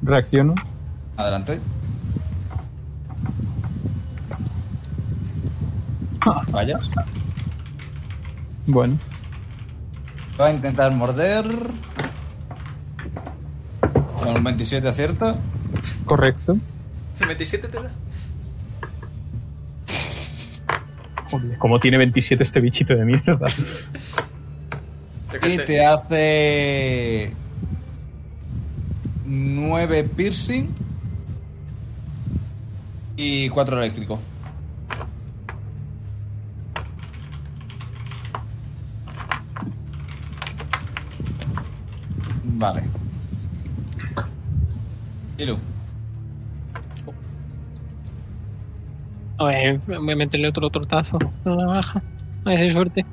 Reacciono. Adelante. Fallas. Bueno, Va a intentar morder. Con un 27 acierta. correcto. 27 te da. Joder, como tiene 27 este bichito de mierda. Yo qué Y sé. te hace 9 piercing y 4 eléctrico. Vale. Ilu, A ver, voy a meterle otro tortazo. No la baja. A ver si hay suerte.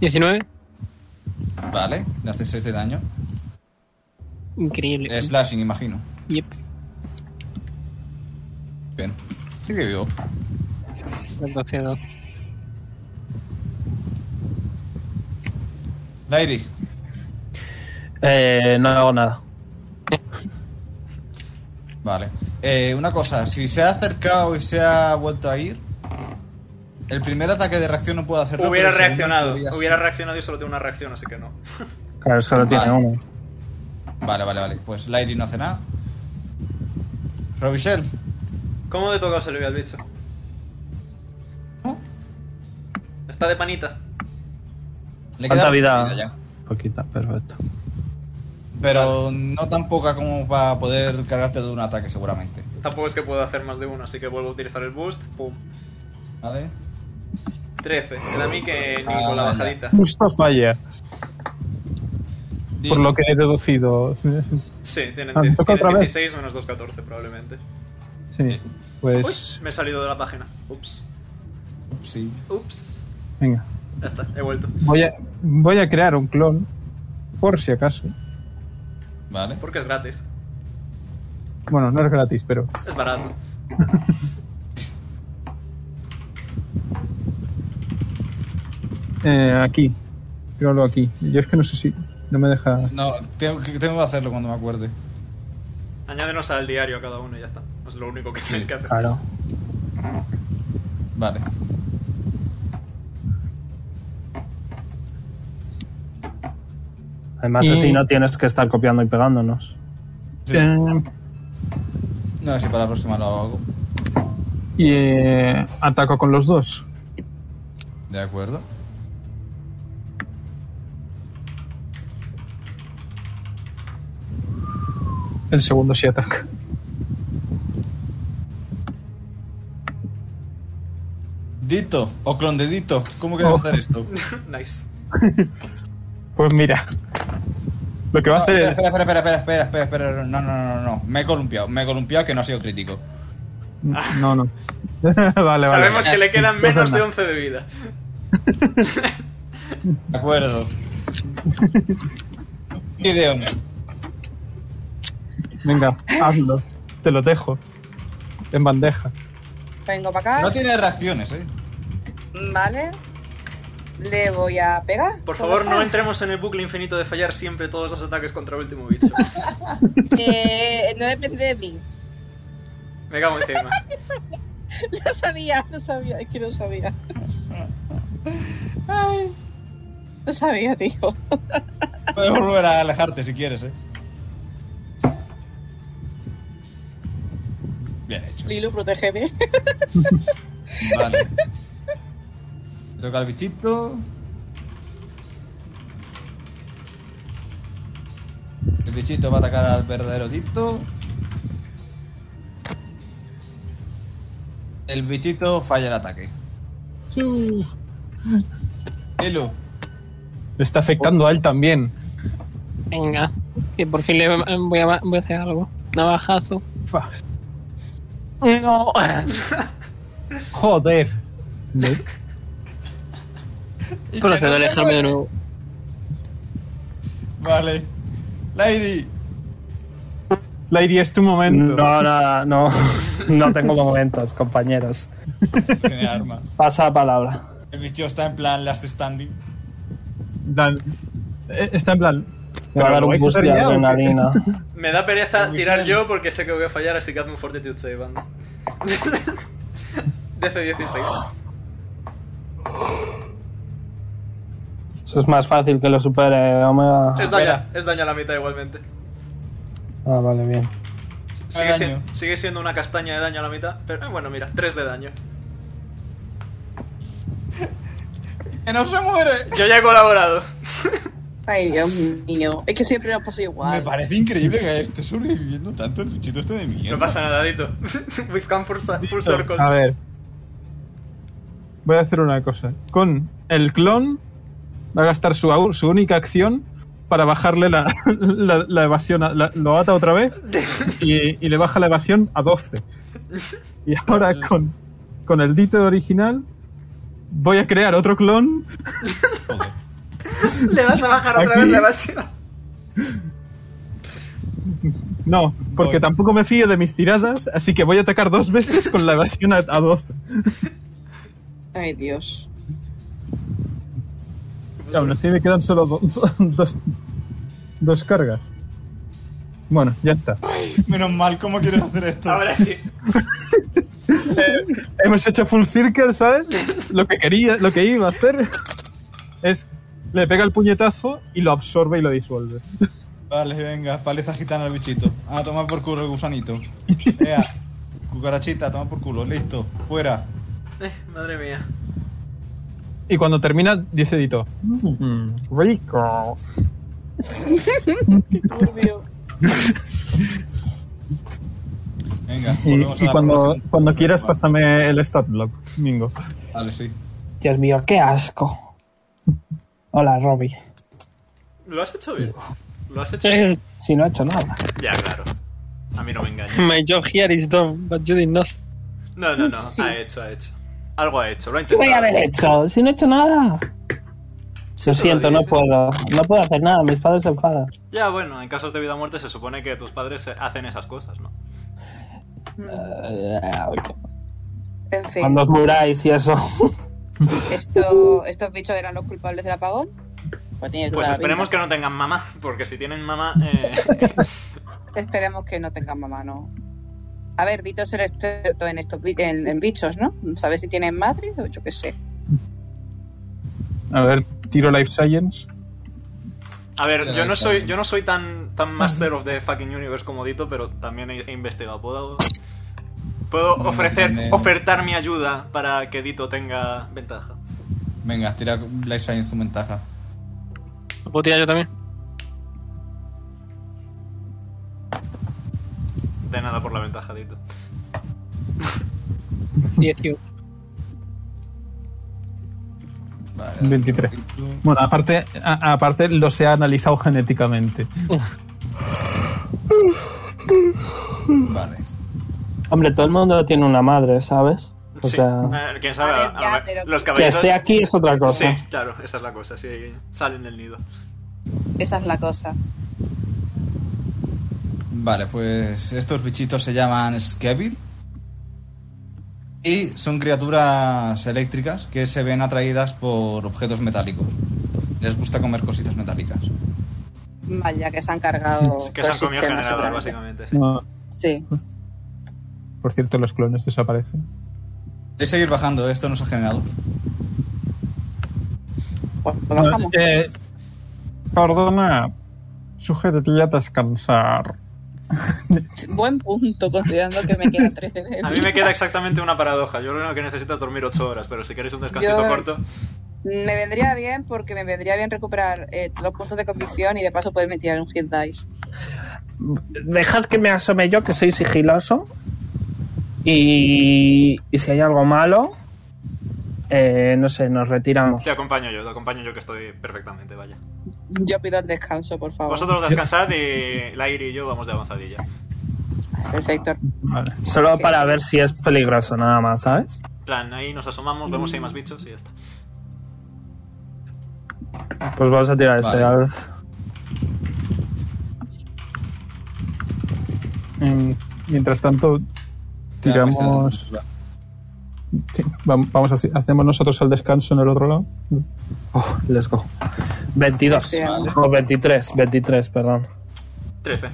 19. vale, le hace 6 de daño. Increíble. Slashing, imagino. Yep. Bien, sigue vivo. 12 de 12. Lairi, Eh, no hago nada. Vale. Eh, una cosa, si se ha acercado y se ha vuelto a ir, el primer ataque de reacción no puedo hacerlo. Hubiera pero el segundo reaccionado. podría ser. Hubiera reaccionado y solo tengo una reacción, así que no. Claro, solo tiene Vale. uno. Vale, vale, vale. Pues Lairi no hace nada. Robichel, ¿Cómo de tocado se le ve al bicho? Está de panita. le ¿Cuánta queda vida? ya. Poquita, perfecto. Pero no tan poca como para poder cargarte de un ataque, seguramente. Tampoco es que pueda hacer más de uno, así que vuelvo a utilizar el boost. Pum. ¿Vale? 13. Queda a mí que ni Ah, con la vale. bajadita. Justo falla, Di- por lo que he deducido. Sí, tienen, Ah, me die- toca tienen otra vez. 16 menos 2, 14 probablemente. Sí, pues Me he salido de la página. Ups. Sí. Ups. venga. Ya está, he vuelto. Voy a, voy a crear un clon, por si acaso. Vale. Porque es gratis. Bueno, no es gratis, pero Es barato. eh, aquí. Tíralo aquí. Yo es que no sé si no me deja. No, tengo que, tengo que hacerlo cuando me acuerde. Añádenos al diario a cada uno y ya está. Es lo único que tenéis que hacer. Claro. Vale. Además, Y- así no tienes que estar copiando y pegándonos. Sí. Eh, No sé si para la próxima lo hago. y eh, ataco con los dos. De acuerdo. El segundo sí ataca. Dito, o clon de Dito, ¿cómo quieres Oh. hacer esto? nice. Pues mira. Lo que va No, a hacer espera, es. espera, espera, espera, espera, espera, espera, no, no, no, no, no, me he columpiado, me he columpiado que no ha sido crítico. No, no. vale, vale. Sabemos que le quedan No pasa menos de nada. 11 de vida. De acuerdo. Gideon, Venga, hazlo. Te lo dejo. En bandeja. Vengo para acá. no tiene reacciones, eh. Vale. Le voy a pegar. Por favor, no entremos en el bucle infinito de fallar siempre todos los ataques contra el último bicho. Eh, no depende de mí. Me cago encima. No sabía, no sabía, es que no sabía. Ay, No sabía, tío. Puedes volver a alejarte si quieres, eh. Bien hecho. Lilo, protégeme. Vale. Le Toca al bichito. El bichito va a atacar al verdadero Dito. El bichito falla el ataque. Su- Elu, Le está afectando a él también. Venga, que por fin le voy a, voy a hacer algo. Navajazo. Fa, No. Joder. Procedo a alejarme de nuevo. vale. Lady, Lady, es tu momento. No, nada, no. No tengo momentos, compañeros. tiene arma. Pasa la palabra. El bicho está en plan last standing. Dan- eh, Está en plan. Me va a ¿pero dar lo un vais boost hacer de ya o qué? adrenalina. Me da pereza Muy tirar bien. yo porque sé que voy a fallar, así que hazme un fortitude save, anda. DC 16. Eso es más fácil que lo supere, Omega. Es daño, es daño a la mitad igualmente. Ah, vale, bien. Sigue, daño. siendo, sigue siendo una castaña de daño a la mitad, pero eh, bueno, mira, 3 de daño. ¡Que no se muere! Yo ya he colaborado. Ay, Dios mío. Es que siempre me ha pasado Me igual. parece increíble que esté sobreviviendo tanto el bichito este de mierda. No pasa nada, Dito. We've come full, cir- full circle. A ver. Voy a hacer una cosa. Con el clon va a gastar su, au- su única acción para bajarle la, la- la evasión. a- la- lo ata otra vez y, y le baja la evasión a 12. Y ahora con, con el dito original voy a crear otro clon. Le vas a bajar otra Aquí. vez la evasión. No, porque Voy. tampoco me fío de mis tiradas, así que voy a atacar dos veces con la evasión a, a 12. Ay, Dios. Y aún así me quedan solo do- dos, dos cargas. Bueno, ya está. Menos mal, ¿cómo quieres hacer esto? Ahora sí. Hemos hecho full circle, ¿sabes? Lo que quería, lo que iba a hacer es le pega el puñetazo y lo absorbe y lo disuelve. Vale, venga, paliza gitana al bichito. A tomar por culo el gusanito. Ea, cucarachita, toma por culo, listo, fuera. Eh, madre mía. Y cuando termina, dice Dito. "Mm, rico. Qué turbio. Venga, Y, volvemos a y la cuando, formación. cuando quieras, Vale, pásame el stat block, Mingo. Vale, sí. Dios mío, qué asco. Hola, Robbie. Lo has hecho bien. Lo has hecho bien. My Si no he hecho nada. Ya, claro. A mí no me engañes. job here is done, but you did not. No, no, no. Sí. Ha hecho, ha hecho. Algo ha hecho, lo ha ¿Qué voy a intentado. haber hecho? Si no he hecho nada. Sí, Lo tú siento, no dices. puedo. No puedo hacer nada, mis padres se enfadan. Ya, bueno, en casos de vida o muerte se supone que tus padres hacen esas cosas, ¿no? Eh, En fin, Cuando os muráis y eso. esto, estos bichos eran los culpables del apagón. Pues, tiene Pues toda la esperemos que pinta. no tengan mamá, porque si tienen mamá, eh, Esperemos que no tengan mamá, no. A ver, Dito es el experto en, estos, bi- en, en bichos, ¿no? ¿Sabes si tienen madre o yo qué sé? A ver, tiro Life Science. A ver, Te yo la no he soy, hecho. yo no soy tan, tan master of the fucking universe como Dito, pero también he, he investigado. Puedo, puedo Bueno, ofrecer, también- ofertar mi ayuda para que Dito tenga ventaja. Venga, tira Life Science con ventaja. ¿Lo puedo tirar yo también? De nada por la ventaja, Tito. 18. Vale, 23. Bueno, aparte, a- aparte lo se ha analizado genéticamente. Vale. Hombre, todo el mundo tiene una madre, ¿sabes? O Sí. sea, Eh, quién sabe, A ver, a- a ya, ver, pero- los que caballitos. esté aquí es otra cosa. Sí, claro, esa es la cosa, sí, salen del nido. Esa es la cosa. Vale, pues estos bichitos se llaman Skevil. Y son criaturas eléctricas que se ven atraídas por objetos metálicos. Les gusta comer cositas metálicas. Vaya, que se han cargado. Es Oh, que todo se el han comido sistema, generador, seguramente. básicamente. sí. No, Sí. por cierto, los clones desaparecen. De seguir bajando, esto nos ha generado. Pues lo bajamos. Eh, perdona, sujeto, ya descansar. Buen punto, considerando que me quedan 13 de A mí me queda exactamente una paradoja. Yo lo único que necesito es dormir 8 horas, pero si queréis un descansito Yo- corto, Me vendría bien porque me vendría bien recuperar eh, los puntos de convicción y de paso poderme tirar un hit dice. Dejad que me asome yo, que soy sigiloso. Y, y si hay algo malo, eh, no sé, nos retiramos. te acompaño yo, te acompaño yo que estoy perfectamente, vaya. Yo pido el descanso, por favor. Vosotros descansad y Lairi y yo vamos de avanzadilla. Perfecto. Vale. Solo para ver si es peligroso, nada más, ¿sabes? En plan, ahí nos asomamos, vemos si hay más bichos y ya está. Pues vamos a tirar este. Vale. a ver. Mm, Mientras tanto, tiramos. Sí, vam- Vamos, así- hacemos nosotros el descanso en el otro lado. Oh, let's go. 22. Este, Vale. O 23, 23, perdón. 13.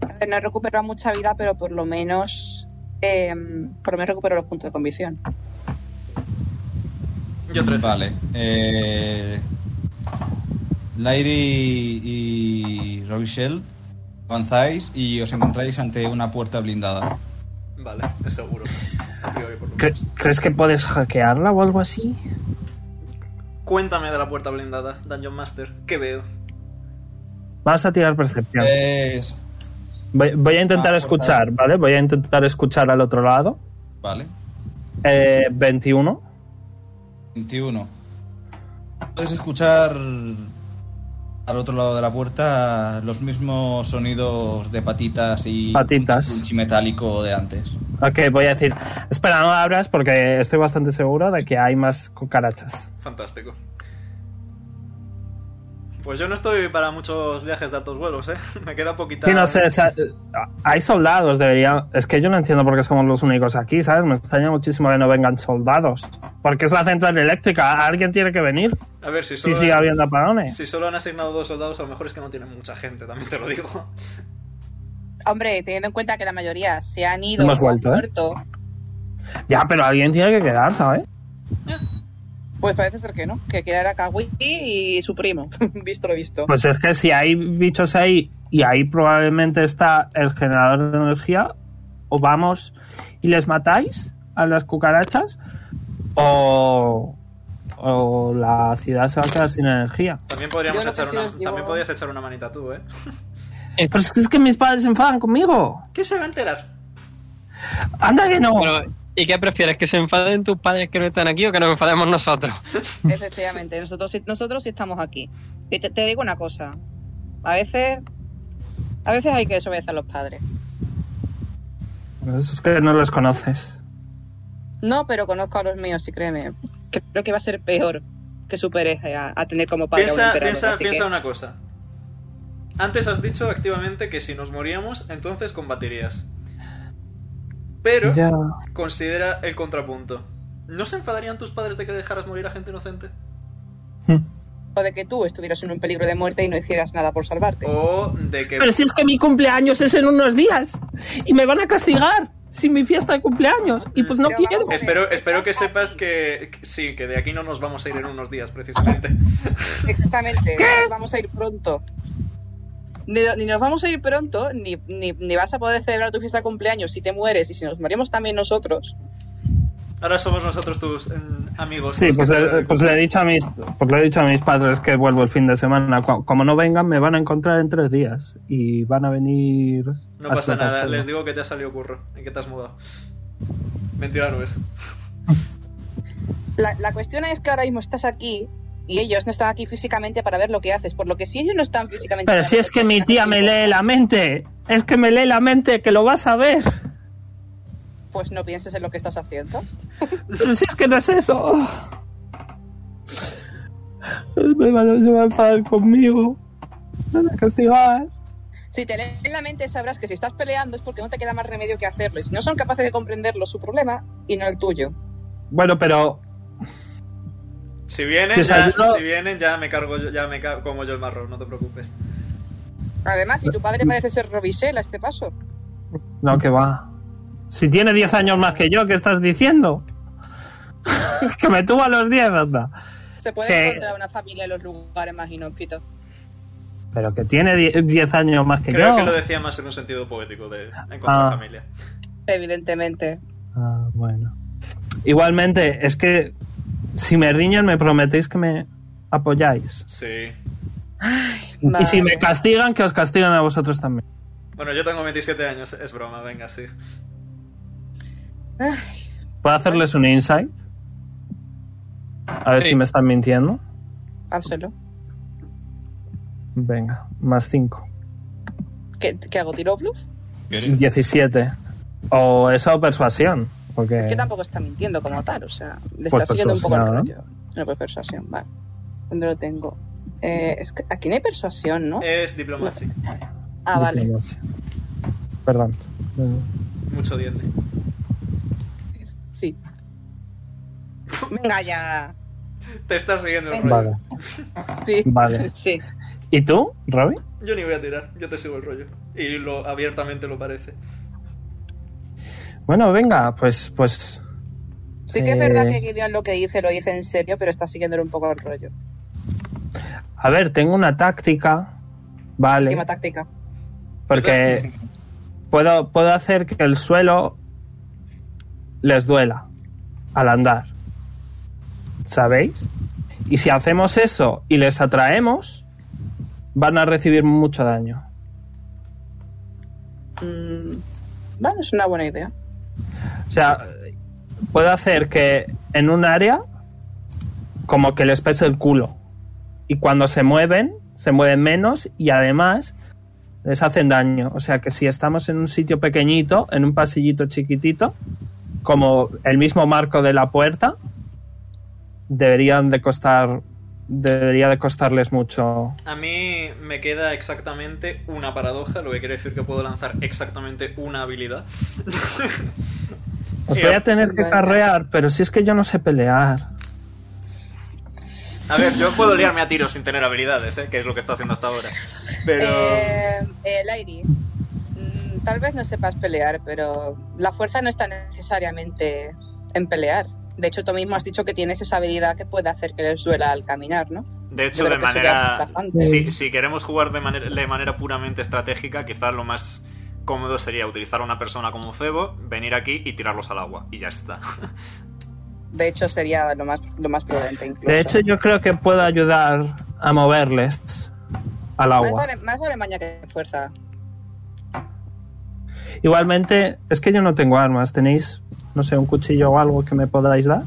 a ver, no he recuperado mucha vida, pero por lo menos. eh, por lo menos recupero los puntos de convicción. Yo 13. Vale. Eh, Lairi y Rochelle avanzáis y os encontráis ante una puerta blindada. Vale, es seguro. A priori, por lo ¿Cre- menos. ¿Crees que puedes hackearla o algo así? Cuéntame de la puerta blindada, Dungeon Master. ¿Qué veo? Vas a tirar Eh, percepción. Es- Voy, voy a intentar Ah, escuchar, ¿vale? Voy a intentar escuchar al otro lado. Vale. Eh, 21. 21. Puedes escuchar al otro lado de la puerta los mismos sonidos de patitas y Patitas. un crunchy metálico de antes. Ok, voy a decir. Espera, no abras porque estoy bastante seguro de que hay más cucarachas. Fantástico. Pues yo no estoy para muchos viajes de altos vuelos, ¿eh? Me queda poquita... Sí, no sé, o sea, eh, hay soldados, debería. Es que yo no entiendo por qué somos los únicos aquí, ¿sabes? Me extraña muchísimo que no vengan soldados. Porque es la central eléctrica, alguien tiene que venir. A ver, si Sí, solo, sigue habiendo apagones. si solo han asignado dos soldados, a lo mejor es que no tienen mucha gente, también te lo digo. Hombre, teniendo en cuenta que la mayoría se han ido Hemos o han vuelto, ¿eh? muerto, Ya, pero alguien tiene que quedar, ¿sabes? pues parece ser que no. Que quedara Kawiki y su primo. visto lo visto. Pues es que si hay bichos ahí y ahí probablemente está el generador de energía, o vamos y les matáis a las cucarachas, o, o la ciudad se va a quedar sin energía. También podríamos Yo lo que echar sí una... os digo- También podrías echar una manita tú, ¿eh? Pero es que, es que mis padres se enfadan conmigo. ¿Qué se va a enterar? Anda que no. Bueno, ¿y qué prefieres? ¿Que se enfaden tus padres que no están aquí o que nos enfademos nosotros? Efectivamente, nosotros, sí- nosotros sí estamos aquí. Y te, te digo una cosa. A veces. A veces hay que desobedecer a los padres. Eso es que no los conoces. No, pero conozco a los míos, y créeme. Creo que va a ser peor que superes a, a tener como padre a un Piensa, emperador. piensa, así piensa que, una cosa. Antes has dicho activamente que si nos moríamos, entonces combatirías. Pero Ya. considera el contrapunto. ¿No se enfadarían tus padres de que dejaras morir a gente inocente? O de que tú estuvieras en un peligro de muerte y no hicieras nada por salvarte. Pues O de que... Pero si es que mi cumpleaños es en unos días y me van a castigar sin mi fiesta de cumpleaños y pues no Pero quiero. vamos a- Espero, espero que sepas que... que Sí, que de aquí no nos vamos a ir en unos días, precisamente. Exactamente, nos vamos a ir pronto. Ni, ni nos vamos a ir pronto, ni, ni, ni vas a poder celebrar tu fiesta de cumpleaños si te mueres y si nos morimos también nosotros. Ahora somos nosotros tus mm, amigos. Sí, los pues que te- le, pues le he dicho a mis, pues le he dicho a mis padres que vuelvo el fin de semana. Cu- Como no vengan, me van a encontrar en tres días y van a venir. No a pasa explotar nada, todo. les digo que te ha salido curro y que te has mudado. Mentira no es. La, la cuestión es que ahora mismo estás aquí y ellos no están aquí físicamente para ver lo que haces, por lo que si ellos no están físicamente... Pero para si ver es lo que mi haces, tía me lee la mente, es que me lee la mente, que lo vas a ver. Pues no pienses en lo que estás haciendo. Pero si es que no es eso. Me van a- se va a enfadar conmigo. Me van a castigar. Si te leen la mente sabrás que si estás peleando es porque no te queda más remedio que hacerlo. Y si no son capaces de comprenderlo, su problema y no el tuyo. Bueno, pero Si vienen, Si os ya, ayudo- si vienen, ya me cargo yo, ya me ca- como yo el marrón, no te preocupes. Además, si tu padre parece ser Robisel a este paso. No, que va. Si tiene 10 años más que yo, ¿qué estás diciendo? que me tuvo a los 10, anda. Se puede Que- encontrar una familia en los lugares más inhóspitos. Pero que tiene 10 10 años más que Creo yo. que lo decía más en un sentido poético de encontrar Ah. familia. Evidentemente. Ah, bueno. Igualmente, es que si me riñen, me prometéis que me apoyáis. Sí. Y si me Vale. castigan, que os castigan a vosotros también. Bueno, yo tengo 27 años, es broma, venga, sí. ¿Puedo hacerles un insight? A ver Sí. si me están mintiendo. Hazlo. Venga, más 5. ¿Qué, qué hago? ¿Tiro bluff? 17. O eso o persuasión. Porque... Es que tampoco está mintiendo como tal, o sea, le Eh. Pues está siguiendo un poco el persuasión, rollo. No, pues persuasión, vale. ¿Dónde lo tengo? Eh, es que aquí no hay persuasión, ¿no? Es diplomacia. ah, vale. Diplomacia. Perdón. Mucho diente. Sí. Venga ya. Te estás siguiendo el rollo. Vale, Sí. vale. Sí. ¿Y tú, Robbie? Yo ni voy a tirar, yo te sigo el rollo. Y lo abiertamente lo parece. Bueno, venga, pues, pues Sí que es Eh. verdad que Gideon lo que dice lo dice en serio, pero está siguiéndole un poco el rollo. a ver, tengo una táctica, vale, Encima táctica. porque puedo, puedo hacer que el suelo les duela al andar, ¿sabéis? Y si hacemos eso y les atraemos, van a recibir mucho daño. Mm, Bueno, es una buena idea. O sea, puedo hacer que en un área como que les pese el culo. Y cuando se mueven, se mueven menos y además les hacen daño. O sea que si estamos en un sitio pequeñito, en un pasillito chiquitito, como el mismo marco de la puerta, deberían de costar debería de costarles mucho. A mí me queda exactamente una paradoja, lo que quiere decir que puedo lanzar exactamente una habilidad. Os Eh, voy a tener que carrear, pero si es que yo no sé pelear. A ver, yo puedo liarme a tiros sin tener habilidades, ¿eh? que es lo que está haciendo hasta ahora. Pero. Eh, eh, Lairi, mm, tal vez no sepas pelear, pero la fuerza no está necesariamente en pelear. De hecho, tú mismo has dicho que tienes esa habilidad que puede hacer que les duela al caminar, ¿no? De hecho, Yo de creo que eso ya es manera. bastante. Si, si queremos jugar de manera, de manera puramente estratégica, quizás lo más cómodo sería utilizar a una persona como cebo, venir aquí y tirarlos al agua. Y ya está. De hecho, sería lo más, lo más prudente incluso. De hecho, yo creo que puedo ayudar a moverles al más agua. vale, más vale maña que fuerza. Igualmente, es que yo no tengo armas. ¿Tenéis, no sé, un cuchillo o algo que me podáis dar?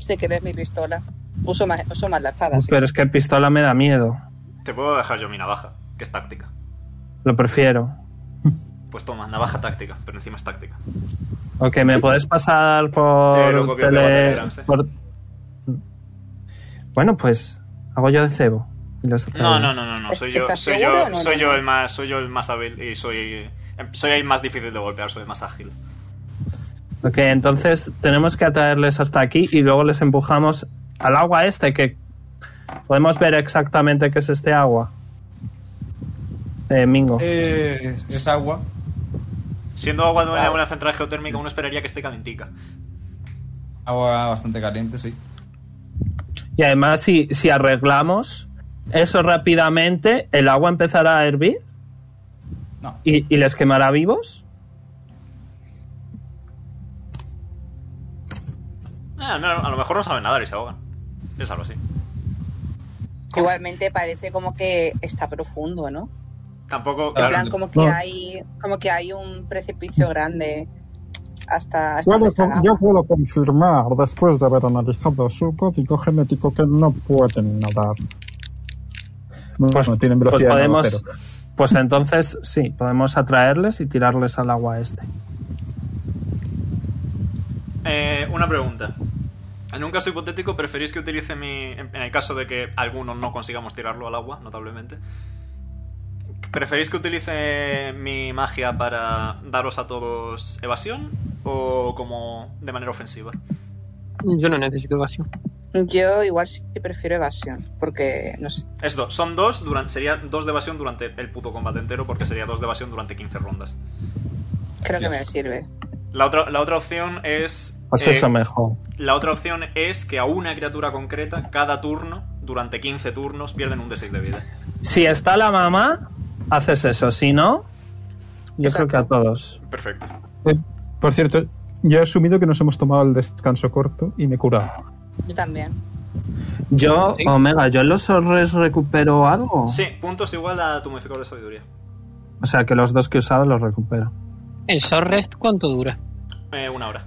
Si querés mi pistola, uso más, uso más la espada. sí. Pero es que pistola me da miedo. Te puedo dejar yo mi navaja, que es táctica. Lo prefiero. Pues toma, navaja táctica, pero encima es táctica. Ok, ¿me podés pasar Te lo por copio de tele- Telegrams, eh. por- Bueno, pues hago yo de cebo. Y los No, traigo. no, no, no, no. Soy yo, ¿Estás soy seguro yo, o no? soy No, yo no. el más, soy yo el más hábil y soy, em, soy el más difícil de golpear, soy el más ágil. Ok, entonces tenemos que atraerles hasta aquí y luego les empujamos al agua este que podemos ver exactamente qué es este agua. Eh, Mingo. Eh, es agua. Siendo agua de una- una central geotérmica, uno esperaría que esté calentica. Agua bastante caliente, sí. Y además si, si arreglamos eso rápidamente, el agua empezará a hervir No. y, y les quemará vivos. Ah, no, a lo mejor no saben nadar y se ahogan. Es algo así. Igualmente parece como que está profundo, ¿no? Tampoco. En claro, plan, como que No. hay como que hay un precipicio grande hasta, hasta Puedo donde está con- la- yo puedo confirmar, después de haber analizado su código genético, que no pueden nadar. Bueno, Pues- tienen Pues velocidad de podemos. cero. Pues entonces sí, podemos atraerles y tirarles al agua este. Eh, una pregunta. En un caso hipotético, ¿preferís que utilice mi. En en el caso de que algunos no consigamos tirarlo al agua, notablemente. ¿Preferís que utilice mi magia para daros a todos evasión? ¿O como de manera ofensiva? Yo no necesito evasión. Yo igual sí que prefiero evasión, porque no sé. Es dos. Son dos, durante, sería dos de evasión durante el puto combate entero, porque sería dos de evasión durante 15 rondas. Creo que Dios. me sirve. La otra, la otra opción es. Pues eh, eso mejor. La otra opción es que a una criatura concreta, cada turno, durante 15 turnos, pierden un D6 de vida. Si está la mamá, haces eso. Si no, yo creo Exacto. que a todos. Perfecto. Eh, Por cierto, yo he asumido que nos hemos tomado el descanso corto y me he curado. Yo también. Yo, Sí. Omega, ¿yo en los horrores recupero algo? Sí, puntos igual a tu modificador de sabiduría. O sea, que los dos que he usado los recupero. ¿El short rest cuánto dura? Eh, una hora.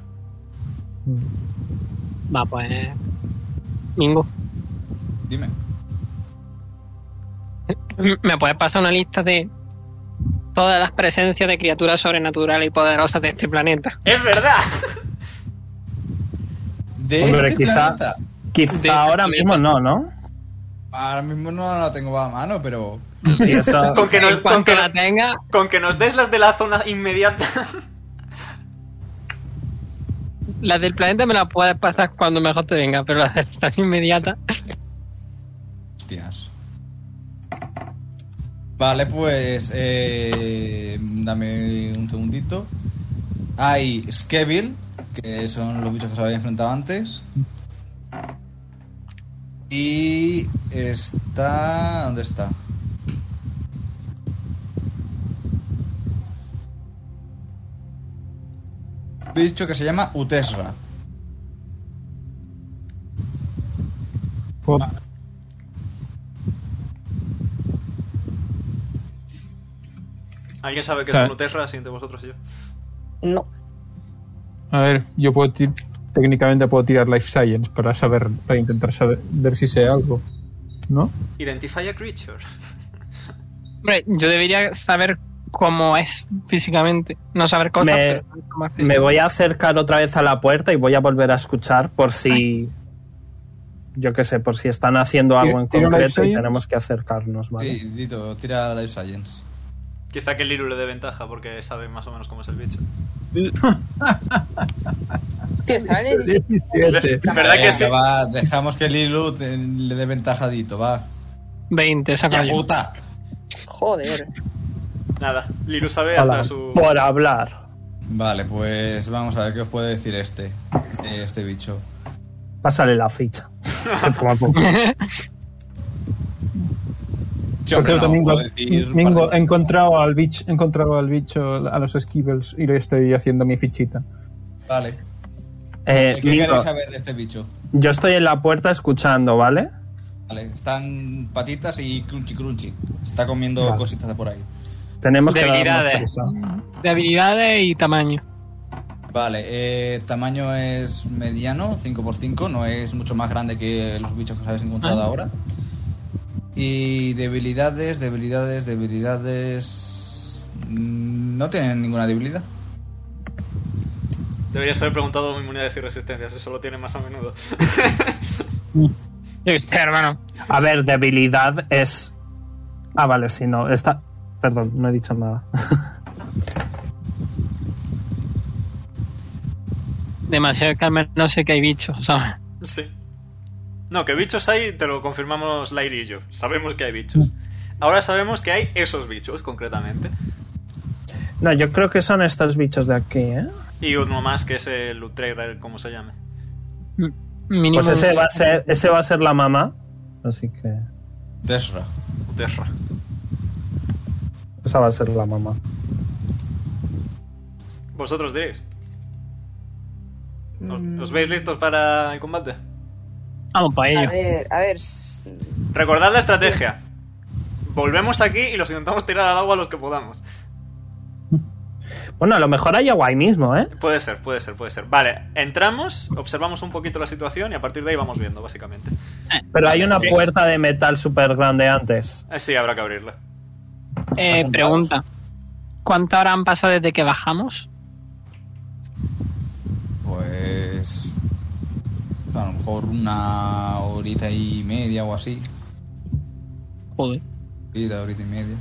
Va, pues. Mingo. Dime. Mm, ¿Me puedes pasar una lista de todas las presencias de criaturas sobrenaturales y poderosas de este planeta? ¡Es verdad! De Hombre, este quizá- planeta. De- Quizá ahora mismo no, ¿no? Ahora mismo no la tengo a mano, pero. Sí, eso- Con que nos, en cuanto con que- la tenga, con que nos des las de la zona inmediata. las del planeta me las puedes pasar cuando mejor te venga, pero las de la inmediata. Hostias. Vale, pues. eh, dame un segundito. Hay Skevil, que son los bichos que se habían enfrentado antes. Y está. ¿Dónde está? Bicho que se llama Utesra. Por- ¿Alguien sabe qué es Claro. un Utesra? Siente vosotros y yo. No. A ver, yo puedo tir- técnicamente puedo tirar Life Science para saber, para intentar saber ver si sé algo. ¿No? Identify a creature. Hombre, yo debería saber cómo es físicamente. No saber cosas, Me- pero saber cómo es Me físicamente. voy a acercar otra vez a la puerta y voy a volver a escuchar por si. Yo qué sé, por si están haciendo algo en ¿Tiro- tiro life concreto y science? tenemos que acercarnos, ¿vale? Sí, Dito, tira Life Science. Quizá que Liru le dé ventaja porque sabe más o menos cómo es el bicho. Tío, estaba en el Este. 17. ¿Verdad que Venga, sí? va, dejamos que Lilu te- le dé ventajadito, va. 20, saca ¡Ya yo. puta! Joder. Nada, Liru sabe Hola. hasta su. Por hablar. Vale, pues vamos a ver qué os puede decir este. eh, Este bicho. Pásale la ficha. Que toma poco. Sí, Yo hombre, creo no, también puedo decir un par Mingo, de he encontrado al bicho, he encontrado al bicho, a los Skibbles y le estoy haciendo mi fichita. cosas. Vale. Eh, ¿Qué Nico, queréis saber de este bicho? yo estoy en la puerta escuchando, ¿vale? Vale, están patitas y crunchy crunchy. Está comiendo Vale. cositas de por ahí. Tenemos que darnos Debilidades. prisa. De habilidades y tamaño. Vale, eh, tamaño es mediano, 5x5, no es mucho más grande que los bichos que os habéis encontrado ahora. Y debilidades, debilidades, debilidades... mm, No tienen ninguna debilidad. Deberías haber preguntado inmunidades y resistencias, eso lo tiene más a menudo. Yo qué sé, hermano. A ver, debilidad es. Ah, vale, si no. Está. Perdón, no he dicho nada. Demasiado que al menos sé que hay bichos, ¿sabes? Sí. No, que bichos hay, te lo confirmamos Lairi y yo. Sabemos que hay bichos. Ahora sabemos que hay esos bichos, concretamente. No, yo creo que son estos bichos de aquí, ¿eh? Y uno más que es el Utreira, como se llame. M- Mínimo. Pues ese va a ser, ese va a ser la mamá. Así que. Tesra. Utesra. Esa va a ser la mamá. Vosotros diréis. ¿Os, os veis listos para el combate? Vamos para A ello. ver, a ver. s- Recordad la estrategia. Volvemos aquí y los intentamos tirar al agua los que podamos. Bueno, a lo mejor hay agua ahí mismo, ¿eh? Puede ser, puede ser, puede ser. Vale, entramos, observamos un poquito la situación y a partir de ahí vamos viendo, básicamente. Pero hay una Sí. puerta de metal súper grande antes. Eh, Sí, habrá que abrirla. Eh, pregunta. ¿Cuántas horas han pasado desde que bajamos? Pues. A lo mejor una horita y media o así. Joder. Sí, la horita y media.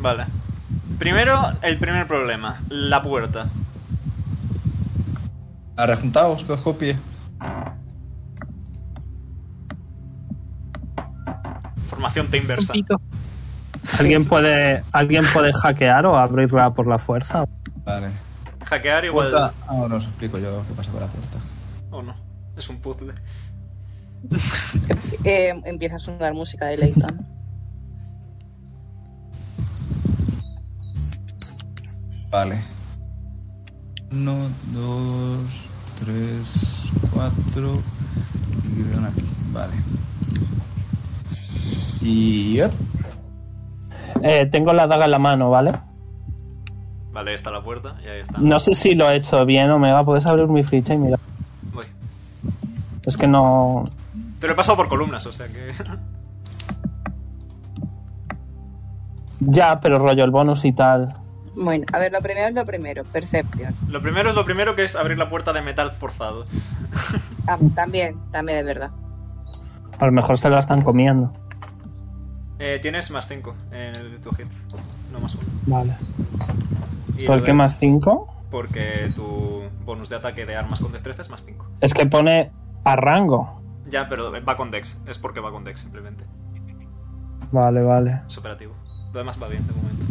Vale. Primero, el primer problema, la puerta. A rejuntaos, que os copie. Formación T inversa. Pito. ¿Alguien puede, ¿Alguien puede hackear o abrirla por la fuerza? Vale. Hackear igual. Puerta. Ahora os explico yo qué pasa con la puerta. O no. Es un puzzle. eh, empieza a sonar música de Leighton. Vale. Uno, dos, tres, cuatro. Y guión aquí. Vale. Y. up. Eh, tengo la daga en la mano, ¿vale? Vale, ahí está la puerta y ahí está. No sé si lo he hecho bien, Omega. Puedes abrir mi ficha y mirar. Voy. Es que no. Pero he pasado por columnas, o sea que. Ya, pero rollo el bonus y tal. Bueno, a ver, lo primero es lo primero. Perception. Lo primero es lo primero que es abrir la puerta de metal forzado. Ah, también, también es verdad. A lo mejor se la están comiendo. Eh, tienes más 5 en el de tu hit. No más uno. Vale. Y ¿Por lo qué de- más 5? Porque tu bonus de ataque de armas con destreza es más 5. Es que pone a rango. Ya, pero va con Dex. Es porque va con Dex, simplemente. Vale, vale. Es operativo. Lo demás va bien de momento.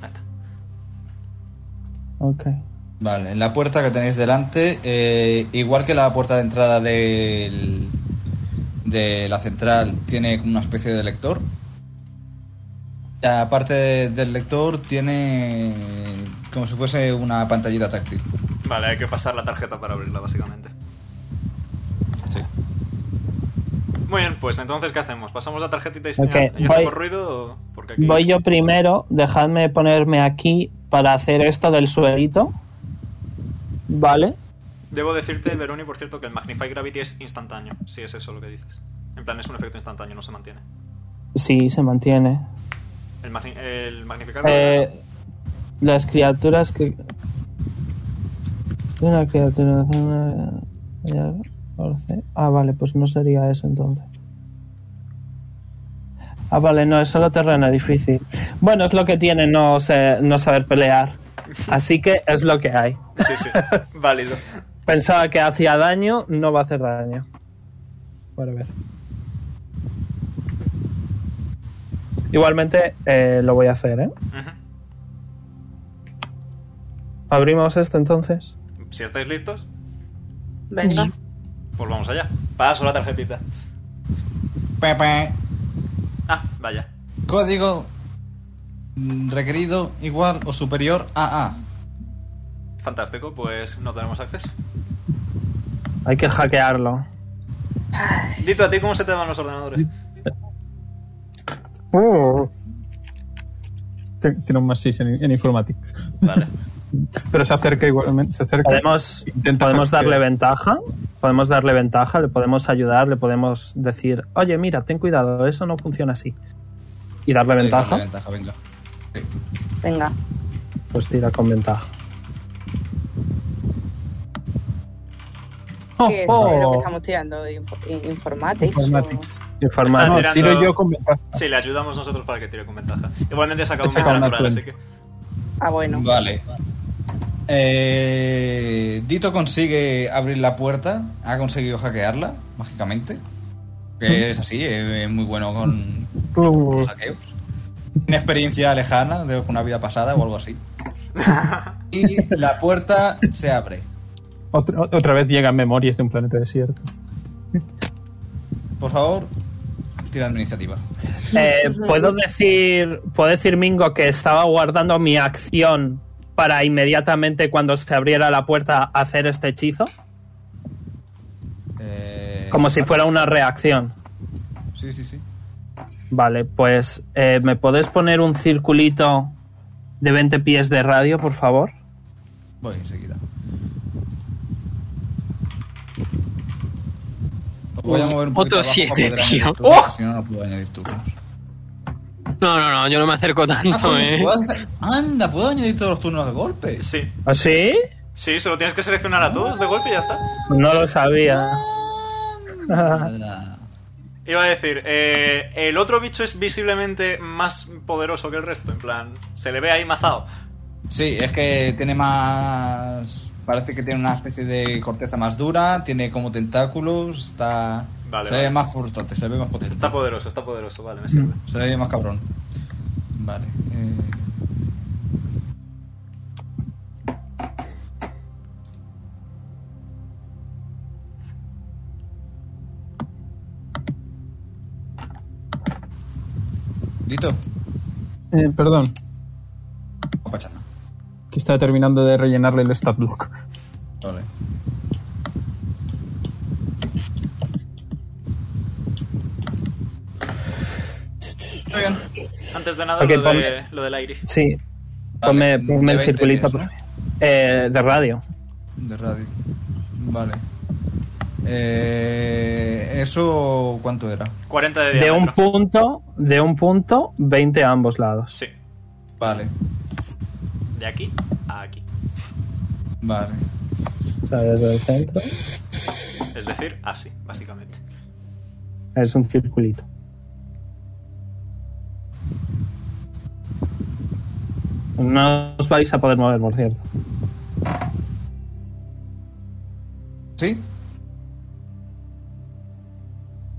Ahí está. Ok. Vale, en la puerta que tenéis delante, eh, igual que la puerta de entrada del- de la central tiene como una especie de lector, la parte de- del lector tiene como si fuese una pantallita táctil. Vale, hay que pasar la tarjeta para abrirla, básicamente. Sí. Muy bien, pues entonces, ¿qué hacemos? ¿Pasamos la tarjetita y, Ok, y voy- hacemos ruido? o- Porque aquí... Voy yo primero. Dejadme ponerme aquí para hacer esto del suelito. Vale. Debo decirte, Veroni, por cierto, que el Magnify Gravity es instantáneo. Sí, es eso lo que dices. En plan, es un efecto instantáneo, no se mantiene. Sí, se mantiene. El, magni- el magnificar... Eh, las criaturas que. Una criatura. una- ya, 14. Ah, vale, pues no sería eso entonces. Ah, vale, no, es solo terreno difícil. Bueno, es lo que tiene no, se- no saber pelear. Así que es lo que hay. Sí, sí, válido. Pensaba que hacía daño, no va a hacer daño. Bueno, a ver. Igualmente eh, lo voy a hacer, ¿eh? Ujú. ¿Abrimos esto entonces? Si estáis listos, Venga. pues vamos allá. Paso la tarjetita. Pepe. Ah, vaya. Código mm, requerido igual o superior a A. Fantástico, pues no tenemos acceso. Hay que hackearlo. Dito, ¿a ti cómo se te van los ordenadores? Oh. Te- Tiene un más 6 en, en informática. Vale. Pero se acerca igualmente. Se acerca. Podemos, Intenta podemos hackear. darle ventaja. Podemos darle ventaja, le podemos ayudar, le podemos decir, oye, mira, ten cuidado, eso no funciona así. Y darle Sí, ventaja, ventaja, venga. Venga. pues tira con ventaja. ¿Qué es Oh, oh. lo que estamos tirando? Inf- in- Informatics. Informatics. Informar. Está No, tirando- tiro yo con ventaja. Sí, le ayudamos nosotros para que tire con ventaja. Igualmente he sacado un He sacado natural, una natural, así que... natural. Ah, bueno. Vale. Eh, Dito consigue abrir la puerta, ha conseguido hackearla, mágicamente. Que es así, eh, es muy bueno con Uh, los hackeos. Una experiencia lejana de una vida pasada o algo así. Y la puerta se abre. otra, otra vez llegan memorias de un planeta desierto. Por favor, Tira administrativa. Eh, ¿puedo, decir, ¿Puedo decir, Mingo, que estaba guardando mi acción para inmediatamente cuando se abriera la puerta hacer este hechizo? Eh, Como si vale. fuera una reacción. Sí, sí, sí. Vale, pues eh, ¿me podés poner un circulito de 20 pies de radio, por favor? Voy enseguida. Os Voy a mover un poquito Otro abajo siete, para poder añadir tío. turnos, ¡Oh! si no, no puedo añadir turnos. No, no, no, yo no me acerco Ah, tanto, coño, si eh. puedo hacer- Anda, puedo añadir todos los turnos de golpe. Sí, ¿Ah, sí? sí, solo tienes que seleccionar a todos de golpe y ya está. No lo ah. sabía. Anda. Iba a decir, eh, el otro bicho es visiblemente más poderoso que el resto, en plan, se le ve ahí mazado. Sí, es que tiene más. Parece que tiene una especie de corteza más dura, tiene como tentáculos, está. Vale, se vale. ve más frustrante, se ve más potente. Está poderoso, está poderoso, vale, Mm. me sirve. se ve más cabrón. Vale. eh, Lito, Eh, perdón, no pasa nada. que estaba terminando de rellenarle el stat block. Vale. Muy bien. Antes de nada, Ok, lo, de, lo del aire. Sí. Ponme, Vale, ponme el de 20 circulito pies, por- ¿no? eh, de radio. De radio. Vale. Eh, ¿Eso cuánto era? 40 de De diámetro. un punto, de un punto, 20 a ambos lados. Sí, Vale, de aquí a aquí. vale. O sea, desde el centro Es decir, así, básicamente. es un circulito. No os vais a poder mover, por cierto. ¿Sí?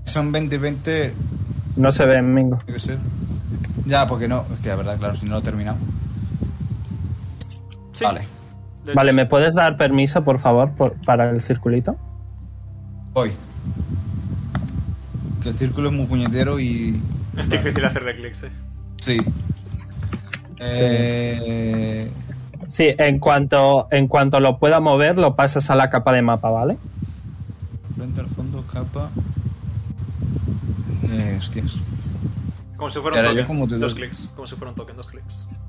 Son 20 y 20, No se ven, Mingo. yo qué sé. Ya, porque no. Hostia, verdad, claro, si no lo he terminado. Sí, Vale, de hecho, Vale, ¿me puedes dar permiso, por favor, por- para el circulito? voy. Que el círculo es muy puñetero y. Es difícil hacerle clic, sí. Sí. Eh, Sí, en cuanto, en cuanto lo pueda mover, lo pasas a la capa de mapa, ¿vale? Frente al fondo, capa. Eh, hostias. Como si fuera un Ahora yo token. como te dos doy. clics. Como si fuera un token, dos clics.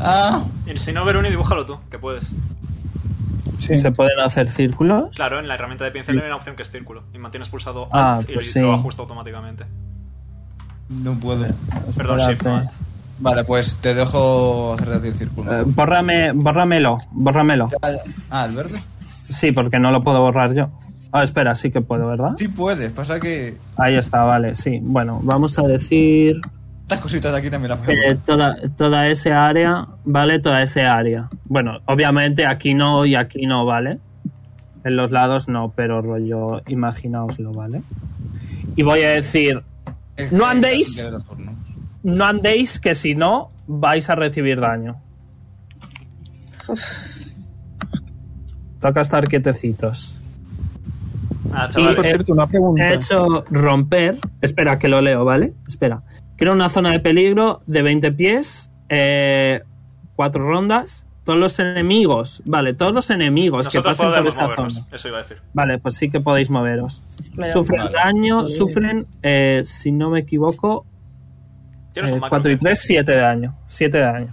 ¡Ah! Y si no, Veruni, dibújalo tú, que puedes. Sí. Se pueden hacer círculos. Claro, en la herramienta de pincel hay una opción que es círculo. Y mantienes pulsado Alt Ah, y pues lo sí. ajusta automáticamente. No puedo. Perdón, Shift no Espérate. Alt. Vale, pues te dejo hacer el círculo. Eh, bórrame, bórramelo, bórramelo. Ah, el verde. Sí, porque no lo puedo borrar yo. Ah, espera, sí que puedo, ¿verdad? Sí puedes, pasa que Ahí está, vale, sí. Bueno, vamos a decir estas cositas de aquí también las voy a que poner. toda, toda esa área, ¿vale? Toda esa área. Bueno, obviamente aquí no y aquí no, ¿vale? En los lados no, pero rollo, imaginaoslo, ¿vale? Y voy a decir, Es no que andéis. de los turnos. no andéis que si no vais a recibir daño. Toca estar quietecitos. Ah, Y, chavales. por pues cierto, una pregunta. He hecho romper. Espera, que lo leo, ¿vale? Espera. Crea una zona de peligro de 20 pies, eh, cuatro rondas. Todos los enemigos, vale, todos los enemigos Nosotros que pasen por podemos esa movernos, zona. eso iba a decir. Vale, pues sí que podéis moveros. Me da- Sufren Vale. daño, sufren, eh, si no me equivoco, ¿Tienes un macro? 4 Eh, y 3, 7 de daño. 7 de daño.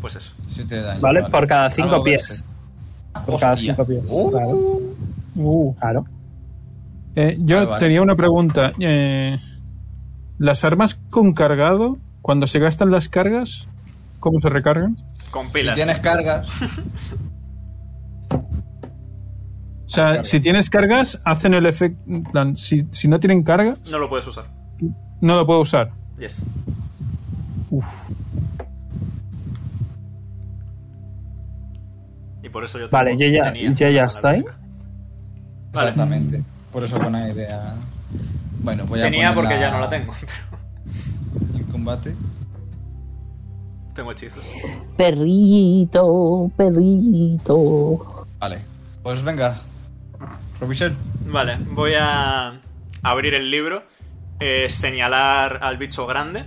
Pues eso. Siete de daño, Vale, por cada cinco Algo pies. verse. Por cada Hostia. cinco pies, Uh, claro. Uh, Claro. eh, yo Vale, vale. tenía una pregunta. Eh, ¿Las armas con cargado, cuando se gastan las cargas, cómo se recargan? Con Si pilas. tienes cargas, O sea, Carga. si tienes cargas, hacen el efecto... en plan, Si, si no tienen carga, No lo puedes usar. no lo puedo usar. Yes. Y por eso yo Vale, tengo- yo ya- tenía yo ya la estoy. biblioteca. Vale. exactamente. Por eso buena idea. Bueno, voy a Tenía poner porque la- ya no la tengo. pero En combate. tengo hechizos. Perrito, perrito. Vale. Pues venga. Provision. Vale, voy a abrir el libro, eh, señalar al bicho grande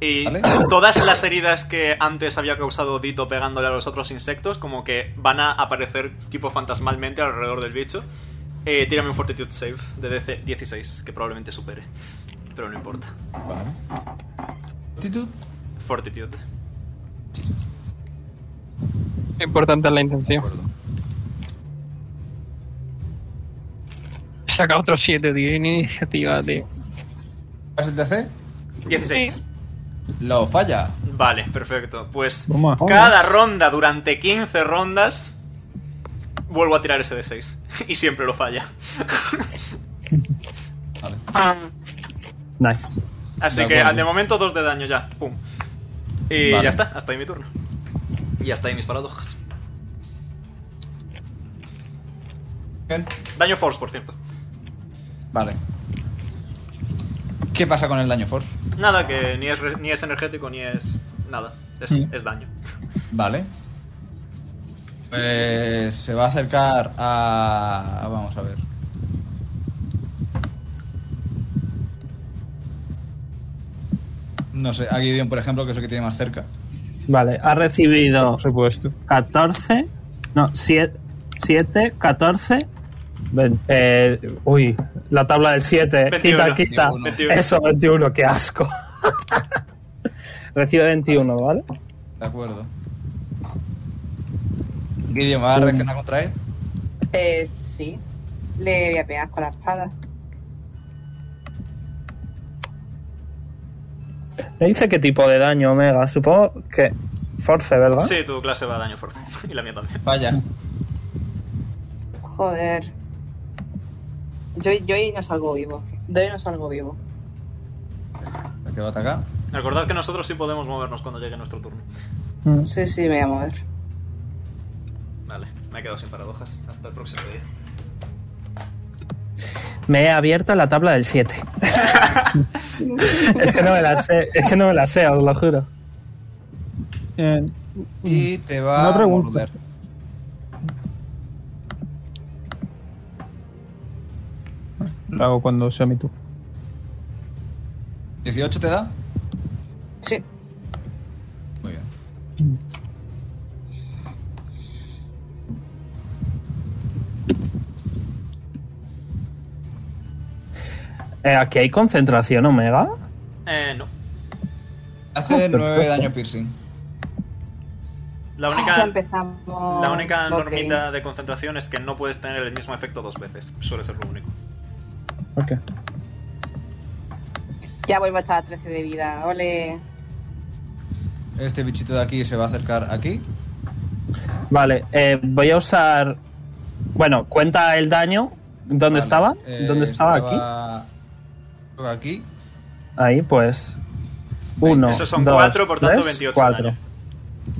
y Vale. todas las heridas que antes había causado Dito pegándole a los otros insectos como que van a aparecer tipo fantasmalmente alrededor del bicho. Eh, tírame un Fortitude Save de DC 16, que probablemente supere, pero no importa. Vale. Actitud. Fortitude. Lo importante es la intención. Acuerdo. Saca otro 7, tío. en Iniciativa, tío. ¿Vas el DC? 16. Lo falla. Vale, perfecto. Pues Toma. cada ronda durante 15 rondas vuelvo a tirar ese de 6 y siempre lo falla. Vale. Nice. Así De que acuerdo. de momento dos de daño ya. Pum. Y Vale. ya está, hasta ahí mi turno. Y hasta ahí mis paradojas. Bien. Daño force, por cierto. Vale. ¿Qué pasa con el daño force? Nada, que ni es, re- ni es energético ni es nada. Es, Mm. es daño. Vale. Pues se va a acercar a... Vamos a ver. No sé, a Gideon, por ejemplo, que es el que tiene más cerca. Vale, ha recibido Por supuesto. 14. No, 7, 7 14. ven- eh, uy, la tabla del 7. 21, Quita, quita. 21. Eso, 21, qué asco. Recibe 21, ¿vale? De acuerdo. Gideon, ¿va a reaccionar contra él? Eh, sí. Le voy a pegar con la espada. No dice qué tipo de daño, Omega. Supongo que force, ¿Ah? ¿verdad? Sí, tu clase va a daño force. Y la mía también. Falla. Joder. Yo, yo hoy no salgo vivo. De hoy no salgo vivo. El que va a atacar. Recordad que nosotros sí podemos movernos cuando llegue nuestro turno. Mm. Sí, sí, me voy a mover. Vale, me he quedado sin paradojas. Hasta el próximo día. Me he abierto la tabla del 7. es que no me la sé, es que no me la sé, os lo juro. Eh, Y te va Una a pregunta. morder. lo hago cuando sea mi turno. 18 te da. Sí. Muy bien. Eh, Aquí hay concentración, Omega. Eh, no. Ah, Hace 9 daño piercing. La Ah, Ya única, empezamos. la única Ok. normita de concentración es que no puedes tener el mismo efecto dos veces. Suele ser lo único. Ok. Ya vuelvo a estar a 13 de vida. Ole. Este bichito de aquí se va a acercar aquí. Vale, eh, voy a usar. Bueno, cuenta el daño. ¿Dónde Vale, estaba? eh, ¿Dónde estaba? Aquí. estaba Aquí. Ahí, pues. Uno. Esos son dos, cuatro, por tanto, tres, 28 cuatro. daño.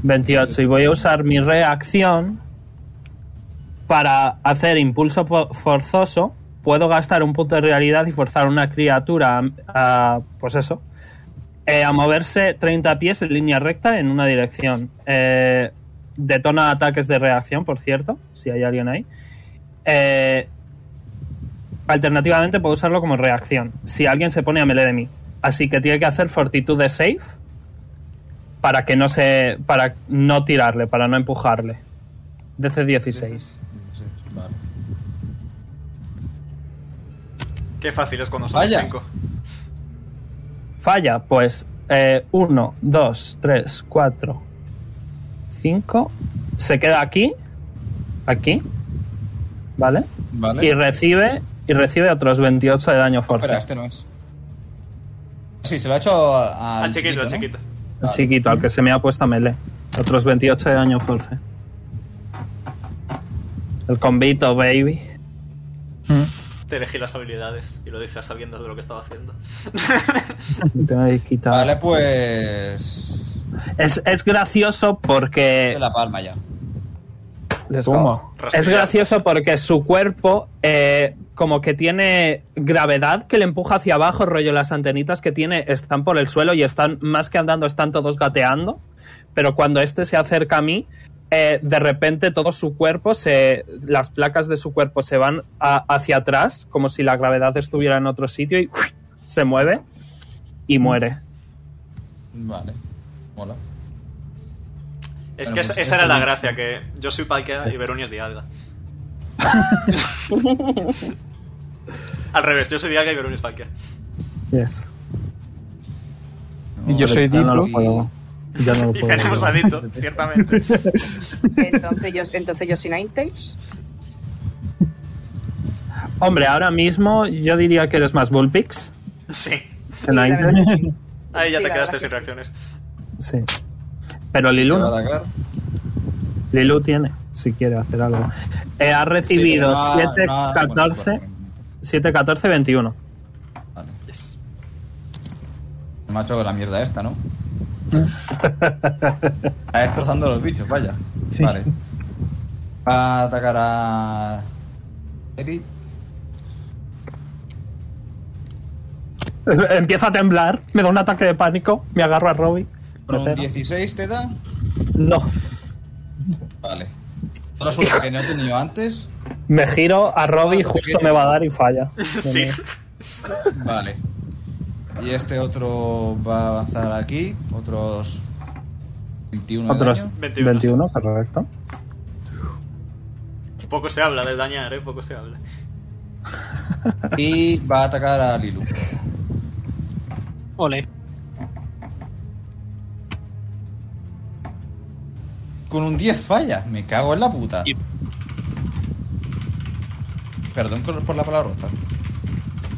28. Y voy a usar mi reacción para hacer impulso po- forzoso. Puedo gastar un punto de realidad y forzar a una criatura a. a- pues eso. eh, a moverse 30 pies en línea recta en una dirección. Eh, detona ataques de reacción, por cierto, si hay alguien ahí. Eh, alternativamente puedo usarlo como reacción, si alguien se pone a melee de mí. Así que tiene que hacer fortitud de save para que no se para no tirarle, para no empujarle. DC 16. 16, Vale. Qué fácil es cuando son Vaya. cinco. Falla, pues 1, 2, 3, 4, 5. Se queda aquí. Aquí. ¿Vale? Vale. Y recibe y recibe otros 28 de daño fuerte. Espera, este no es. Sí, se lo ha hecho a- al, Al chiquito, al chiquito. El chiquito, al que se me ha puesto a melee. Otros 28 de daño force. El convito, baby. Te elegí las habilidades y lo dices a sabiendas de lo que estaba haciendo. Te me he quitado. Vale, pues. Es, es gracioso porque. De la palma ya. Let's Toma. go. Es Rastrillar. gracioso porque su cuerpo, eh, como que tiene gravedad que le empuja hacia abajo, rollo las antenitas que tiene están por el suelo y están, más que andando, están todos gateando. Pero cuando este se acerca a mí, eh, de repente todo su cuerpo, se, las placas de su cuerpo se van a- hacia atrás, como si la gravedad estuviera en otro sitio y ¡uy! se mueve y muere. Vale. Mola. Es que Bueno, pues esa- esto esa era la no- gracia, que yo soy Palkea y Es- Beruni es Dialga. Al revés, yo soy Dialga y Beruni es Palkea. Yes. Y yo soy Ya no Diplo. lo puedo. Ya no lo Y puedo. tenemos a Dito, ciertamente. Entonces yo, entonces yo soy Ninetales. Hombre, ahora mismo yo diría que eres más Bullpix. Sí. Sí, la verdad que sí. Ahí ya Sí, te la quedaste verdad que sin sí. reacciones. Sí. Pero Te Lilu, va a no. atacar. Lilu tiene, si quiere hacer algo. Eh, ha Ah. Sí, pero recibido no ha- 7, no ha- bueno, 14, bueno, 7, 14, 21. vale. Yes. Me macho la mierda esta, ¿no? Está destrozando los bichos, vaya. Sí. Vale. Va a atacar a. Eri. Empieza a temblar, me da un ataque de pánico, me agarro a Robbie. Con un Tercero. 16 te da. No. Vale. Otra suerte que no he tenido antes. Me giro a Robbie, Ah, justo pequeño. me va a dar y falla. Sí. Vale. Y este otro va a avanzar aquí. Otros 21 de Otros daño. 21. 21, correcto. Poco se habla de dañar, ¿eh? Poco se habla. Y va a atacar a Lilu. Ole. Con un 10 falla. Me cago en la puta. Y- Perdón col- por la palabrota.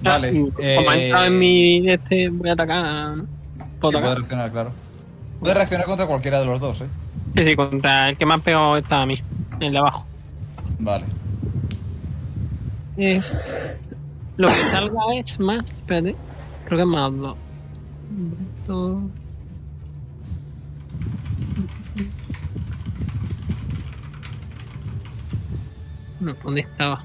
Vale. Como eh, ha entrado Ah, en mi. Este, voy a atacar. ¿no? sí, Puedo puede atacar. reaccionar, claro. Puede reaccionar contra cualquiera de los dos, eh. Sí, sí, contra el que más pegado está a mí. El de abajo. Vale. Es. Lo que salga es más. Espérate. Creo que es más dos. Dos. No, ¿dónde estaba?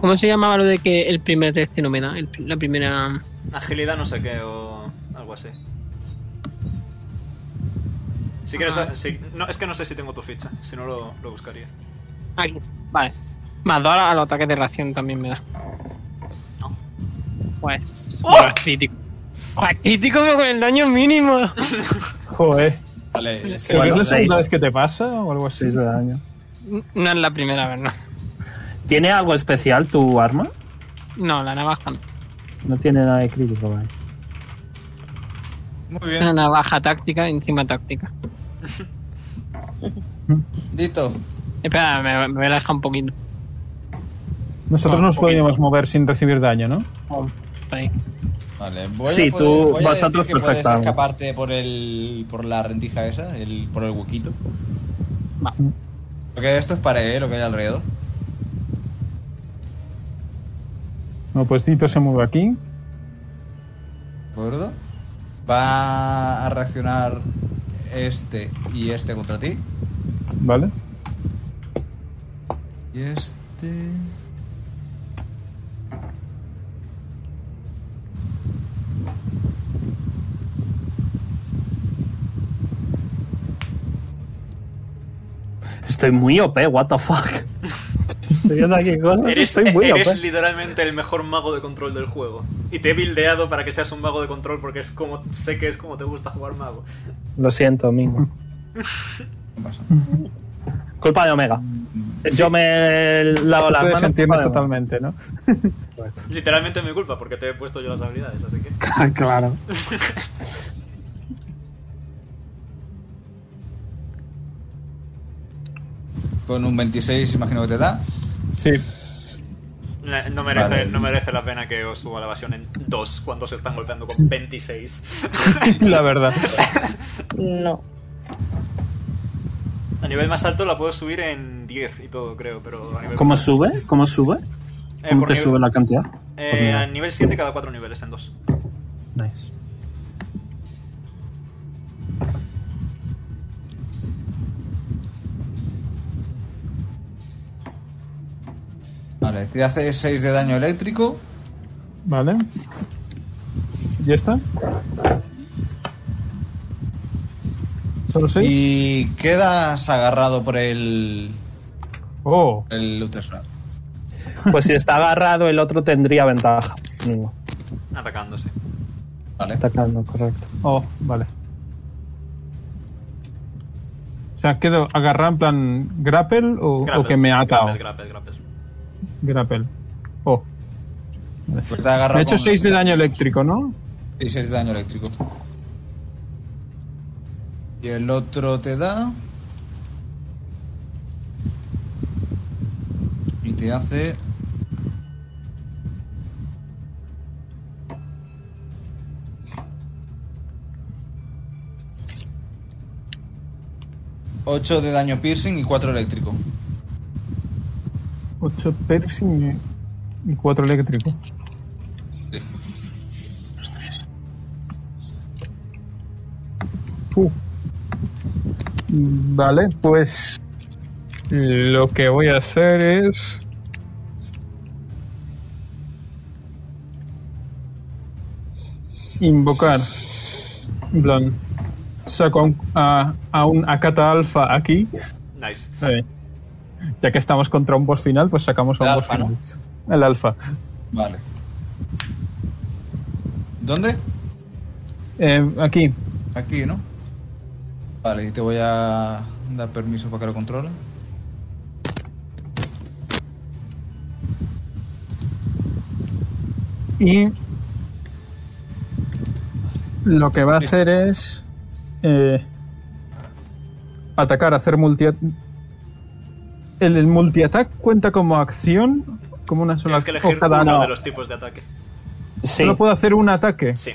¿Cómo se llamaba lo de que el primer test no me da? El pri- la primera. Agilidad no sé qué o algo así. Si quieres... Ah. si- no, es que no sé si tengo tu ficha, si no lo, lo buscaría. Aquí, vale. Más dos a los ataques de reacción también me da. Pues. ¡Oh! más crítico. Más crítico, pero con el daño mínimo. Joder. Vale. sí, Creo que es vale. la segunda seis. vez que te pasa o algo así. 6 de daño. No es la primera vez, no. ¿Tiene algo especial tu arma? No, la navaja no. No tiene nada de crítico, vale. Muy Es una bien. navaja táctica encima táctica. Dito. Espera, me, me voy a alejar un poquito. Nosotros Ah, nos ok. podíamos mover sin recibir daño, ¿no? Ahí. Vale, voy Sí, a poder- tú- voy a decir vosotros que puedes perfectamente. escaparte por el por la rendija esa, el, por el huequito. Va. Porque esto es pared, ¿eh? lo que hay alrededor. No, pues Dito se mueve aquí. ¿De acuerdo? Va a reaccionar este y este contra ti. Vale. Y este. Estoy muy OP, what the fuck. Estoy viendo aquí cosas. Eres, estoy muy eres OP. literalmente el mejor mago de control del juego. Y te he buildeado para que seas un mago de control porque es como sé que es como te gusta jugar mago. Lo siento, Mingo. No pasa. Culpa de Omega. Yo me lavo las Tú manos. desentiendes culpa de Omega. totalmente, ¿no? Literalmente es mi culpa porque te he puesto yo las habilidades, así que. claro. Con un 26, imagino que te da. Sí. Eh, No merece, Vale. no merece la pena que os suba la evasión en 2 cuando se están golpeando con 26. La verdad. No. A nivel más alto la puedo subir en 10 y todo, creo, pero a nivel ¿Cómo más alto- sube? ¿Cómo sube? Eh, ¿Cómo por te nivel- sube la cantidad? eh, Por nivel. a nivel 7 cada 4 niveles en 2. Nice. Vale, te hace 6 de daño eléctrico. Vale. ¿Ya está? solo seis? Y quedas agarrado por el. Oh, el Utesra. Pues si está agarrado, el otro tendría ventaja. Digo, Atacándose. Vale. atacando, correcto. oh, vale. O sea, quedo agarrado en plan grapple Uh, o, o que me ha atado. Grapples, grapples, grapples. Grapple. Oh. Pues te agarra Me ha hecho con- 6 de daño eléctrico, ¿no? Sí, seis de daño eléctrico. Y el otro te da. Y te hace. Ocho de daño piercing y cuatro eléctrico. 8 piercing y 4 eléctrico. Sí. Uh. Mm, Vale, pues lo que voy a hacer es... Invocar. En plan, saco a un, a, a un Akata Alpha aquí. Nice. Vale. Ya que estamos contra un boss final, pues sacamos a un El boss alfa, final. El alfa. Vale. ¿Dónde? Eh, aquí. Aquí, ¿no? Vale, y te voy a dar permiso para que lo controle. Y lo que va a hacer es eh, atacar, hacer multi el, el multiataque cuenta como acción, como una sola Tienes que elegir o cada- uno no, de los tipos de ataque. Sí. Solo puedo hacer un ataque. Sí.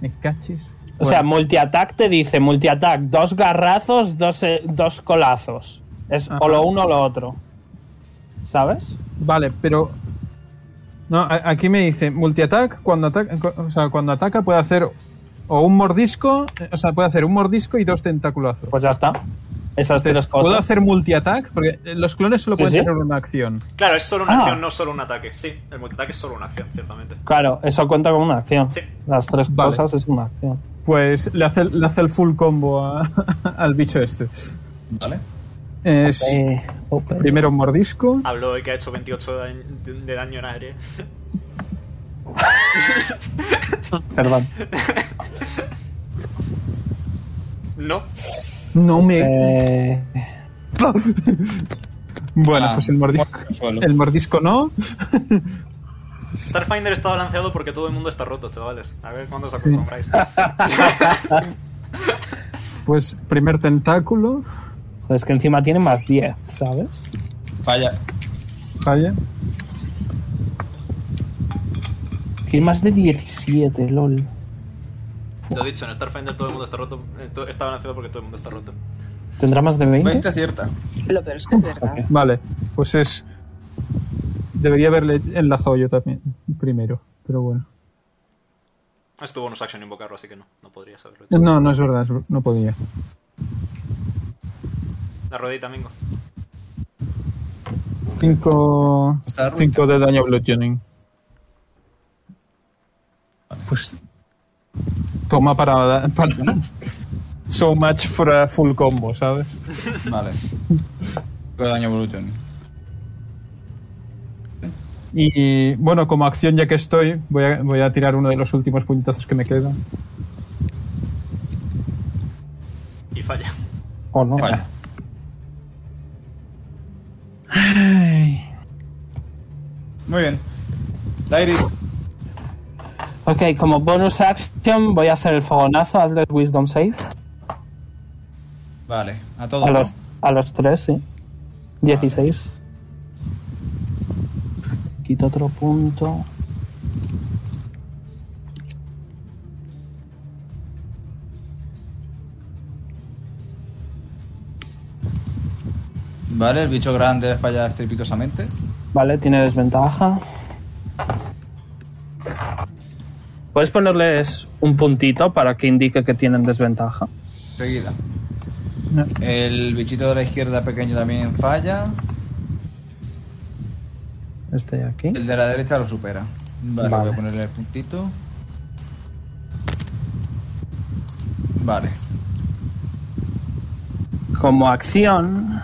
Me cachis. O sea, multiatac te dice multiatac, dos garrazos, dos, eh, dos colazos. Es Ajá. o lo uno o lo otro. ¿Sabes? Vale, pero. No, a- aquí me dice multiatac, cuando ataca, o sea, cuando ataca puede hacer o un mordisco, eh, o sea, puede hacer un mordisco y dos tentaculazos. Pues ya está. Esas Entonces, tres cosas. ¿Puedo hacer multiatac? Porque eh, los clones solo Sí, pueden sí. tener una acción. Claro, es solo una Ah. acción, no solo un ataque. Sí, el multiataque es solo una acción, ciertamente. Claro, eso cuenta como una acción. Sí. Las tres Vale. cosas es una acción. Pues le hace, le hace el full combo a- al bicho este. Vale. Es Eh, open. primero un mordisco. Habló el que ha hecho 28 da- de daño en aire. Perdón. No, No me. Eh, bueno, Ah, pues el mordisco. muerto en el suelo. El mordisco no. Starfinder está balanceado porque todo el mundo está roto, chavales. A ver cuándo os acostumbráis. Pues primer tentáculo. joder, es que encima tiene más 10, ¿sabes? Falla. Falla. Tiene más de 17, lol. Lo dicho, en Starfinder todo el mundo está roto. eh, to- Está balanceado porque todo el mundo está roto. ¿Tendrá más de 20? 20 acierta. Lo peor es que es verdad. Vale, pues es. Debería haberle enlazado yo también primero, pero bueno. Es tu bonus action invocarlo, así que no, no podría saberlo. Em. No, no es verdad, es- no podía. La rodita, Mingo. 5 Está ruin. cinco de daño bludgeoning. Pues. Toma para, para. So much for a full combo, ¿sabes? Vale. Pero daño evolución. Y bueno, como acción ya que estoy, voy a, voy a tirar uno de los últimos puñetazos que me quedan. Y falla. ¿O no? Falla. Ay. Muy bien. Lairi, Ok, como bonus action voy a hacer el fogonazo, hazle el Wisdom Save. vale. A todos. A ¿no? los, a los tres, sí. 16. Quito otro punto. Vale, el bicho grande falla estrepitosamente. Vale, tiene desventaja. ¿Puedes ponerles un puntito para que indique que tienen desventaja? Seguida. No. El bichito de la izquierda pequeño también falla. Este de aquí. El de la derecha lo supera. Vale, Vale. voy a ponerle el puntito. Vale. como acción.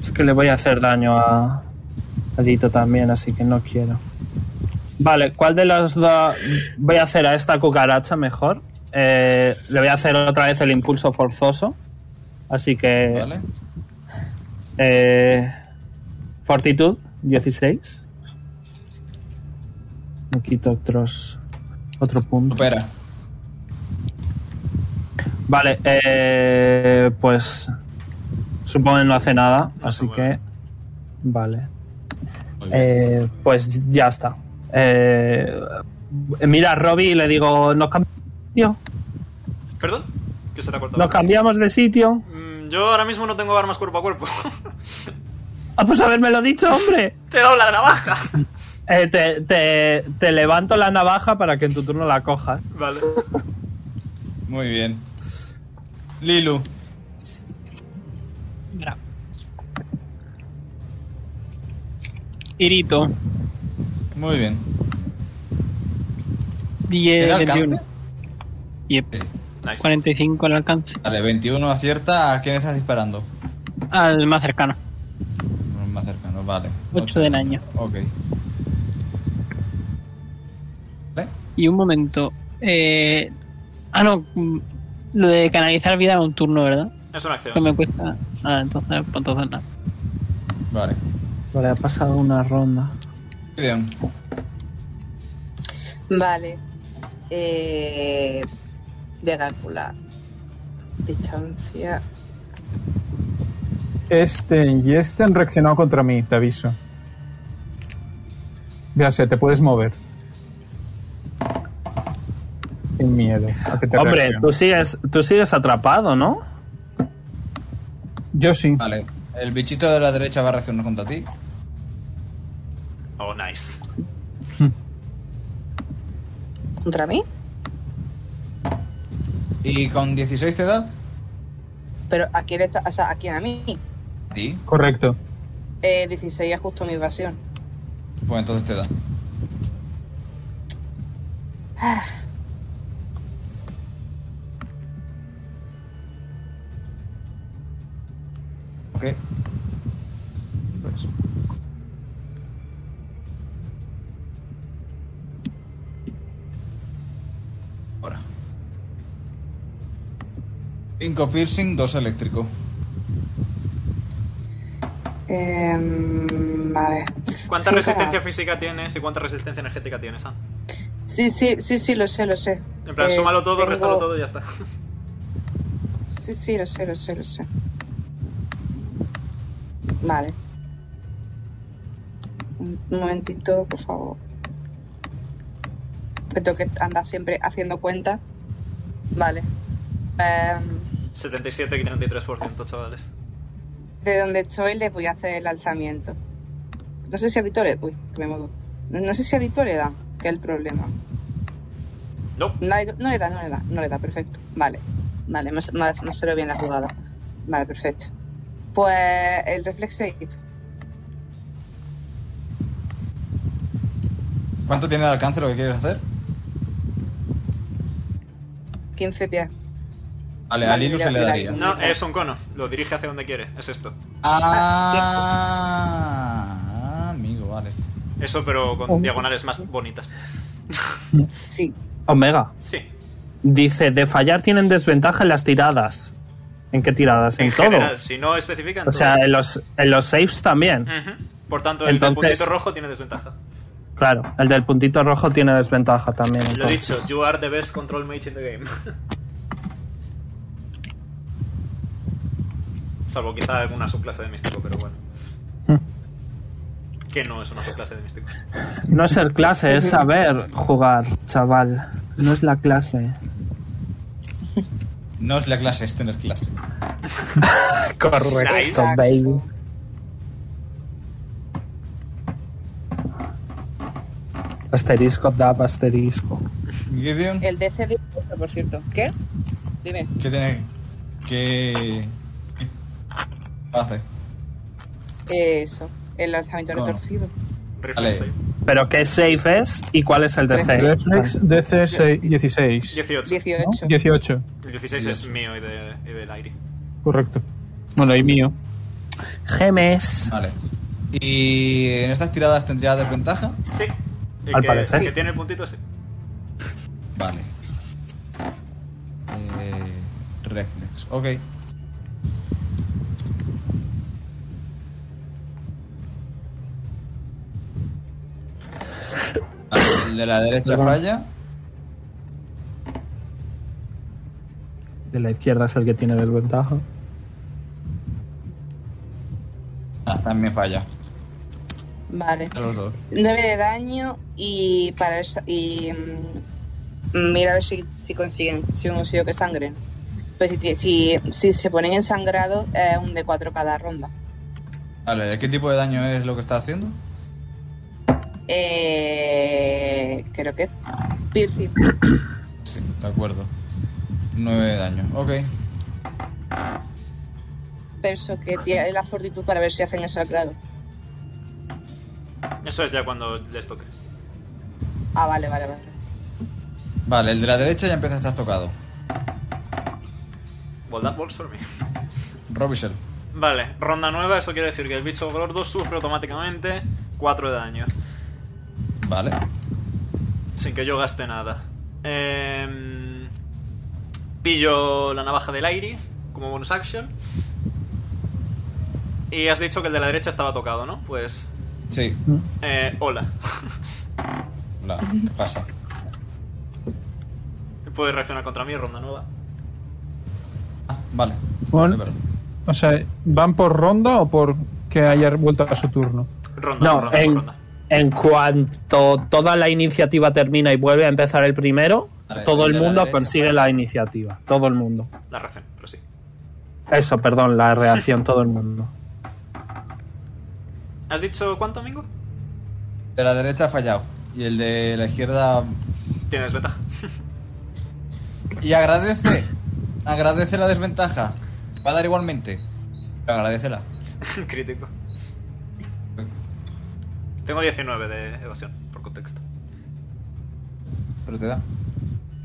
Es que le voy a hacer daño a, a Dito también, así que no quiero. Vale, ¿cuál de las dos voy a hacer a esta cucaracha mejor? Eh, le voy a hacer otra vez el impulso forzoso. Así que. ¿Vale? Eh, fortitud, 16. Me quito otros, otro punto. Supera. Vale, eh, pues supongo que no hace nada, No se así mueve. que... Vale. Muy bien. Eh, pues ya está. Eh, mira a Robbie y le digo, nos cambiamos de sitio. ¿Perdón? ¿Qué se te ha cortado? Nos cambiamos de sitio. Mm, Yo ahora mismo no tengo armas cuerpo a cuerpo. Ah, pues lo dicho, hombre. Te he dado la navaja. Eh, te, te- te levanto la navaja para que en tu turno la cojas. Vale. Muy bien. Lilu. Mira. Irito, Muy bien. 10, ¿Tiene 21. alcance? Yep, Nice. 45 al alcance. Vale, 21 acierta. ¿A quién estás disparando? Al más cercano. Más cercano, vale. Ocho Ocho. de daño. Ok. Vale. Y un momento. Eh... Ah, no. mm, Lo de canalizar vida a un turno, ¿verdad? Es una acción. Que sí. me cuesta. Ah, entonces, pues entonces nada. Vale. Vale, ha pasado una ronda. Muy bien. Vale. Eh, voy a calcular. Distancia. Este y este han reaccionado contra mí, te aviso. Ya sé, te puedes mover. Sin miedo. a que te Hombre, reaccionen. tú sigues, tú sigues atrapado, ¿no? Yo sí. Vale. El bichito de la derecha va a reaccionar contra ti. Oh, nice. ¿Contra mí? ¿Y con 16 te da? Pero ¿a quién, está, o sea, ¿a quién? A mí. Sí. Correcto. Eh, 16 es justo mi evasión. Pues entonces te da. Ok. Pues, Ahora. 5 piercing, 2 eléctrico. Em, a ver. ¿Cuánta Sí, resistencia para- física tienes y cuánta resistencia energética tienes, Sam? Sí, sí, sí, sí, lo sé, lo sé. En plan, Eh, súmalo todo, tengo- réstalo todo y ya está. Sí, sí, lo sé, lo sé, lo sé. Vale. Un un momentito, por favor. Que tengo que andar siempre haciendo cuenta. Vale. Em, 77 y 33%, chavales. de donde estoy les voy a hacer el alzamiento. No sé si a Vitoria... Uy, que me muevo. No sé si a Vitoria le da, que es el problema. No. No, le- no le da, no le da, no le da, perfecto. Vale, vale, me, me, me salió bien la jugada. Vale, perfecto. Pues el reflex save, ¿Cuánto tiene de alcance lo que quieres hacer? 15 pies. Vale, Vale, al hilo ya, se le ya, daría. ya. No, es un cono. Lo dirige hacia donde quiere. Es esto. Ah, amigo, vale. Eso, pero con diagonales más bonitas. Sí, Omega. Sí. Dice, de fallar tienen desventaja en las tiradas. ¿En qué tiradas? En, En todo. general, si no especifican. O todo. sea, en los, en los saves también. Ujú. Por tanto, el del Entonces- puntito rojo tiene desventaja. Claro, el del puntito rojo tiene desventaja también. Lo entonces. dicho, you are the best control mage in the game. Salvo quizá alguna subclase de místico, pero bueno. que no es una subclase de místico. No es ser clase, es saber jugar, chaval. No es la clase. No es la clase, es tener clase. Correcto. Exacto. baby. Asterisco, dab, asterisco. Gideon, el DC de por cierto. ¿Qué? Dime. ¿qué tiene que hace? Eso, el lanzamiento Bueno. retorcido. Reflex Vale, save. Pero ¿qué safe es y cuál es el de safe? Reflex DC seis- 16. 18. 18. ¿no? 18, El 16 es mío y, de, y del aire. correcto. Bueno, y mío. Gemes. Vale. Y en estas tiradas tendría desventaja. Sí. El Al que, parecer. el que tiene el puntito, sí. Vale. Eh, reflex, ok. Vale, Ah, el de la derecha falla. De la izquierda es el que tiene desventaja. Ah, también falla. Vale. A los dos. 9 de daño y para el sa- y mm, mira a ver si, si consiguen si un usuario que sangre pues si, ti- si, si se ponen ensangrados es un de 4 cada ronda Vale, ¿qué tipo de daño es lo que está haciendo? eh, creo que es piercing Sí, de acuerdo. 9 de daño, ok. perso que tiene la fortitud para ver si hacen ensangrado Eso es ya cuando les toque. ah vale vale vale Vale, el de la derecha ya empieza a estar tocado. Well, that works for me. Robisel. Vale, ronda nueva, eso quiere decir que el bicho gordo sufre automáticamente 4 de daño. Vale. Sin que yo gaste nada. Em, pillo la navaja del aire como bonus action. Y has dicho que el de la derecha estaba tocado, ¿no? Pues. Sí, eh, hola. la, ¿qué pasa? Puedes reaccionar contra mí, ronda nueva. Ah, vale. Vale, Bueno. perdón. O sea, ¿van por ronda o por que haya vuelto a su turno? Ronda, No, ronda, por en, ronda. en cuanto toda la iniciativa termina y vuelve a empezar el primero, Vale, todo el el de la mundo derecha, consigue vale. la iniciativa. Todo el mundo. La reacción, pero sí. Eso, perdón, la reacción, todo el mundo. ¿Has dicho cuánto, Mingo? De la derecha ha fallado. Y el de la izquierda. Tienes ventaja. Y agradece. Agradece la desventaja. Va a dar igualmente. Pero agradecela. Crítico. Tengo 19 de evasión, por contexto. Pero te da.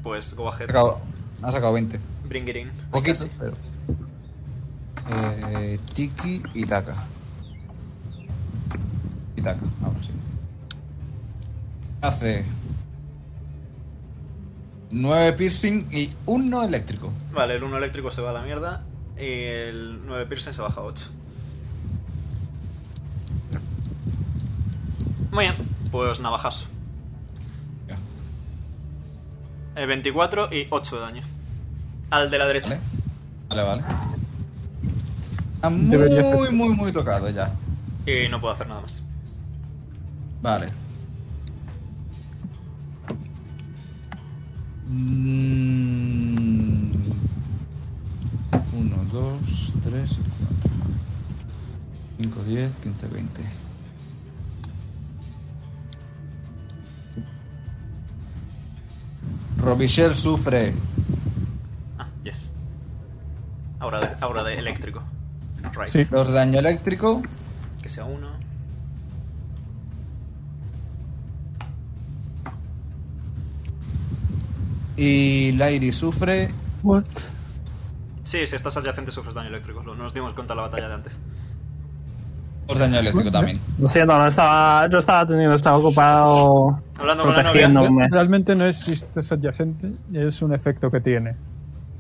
Pues go Ha ahead. sacado, ha sacado 20. Bring it in. Poquito, pero. Eh, tiki y Taka. Y Taka, ahora sí. Hace. 9 piercing y 1 eléctrico. Vale, el 1 eléctrico se va a la mierda y el 9 piercing se baja a 8. Muy bien, pues navajazo. Ya. Eh, 24 y 8 de daño. Al de la derecha. Vale, vale. vale. Está Debería muy, ser. muy, muy tocado ya. Y no puedo hacer nada más. Vale. Mm. Uno, dos, tres y cuatro. Cinco, diez, quince, veinte. Robichel sufre. Ah, yes. Ahora de, ahora de eléctrico. Right. Sí. Dos de daño eléctrico. Que sea 1. Y Lairi sufre Sí, si estás adyacente sufres daño eléctrico. Lo- Nos dimos cuenta en la batalla de antes. dos daño eléctrico también. Lo siento, no estaba, yo estaba teniendo, estaba ocupado Hablando con la novia. Eh. protegiéndome. Realmente no es si estás adyacente, es un efecto que tiene.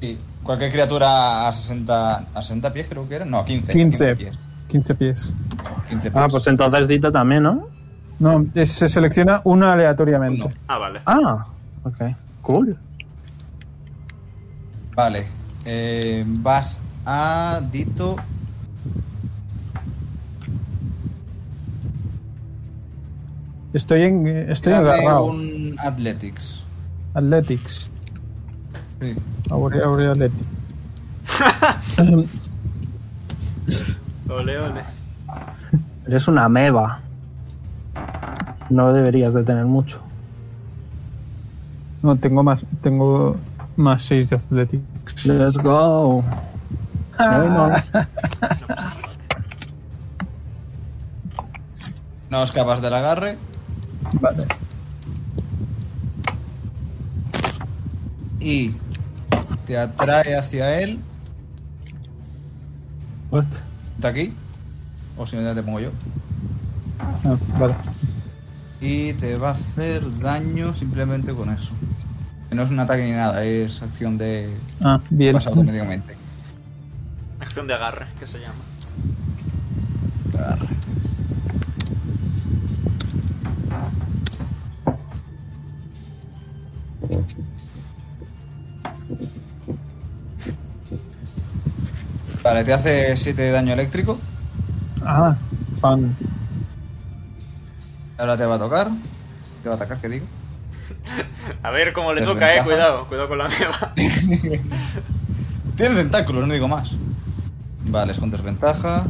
Sí, cualquier criatura a 60, a 60 pies creo que era. No, 15. 15 pies. 15 pies. 15 pies. Ah, pues entonces Dita también, ¿no? No, es- se selecciona una aleatoriamente. Uno. Ah, vale. Ah, ok. Cool. Vale. Eh, vas a Dito. Estoy en, eh, estoy Tírame agarrado. un Athletics. Athletics. Sí. Ahora, ahora Athletics. Ole, Ah. ole. Eres una meba. No deberías de tener mucho. No, tengo más, tengo más 6 de Athletics. Let's go. Bueno. No escapas del agarre. Vale. Y te atrae hacia él. What? ¿Está aquí? O si no, ya te pongo yo. Ah, vale. Y te va a hacer daño simplemente con eso. Que No es un ataque ni nada, es acción de... Ah, bien. Pasa automáticamente. Acción de agarre, que se llama. Vale, te hace 7 de daño eléctrico. Ah, fan. Ahora te va a tocar. Te va a atacar, ¿qué digo? A ver cómo le Desventaja. toca, eh. Cuidado, cuidado con la mierda. Tiene tentáculos, no digo más. Vale, es con desventaja.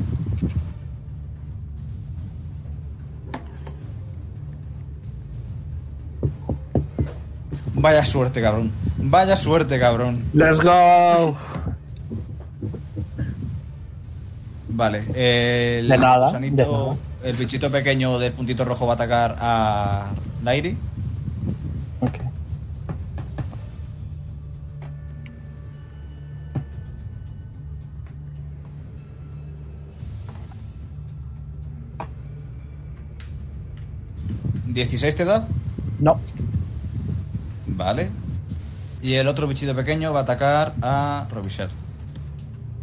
Vaya suerte, cabrón. Vaya suerte, cabrón. Let's go. Vale, el, De nada, gusanito- de nada. el bichito pequeño del puntito rojo va a atacar a Lairi. Ok. ¿16 te da? No. Vale. Y el otro bichito pequeño va a atacar a Robisher.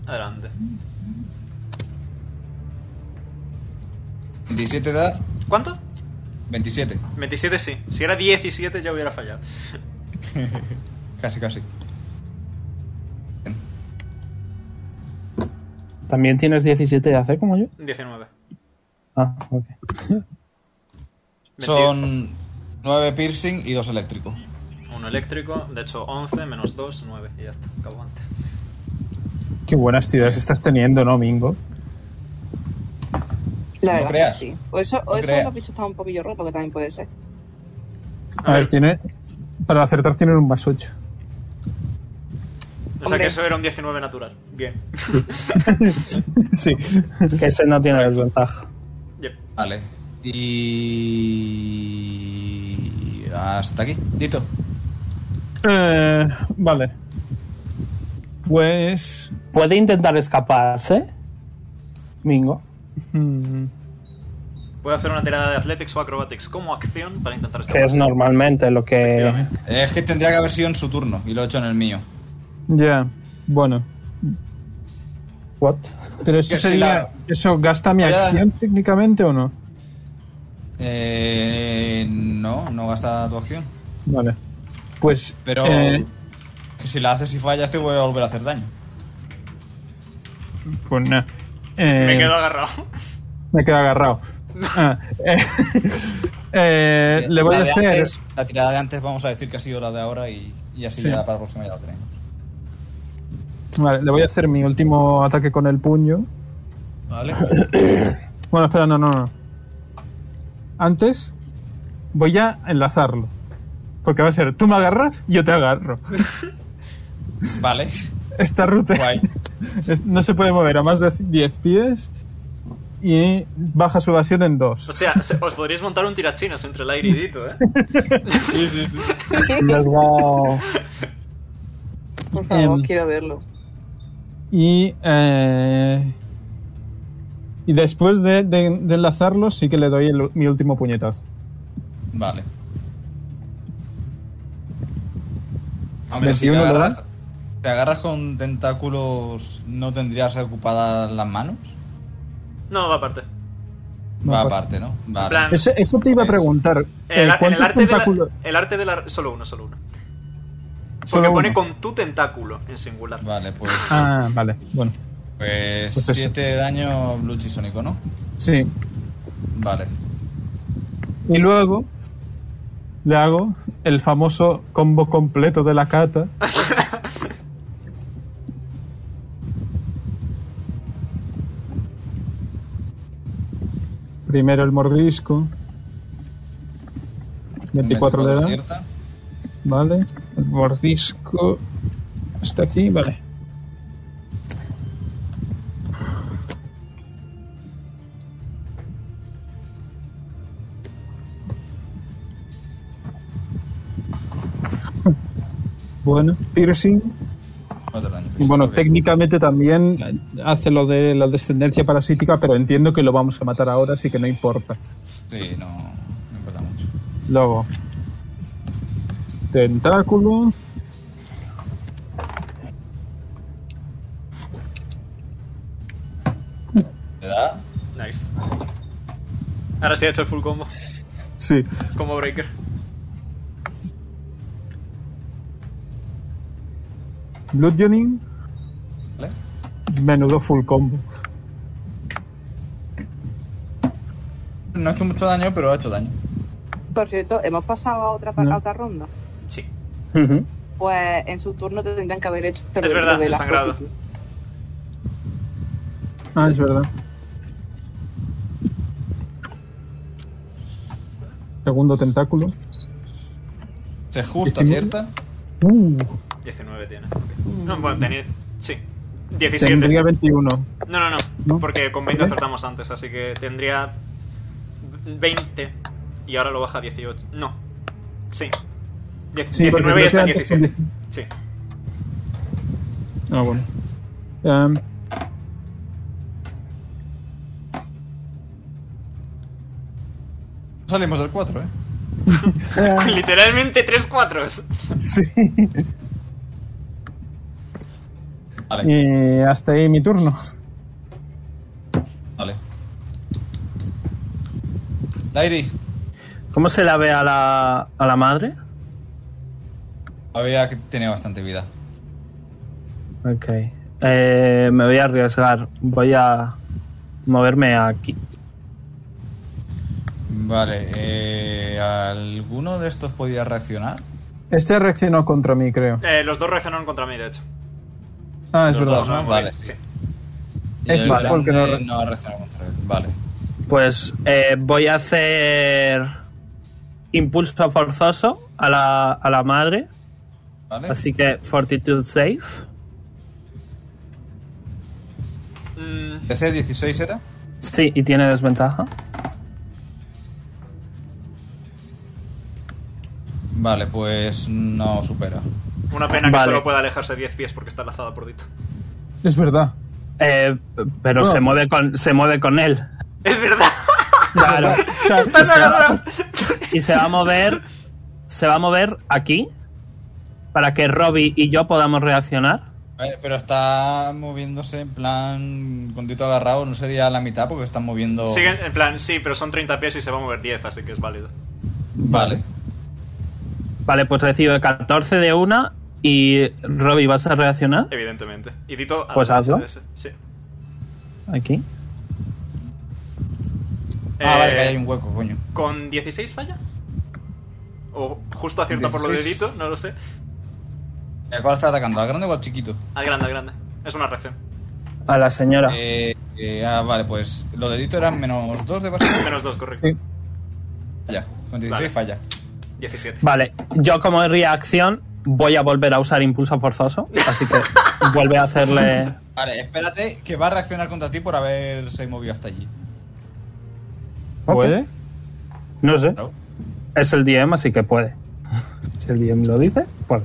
Adelante. 27 te da, ¿Cuánto? 27. 27 sí. Si era 17 ya hubiera fallado. Casi, casi. También tienes 17 de AC como yo. 19. Ah, ok. 21. Son 9 piercing y 2 eléctrico. Uno eléctrico, de hecho 11 menos 2, 9. Y ya está, acabo antes. Qué buenas tiradas estás teniendo, ¿no, Mingo? La No verdad creas. que sí. O eso, o No eso creas. los bichos están un poquillo rotos, que también puede ser. A ver, tiene. Para acertar tienen un más 8. O sea que Hombre. eso era un 19 natural. Bien. sí. Es que ese no tiene desventaja. Yep. Vale. Y. Hasta aquí. Dito. Eh, vale. Pues. Puede intentar escaparse. Mingo. mm, Puedo hacer una tirada de Athletics o Acrobatics como acción para intentar Que es escaparse. normalmente lo que. Efectivamente. Es que tendría que haber sido en su turno y lo he hecho en el mío. ya. Bueno. What? Pero eso Que si sería. la- ¿Eso gasta mi Voy a- acción técnicamente o no? Eh, no, no gasta tu acción. Vale. Pues. Pero. eh, que Si la haces y fallas, te voy a volver a hacer daño. pues nada. Eh, Me quedo agarrado. me quedo agarrado. Ah, eh, eh, le voy La a de hacer. antes- la tirada de antes, vamos a decir que ha sido la de ahora y, y así Sí. ya para la próxima ya la tenemos. Vale, le voy a hacer mi último ataque con el puño. Vale. Bueno, espera, no, no, no. Antes voy a enlazarlo. Porque va a ser, tú me agarras, yo te agarro. Vale. Esta ruta Guay. es- no se puede mover a más de 10 pies y baja su evasión en 2. Hostia, se- os podríais montar un tirachinas entre el aire y Dito, eh. Sí, sí, sí. Let's go. Por favor, Em. quiero verlo. Y, eh, y después de, de- de enlazarlo sí que le doy el- mi último puñetazo. Vale. Hombre, Aunque si te 21 le da. agarras, te agarras con tentáculos, ¿no tendrías ocupadas las manos? No, va aparte. No, Va pues- aparte, ¿no? Vale. plan- Eso, eso te iba a Es- preguntar. eh, El, ar- ¿Cuántos el arte de la- tentáculos? el arte de la. Solo uno, solo uno. Porque Solo pone uno. con tu tentáculo en singular. Vale, pues. Ah, vale, bueno. Pues Pues eso. 7 de daño Blue Chisónico, ¿no? Sí, Vale. Y luego le hago el famoso combo completo de la cata. Primero el mordisco. 24 de edad. acierta. Vale. El mordisco. Hasta aquí, vale. Bueno, piercing. Cuatro daño. pues, Y bueno, Ok. técnicamente también hace lo de la descendencia parasítica, pero entiendo que lo vamos a matar ahora, así que no importa. Sí, no, no importa mucho. Luego. Tentáculo. ¿Te da? Nice. Ahora sí ha hecho el full combo. Sí. Combo breaker. Bludgeoning. ¿Vale? Menudo full combo. No ha hecho mucho daño, pero ha hecho daño. Por cierto, hemos pasado a otra, pa- No. a otra ronda. Sí. Pues en su turno tendrían que haber hecho Es verdad, el la sangrado. fortitud. Ah, es verdad. Segundo tentáculo. Se justa, ¿Decimos? ¿cierta? Uh, 19 tiene. ok. No, bueno, tenía. Sí. 17. tendría 21. No, no, no, ¿No? Porque con 20 ¿Por qué? acertamos antes, así que tendría 20 y ahora lo baja a 18. No. Sí. Diez- Sí, porque 19 y creo está en que antes con 17. 19. Sí. Ah, bueno. Em, Salimos del 4, ¿eh? Literalmente 3 cuatros. sí. Vale, Em, Y hasta ahí mi turno. vale. Lairi, ¿Cómo se la ve a la, a la madre? había que tenía bastante vida. Ok. Eh, me voy a arriesgar. Voy a moverme aquí. Vale, eh, ¿alguno de estos podía reaccionar? Este reaccionó contra mí, creo. Eh, los dos reaccionaron contra mí, de hecho. Ah, es Los verdad. dos, ¿no? Sí. Vale, Sí. sí. Es Y el vale. grande Porque no- no ha reaccionado contra él. Vale. Pues eh, voy a hacer impulso forzoso a la, a la madre. ¿Vale? Así que fortitude safe. Mm, ¿DC 16 era? Sí, y tiene desventaja. Vale, pues no supera. una pena que Vale. solo pueda alejarse 10 pies porque está lazada por Dito. Es verdad. Eh, pero Bueno. se mueve con se mueve con él. Es verdad. Claro. Claro, Están agarrados. y se va a mover se va a mover aquí para que Robbie y yo podamos reaccionar. Eh, pero está moviéndose en plan con Tito agarrado, no sería la mitad porque están moviendo... Siguen, en plan, sí, pero son 30 pies y se va a mover 10, así que es válido. Vale. Vale, pues recibe 14 de una y Robbie vas a reaccionar Evidentemente. Y Dito. a Pues la derecha hazlo. de ese. Sí. aquí. Ah, vale, Eh, que ahí hay un hueco, coño. ¿Con 16 falla? ¿O justo acierta por lo 16. dedito? No lo sé. ¿A cuál está atacando? ¿Al grande o al chiquito? Al Ah, grande, al grande. Es una reacción. A la señora. Eh, eh, ah, vale, pues los deditos eran menos 2 de base. Menos 2, correcto. Sí. Falla. Con 16 Vale. falla. 17. Vale, yo como reacción voy a volver a usar impulso forzoso, así que vuelve a hacerle... Vale, espérate que va a reaccionar contra ti por haberse movido hasta allí. ¿Puede? No sé, ¿no? es el DM, así que puede. Si el DM lo dice, puede.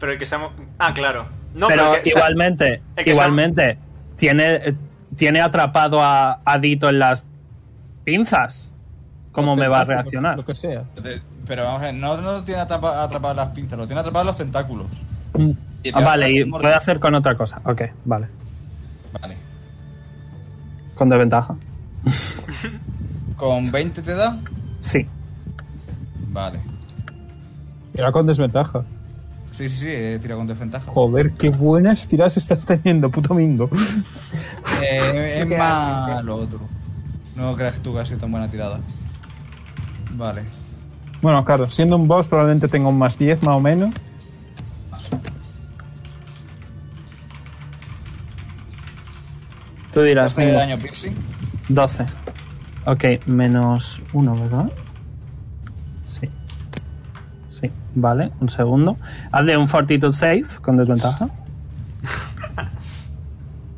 Pero el que se ha mo- Ah, claro. No, pero el que se- igualmente, el que se- igualmente, tiene, eh, tiene atrapado a, a Dito en las pinzas. ¿Cómo me va a reaccionar? Lo que sea. Te- Pero vamos a ver, no, no tiene atrapa- atrapado las pinzas, lo tiene atrapado los tentáculos. Y te Ah, va a vale, dar y un puede mordisco. hacer con otra cosa. Ok, vale. Vale. Con desventaja. ¿Con 20 te da? Sí. Vale. Era con desventaja. Sí, sí, sí, eh, tira con desventaja. Joder, qué buenas tiras estás teniendo, puto mingo. Eh, es Literalmente. más lo otro. No creas que tú que has sido tan buena tirada. Vale. Bueno, claro, siendo un boss probablemente tenga un más 10 más o menos. Tú dirás. ¿Hace venga. daño piercing? 12. Ok, menos 1, ¿verdad? Sí. Sí, vale, un segundo. Hazle un fortitude save con desventaja.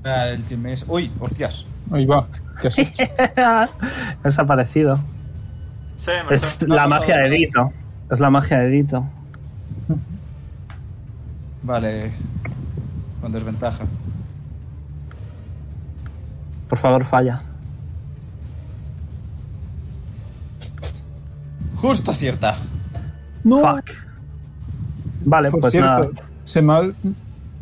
Ah, el chisme es... Uy, hostias. Ahí va. ¿Qué has hecho? Desaparecido. Se marchó. Es la magia de Dito. Es la magia de Dito. Vale. Con desventaja. Por favor, falla. Justo acierta. No, Fuck. Vale, por pues cierto, nada. se me, ha,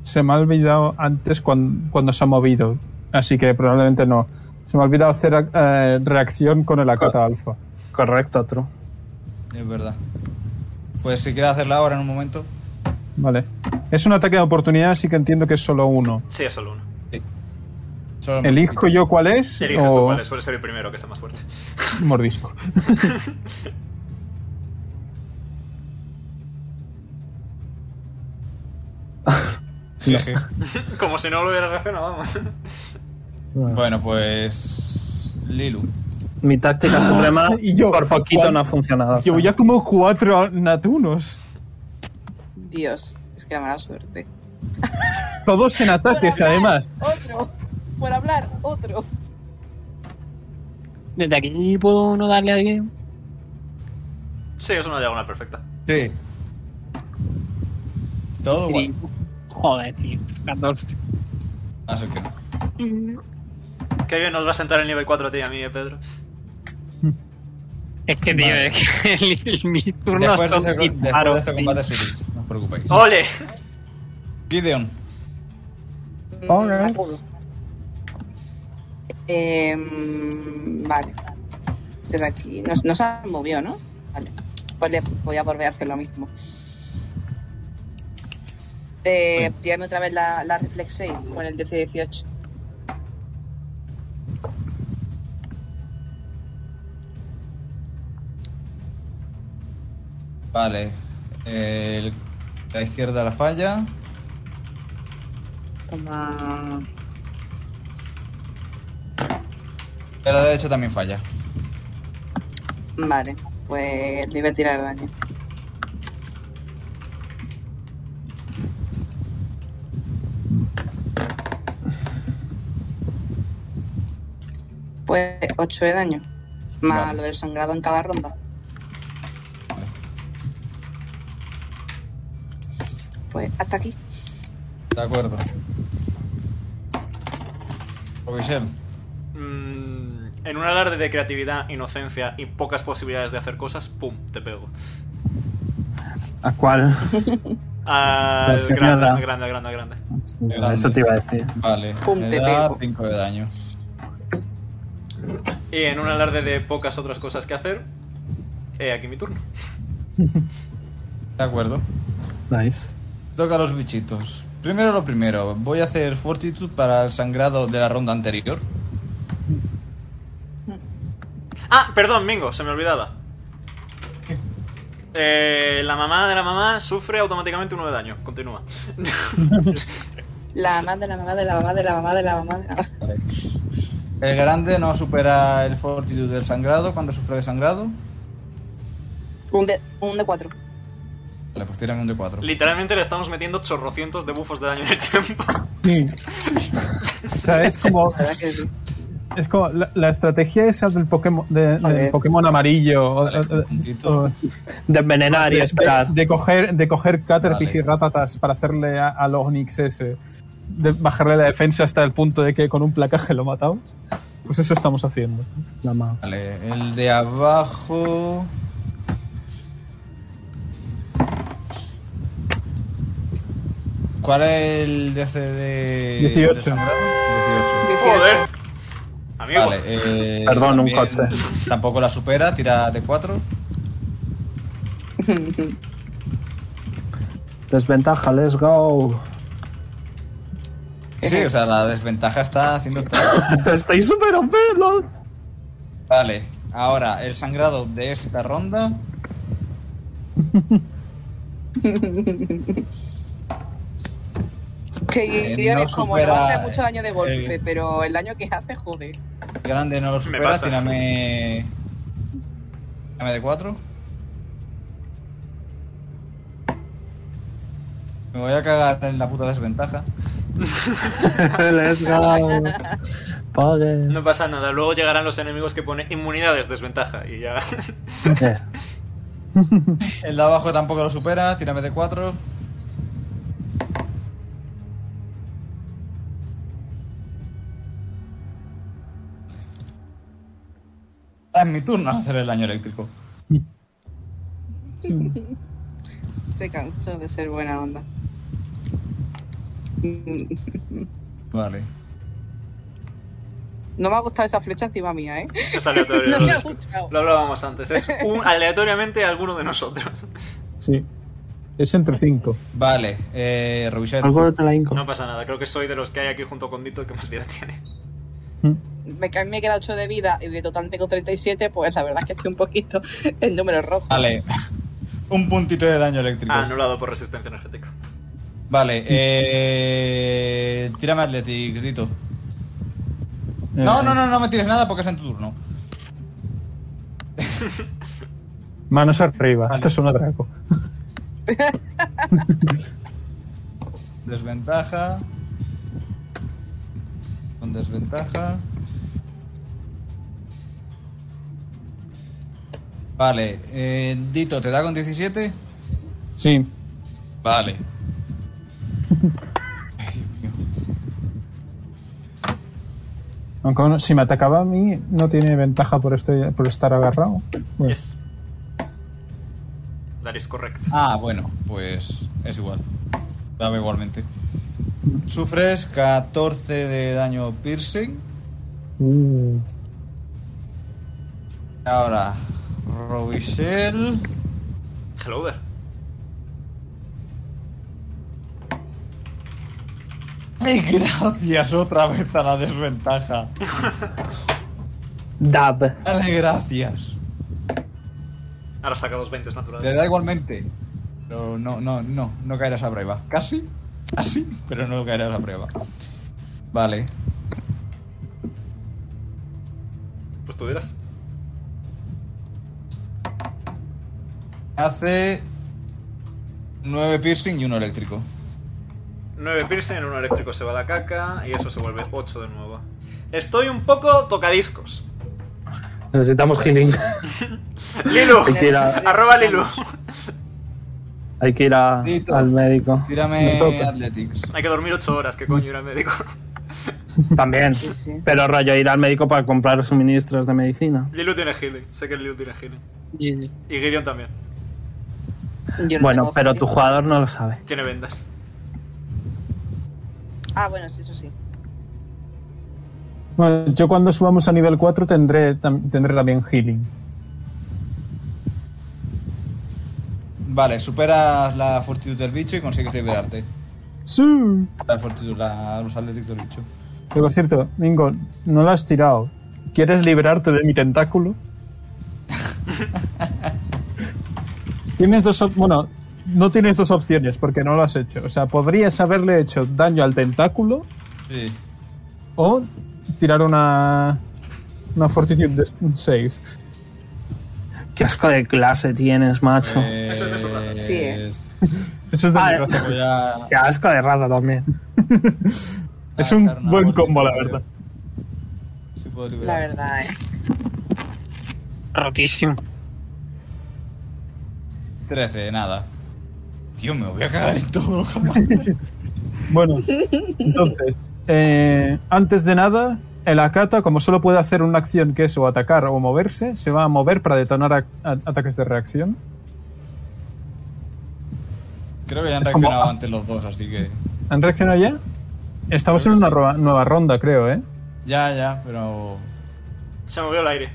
se me ha olvidado antes cuan- cuando se ha movido, así que probablemente no. Se me ha olvidado hacer eh, reacción con el Ah. acota alfa. Correcto, true. Es verdad. Pues si quieres hacerla ahora en un momento. Vale. Es un ataque de oportunidad, así que entiendo que es solo uno. Sí, es solo uno. Solo me- ¿Elijo yo cuál es? Eliges o Oh. tú cuál es, suele ser el primero que sea más fuerte. Mordisco. Jeje. Como si no lo hubieras reaccionado, vamos. bueno, pues. Lilu. Mi táctica suprema Y yo, por poquito ¿cuál? no ha funcionado. Llevo ya como cuatro natunos. Dios, es que la mala suerte. Todos en ataques, Por hablar, además. Otro. Por hablar, otro. Desde aquí puedo no darle a alguien. Sí, es una diagonal perfecta. Sí. Todo guay. Joder, tío. 14. Así que no. Qué bien nos va a sentar el nivel 4 a ti y a mí, eh, Pedro. Es que, tío, Vale. es que el- el- mi turno Después, de son este, muy después de raros, este tío. combate seguís, no os preocupéis. ¡Ole! Gideon, Mm, Alright. Em, Eh, vale. Desde aquí. Nos, nos han movido, ¿no? Vale. Pues le voy a volver a hacer lo mismo. Eh, tírame otra vez la, la Reflex 6 con el DC-18. vale. El- la izquierda la falla. Toma. Y la derecha también falla. Vale. Pues le voy a tirar daño. Pues 8 de daño. Más Vale. lo del sangrado en cada ronda. Pues hasta aquí. De acuerdo. Robichel, Mm, en un alarde de creatividad, inocencia y pocas posibilidades de hacer cosas, ¡pum! Te pego. ¿A cuál? Al Gracias, grande, nada. al grande, al grande, al grande. Grande. Eso te iba a decir. vale. Pum, Le te da pego. 5 de daño. Y en un alarde de pocas otras cosas que hacer, eh, aquí mi turno. De acuerdo. Nice. Toca a los bichitos. Primero lo primero, voy a hacer fortitud para el sangrado de la ronda anterior. Ah, perdón, Mingo, se me olvidaba. Eh, la mamá de la mamá sufre automáticamente uno de daño. Continúa. La mamá de la mamá de la mamá de la mamá de la mamá. de la- El grande no supera el fortitud del sangrado cuando sufre de sangrado. Un de, un de cuatro. Vale, pues tírame un D4. Literalmente le estamos metiendo chorrocientos de bufos de daño en el tiempo. Sí. O sea, es como, La verdad que sí. es como la, la estrategia esa del Pokémon, de- del Joder. Pokémon amarillo. o- Vale, o- un o- puntito. o- Desvenenar y de, esperar. de coger, de coger Caterpillar Vale. y Ratatas para hacerle a- al Onix ese. De bajarle la defensa hasta el punto de que con un placaje lo matamos. Pues eso estamos haciendo. La ma- Vale, el de abajo. ¿Cuál es el DC de. 18. del sangrado? 18. Joder. Amigo. Vale, eh, Perdón, un también coche. Tampoco la supera, tira D4. Desventaja, let's go. Sí, o sea, la desventaja está haciendo estragos. Estoy súper OP, lol. Vale, ahora el sangrado de esta ronda. que Eh, Gideon no es como, supera, no hace mucho daño de golpe, eh, pero el daño que hace, joder. El grande no lo supera, pasa. tírame. Tírame D4. Me voy a cagar en la puta desventaja. let's go. Pague. No pasa nada, luego llegarán los enemigos que pone inmunidades, desventaja y ya. Eh, El de abajo tampoco lo supera, tírame D4. Ahora Ah, Es mi turno hacer el daño eléctrico. Se cansó de ser buena onda. Mm, Vale. No me ha gustado esa flecha encima mía, ¿eh? Es aleatorio. No lo- me ha gustado. Lo hablábamos antes. Es un, aleatoriamente alguno de nosotros. Sí. Es entre 5. Vale, eh, Rubichet. Algo te la inco. No pasa nada. Creo que soy de los que hay aquí junto con Dito el que más vida tiene. Mm. Me, ca- me queda 8 de vida y de total tengo 37, pues la verdad es que estoy un poquito en número rojo. Vale. Un puntito de daño eléctrico. Ah, anulado por resistencia energética. Vale, eh. Tírame Athletics, Dito. No, no, no, no me tires nada porque es en tu turno. Manos arriba. Vale. Esto es un atraco. Desventaja. Con desventaja. Vale, eh, Dito, ¿te da con 17? Sí. Vale. Aunque aún- si me atacaba a mí, no tiene ventaja por, esto- por estar agarrado. Bueno, Yes. That is correct. Ah, bueno, pues es igual. Dame igualmente. Sufres 14 de daño piercing. uh, Ahora, Robichel. Hello there. ¡Ay, gracias! Otra vez a la desventaja. Dab. Dale, gracias. Ahora saca dos 20 naturales. Te da igualmente. Pero no, no, no, no caerás a prueba. Casi, casi, pero no caerás a prueba. Vale. Pues tú dirás. Hace 9 piercing y uno eléctrico. 9 piercing, en uno eléctrico se va la caca y eso se vuelve 8 de nuevo. Estoy un poco tocadiscos. Necesitamos healing. Lilu. Hay que ir a- Arroba Lilu. Hay que ir a- Dito. al médico. Tírame Me toca. Athletics. Hay que dormir 8 horas, que coño ir al médico. También. Sí, sí. Pero rollo, ir al médico para comprar suministros de medicina. Lilu tiene healing, sé que Lilu tiene healing. GG. Y Gideon también, Yo no Bueno, tengo pero objetivo. tu jugador no lo sabe. tiene vendas. Ah, bueno, sí, eso sí. bueno, yo cuando subamos a nivel 4 tendré, tam- tendré también healing. Vale, superas la fortitud del bicho y consigues liberarte. Sí. La fortitud, la, los Athletics del bicho. Pero, por cierto, Mingo, no lo has tirado. ¿Quieres librarte de mi tentáculo? tienes dos... op- Bueno, no tienes dos opciones porque no lo has hecho. O sea, podrías haberle hecho daño al tentáculo Sí. o tirar una... Una fortitude de un save. Qué asco de clase tienes, macho. Eh, Eso es de su raza. Sí, eh. Eso es Ah, desgracia. pues, Voy a- Qué asco de raza también. a Es un echar una buen vuelta, combo, si la puedo. verdad. Si puedo La liberar. verdad, eh. Rotísimo. 13, nada. Tío, me voy a cagar en todo. jamás. Bueno, entonces, eh, antes de nada, el Akata, como solo puede hacer una acción que es o atacar o moverse, se va a mover para detonar a- a- ataques de reacción. Creo que ya han reaccionado antes los dos, así que. ¿Han reaccionado ya? Estamos en Creo que una sí. roa- nueva ronda, creo, ¿eh? Ya, ya, pero. Se movió al aire.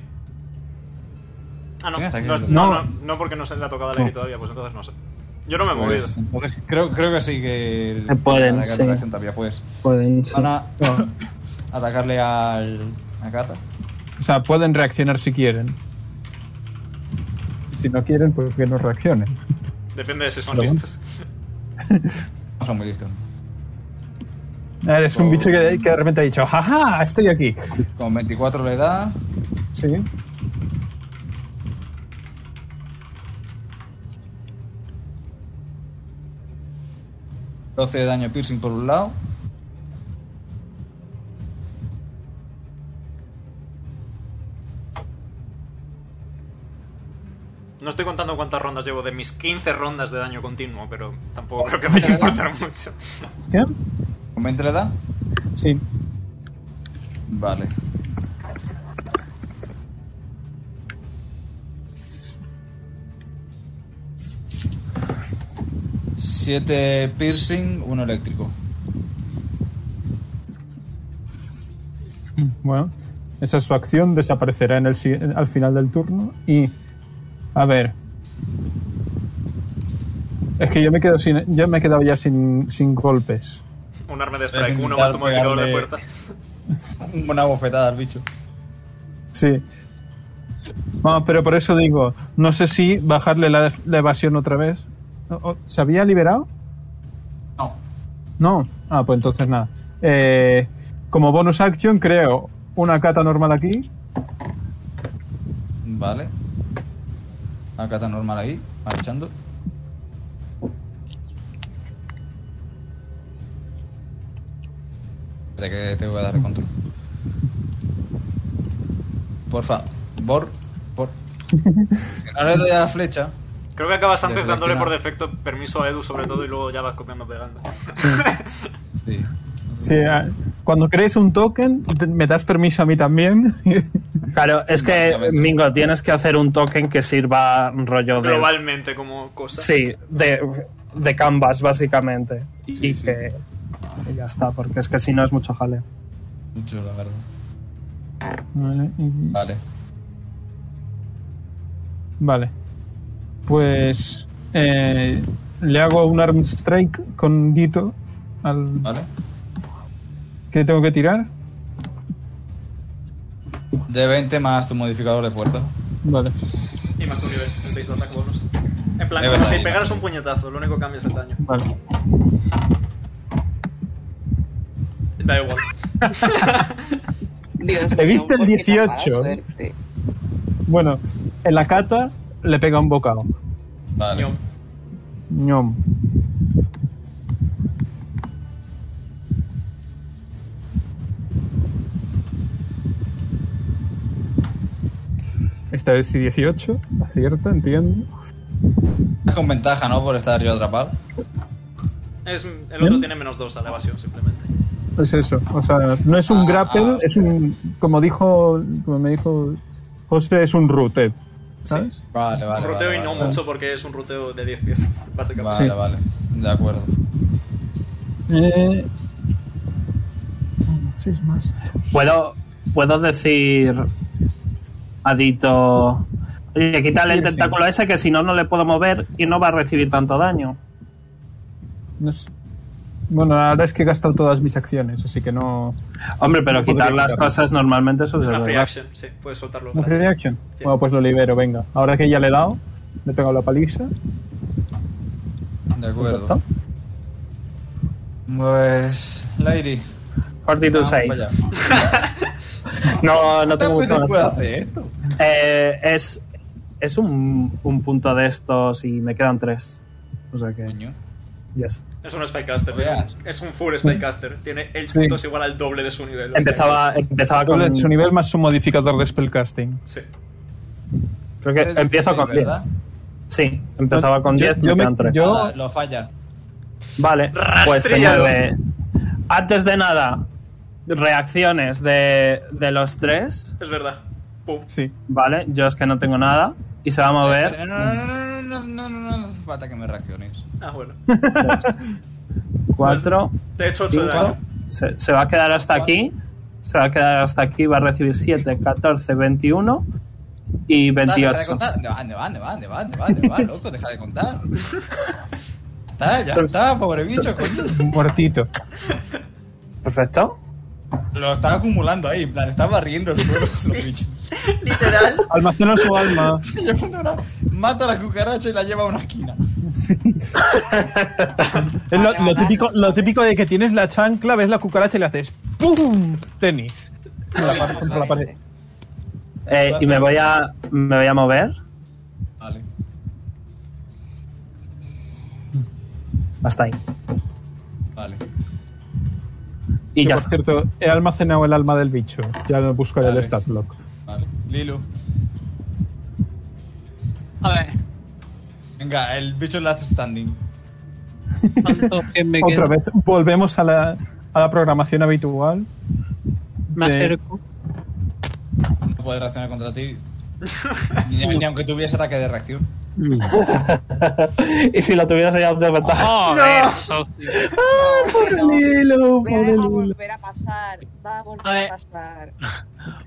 Ah, no. Venga, está aquí. No, no, No. no, porque no se le ha tocado al aire No. todavía, pues entonces no sé. Yo no me he movido. pues, entonces, creo, creo que sí que. Se pueden, atacar sí. la acción todavía, pues. Pueden, sí. Van a atacarle al. a Kata. O sea, pueden reaccionar si quieren. Si no quieren, pues que no reaccionen. Depende de si son Pero bueno. listos. No son muy listos. Eres un bicho que, que de repente ha dicho, ¡jaja! Estoy aquí. Con 24 le da. Sí. Ujú. 12 de daño piercing por un lado. No estoy contando cuántas rondas llevo de mis 15 rondas de daño continuo, pero Oh, tampoco creo que vaya a importar mucho. ¿Qué? Con 20 le da. Sí. Vale. Siete piercing, uno eléctrico. Bueno, esa es su acción, desaparecerá en el, si- al final del turno y... A ver... Es que yo me quedo sin, yo me he quedado ya sin, sin golpes. Un arma de Puedes strike, uno más tu intentar modificador de pegarle- fuerza. Una bofetada al bicho. Sí. No, pero por eso digo, no sé si bajarle la, def- la evasión otra vez. O- o- ¿Se había liberado? No. No. Ah, pues entonces nada. Eh, como bonus action creo una cata normal aquí. Vale. Acá está normal ahí, marchando. Espérate que te voy a dar el control. Porfa, por, por. Si no le doy a la flecha, Creo que acabas antes Desgraciado. dándole por defecto permiso a Edu sobre todo y luego ya vas copiando pegando. sí. Sí, ah, cuando crees un token, te- me das permiso a mí también. Claro, es que, Básicamente. Mingo, tienes que hacer un token que sirva rollo de. Globalmente como cosa. Sí, de, de canvas, básicamente. Y, Sí, sí. que. y ya está, porque es que si no es mucho jaleo. Mucho, la verdad. vale, y- Vale. vale. Pues eh, le hago un arm strike con Dito al Vale. que tengo que tirar. De 20 más tu modificador de fuerza. Vale. Y más tu nivel, el base de ataque bonus. En plan, Es como verdad, si y- pegaras un puñetazo, lo único que cambia es el daño. Vale. Da igual. Dios ¿Le mío, viste el ¿por qué tan mala 18? ¿eh? suerte? Bueno, en la cata le pega un bocado. Vale. Ñom. Ñom. Esta es 18, acierta, entiendo. Estás con ventaja, ¿no? Por estar yo atrapado. Es, el otro Bien. tiene menos 2 a la evasión, simplemente. Es eso, o sea, no es un Ah, grapple, ah. es un, como dijo, como me dijo José, es un rooted, ¿sabes? Vale, vale. ruteo vale, y no vale. mucho porque es un ruteo de 10 pies, básicamente. Vale, Sí. vale. De acuerdo. Eh, 6 más. ¿Puedo, puedo decir. Adito. Oye, quítale el Sí, sí. tentáculo ese que si no, no le puedo mover y no va a recibir tanto daño. No sé. Bueno, ahora es que he gastado todas mis acciones, así que no... Hombre, pero No podría quitar las quitarlo. cosas normalmente eso Es es una free verdad. action, sí, puedes soltarlo. ¿No free action? Sí. Bueno, pues lo libero, venga. Ahora que ya le he dado, le he pegado la paliza. De ya acuerdo. está. Pues. Lady. Fortitude vamos 6. allá. No, no tengo mucho ¿Cuántas veces más. puedo hacer esto? Eh, es es un, un punto de estos y me quedan tres. O sea que, Coño. yes. Es un spycaster, Veas. es un full spycaster. Tiene el Sí. punto es igual al doble de su nivel. o sea, Empezaba, empezaba con... Ah, Su nivel más su modificador de spellcasting. Sí. Creo que Eres empiezo 16, con 10. ¿verdad? Sí, empezaba con Yo- 10 yo me me- quedan tres. yo- Nada, lo falla. Vale, pues se Rastrillado. mueve. Antes de nada, reacciones de, de los tres. Es verdad. Pum. Sí. Vale, yo es que no tengo nada. Y se va a Eh, mover. No, no, no, no, no, no, no, no, no hace falta que me reacciones. Ah, bueno. 4. De hecho, 8 de daño. Se, se va a quedar hasta aquí. Se va a quedar hasta aquí. Va a recibir 7, 14, 21 y Dale, deja de 28. contar. Ande va, ande va, ande va, ande va, ande va, ande va, loco, deja de contar. Está, ya Son- está, pobre bicho, coño. Muertito. Perfecto. Lo estaba acumulando ahí, en plan, estaba riendo el suelo con los bichos. Literal. Almacena su alma. Llevando una- Mata a la cucaracha y la lleva a una esquina. Es lo, Vale, lo vale, típico, vale. lo típico de que tienes la chancla, ves la cucaracha y le haces ¡Pum! Tenis. Con la pared- contra la pared. Eh, y me voy a me voy a mover Vale. hasta ahí. Vale. Y Que, ya por está. cierto, he almacenado el alma del bicho. Ya lo buscaré Vale. el stat block. Vale. Lilu. A ver, Venga, el bicho last standing. ¿cuánto que me queda? Otra vez, volvemos a la, a la programación habitual. Me de- acerco. No puede reaccionar contra ti. Ni, ni aunque tuviese ataque de reacción. y si lo tuvieras ahí de Ah, ventaja. Joder, socio. Pobre no. Lilo, Va pobre a Lilo. volver a pasar. Va a volver A a, ver. pasar.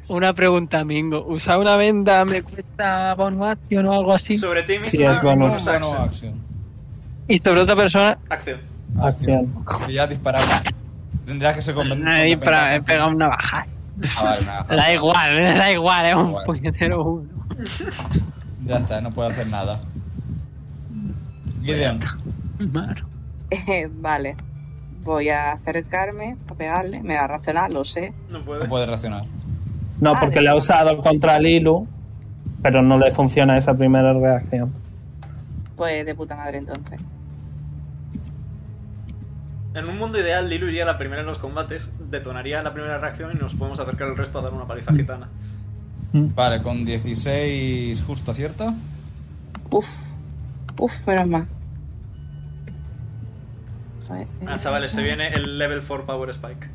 Una pregunta, Mingo. ¿Usar una venda me cuesta bonus action o algo así? Sobre ti mismo. Sí, es bonus. bonus Bueno, action. acción. Y sobre otra persona... Acción. Acción. Que ya disparaba. Tendría que ser con con Ahí para, he ventaja. pegado una baja. Ah, vale, una baja. Da igual, me da igual, es un Bueno. puñetero uno. Ya está, no puedo hacer nada. Gideon, Mano. Eh, vale. Voy a acercarme a pegarle. Me va a racionar, lo sé. No no puede. puedes reaccionar. No, Ah, porque de- la ha usado contra Lilu, pero no le funciona esa primera reacción. Pues de puta madre entonces. En un mundo ideal, Lilu iría la primera en los combates, detonaría la primera reacción y nos podemos acercar el resto a dar una paliza gitana. Vale, con 16 justo acierta. Uf. Uf, menos mal. eh, Joder. Ah, chavales, se viene el level 4 Power Spike.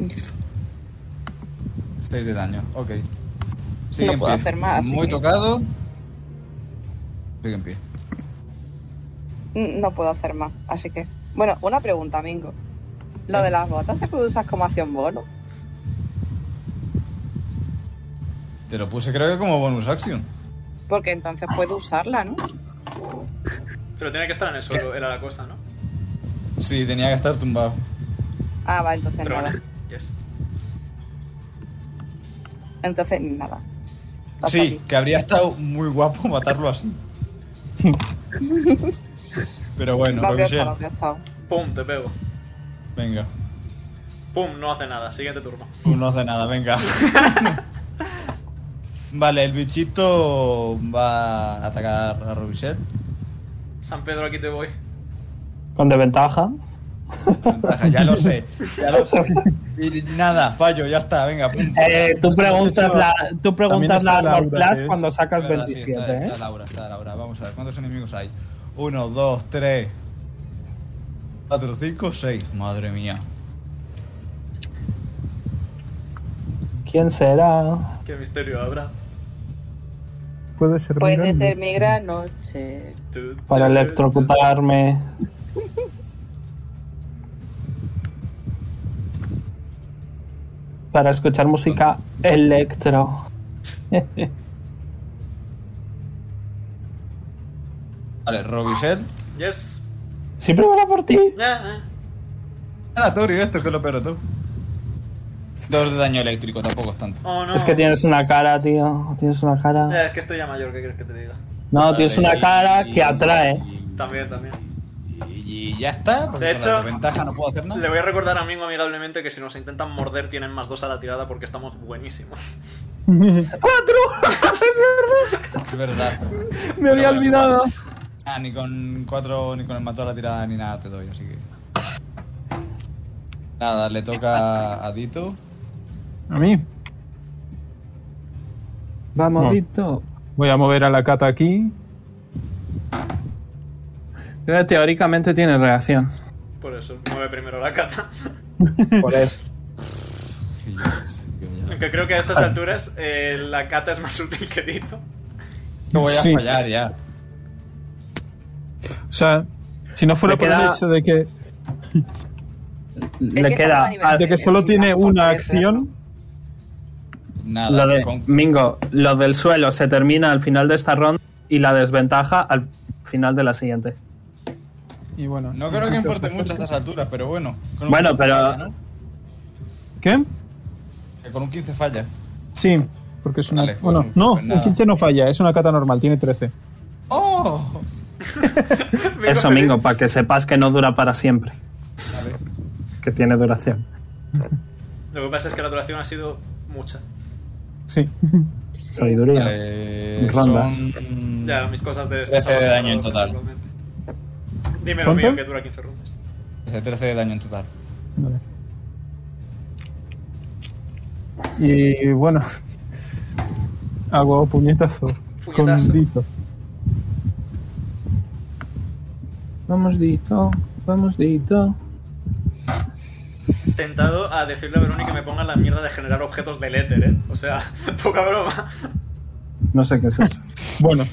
Uf, 6 de daño, ok. No puedo hacer más, así Muy que- tocado. Sigue en pie. No puedo hacer más, así que. Bueno, una pregunta, Mingo. Lo de las botas se puede usar como acción bono. Te lo puse creo que como bonus action. Porque entonces puedo usarla, ¿no? Pero tiene que estar en el suelo, era la cosa, ¿no? Sí, tenía que estar tumbado. Ah, va, entonces Pero nada. bueno, yes. Entonces nada. Hasta Sí, aquí. que habría estado muy guapo matarlo así. Pero bueno, Lo lo que habría sea. estado, lo habría estado. Pum, te pego. Venga, Pum, no hace nada. Siguiente turno. no hace nada, venga. vale, el bichito va a atacar a Robichel. San Pedro, aquí te voy. Con desventaja. Ventaja, ya lo sé, ya lo sé. Y nada, fallo, ya está, venga. pum. Eh, tú preguntas la, tú preguntas está la Laura, armor class que es- cuando sacas Verdad, sí, 27, está, ¿eh? está Laura, está Laura. Vamos a ver, ¿cuántos enemigos hay? Uno, dos, tres, cuatro, cinco, seis. Madre mía. ¿Quién será? Qué misterio habrá. Puede ser. Puede grande. ser mi gran noche. Tu, tu, Para tu, electrocutarme. Para escuchar música electro. Vale, Robichel. tu. Yes. Siempre va por ti. Ya, eh. Aleatorio Ah, esto, que es lo peor de todo. Dos de daño eléctrico, tampoco es tanto. Oh, no. Es que tienes una cara, tío. Tienes una cara. Ya, es que estoy ya mayor, ¿qué crees que te diga? No, Vale, tienes una y- cara y- que atrae. y- También, también. Y, y ya está, porque De con hecho, la ventaja no puedo hacer nada. Le voy a recordar a Mingo amigablemente que si nos intentan morder tienen más dos a la tirada porque estamos buenísimos. Es verdad. Me había bueno, olvidado. Ah, ni con cuatro, ni con el mató a la tirada, ni nada te doy, así que. Nada, le toca a Dito. A mí. Vamos, No. Vito. Voy a mover a la cata aquí. Pero Teóricamente tiene reacción. Por eso, mueve primero la cata. Por eso. Sí, yo qué sé, yo ya- Aunque creo que a estas alturas eh, la cata es más útil que Dito. No voy a Sí. fallar ya. O sea, si no fuera Me por queda- el hecho de que, Es Le que queda. estamos a nivel ah, de que solo sí, tiene vamos, una vamos, acción. Nada, Lo de, con- Mingo, lo del suelo se termina al final de esta ronda y la desventaja al final de la siguiente. Y bueno. no creo que importe mucho a estas alturas, pero bueno. con un Bueno, 15 pero- falla, ¿no? ¿Qué? Que Con un 15 falla. Sí, porque es una. Dale, bueno, pues, no, pues nada. el 15 no falla, es una cata normal, tiene 13. ¡Oh! Eso, Mingo, para que sepas que no dura para siempre, Vale. que tiene duración. Lo que pasa es que la duración ha sido mucha. Sí. Sabiduría. Vale, Rondas. son- Ya, mis cosas de... 13 de daño en total. Dime lo mío, ¿Cuánto? que dura 15 rondas. 13 de daño en total. Vale. Y bueno. Hago puñetazo. Puñetazo. Con Dito. Vamos, Dito. Vamos, Dito. tentado a decirle a Verónica que me ponga la mierda de generar objetos del éter, ¿eh? O sea, poca broma. No sé qué es eso. Bueno,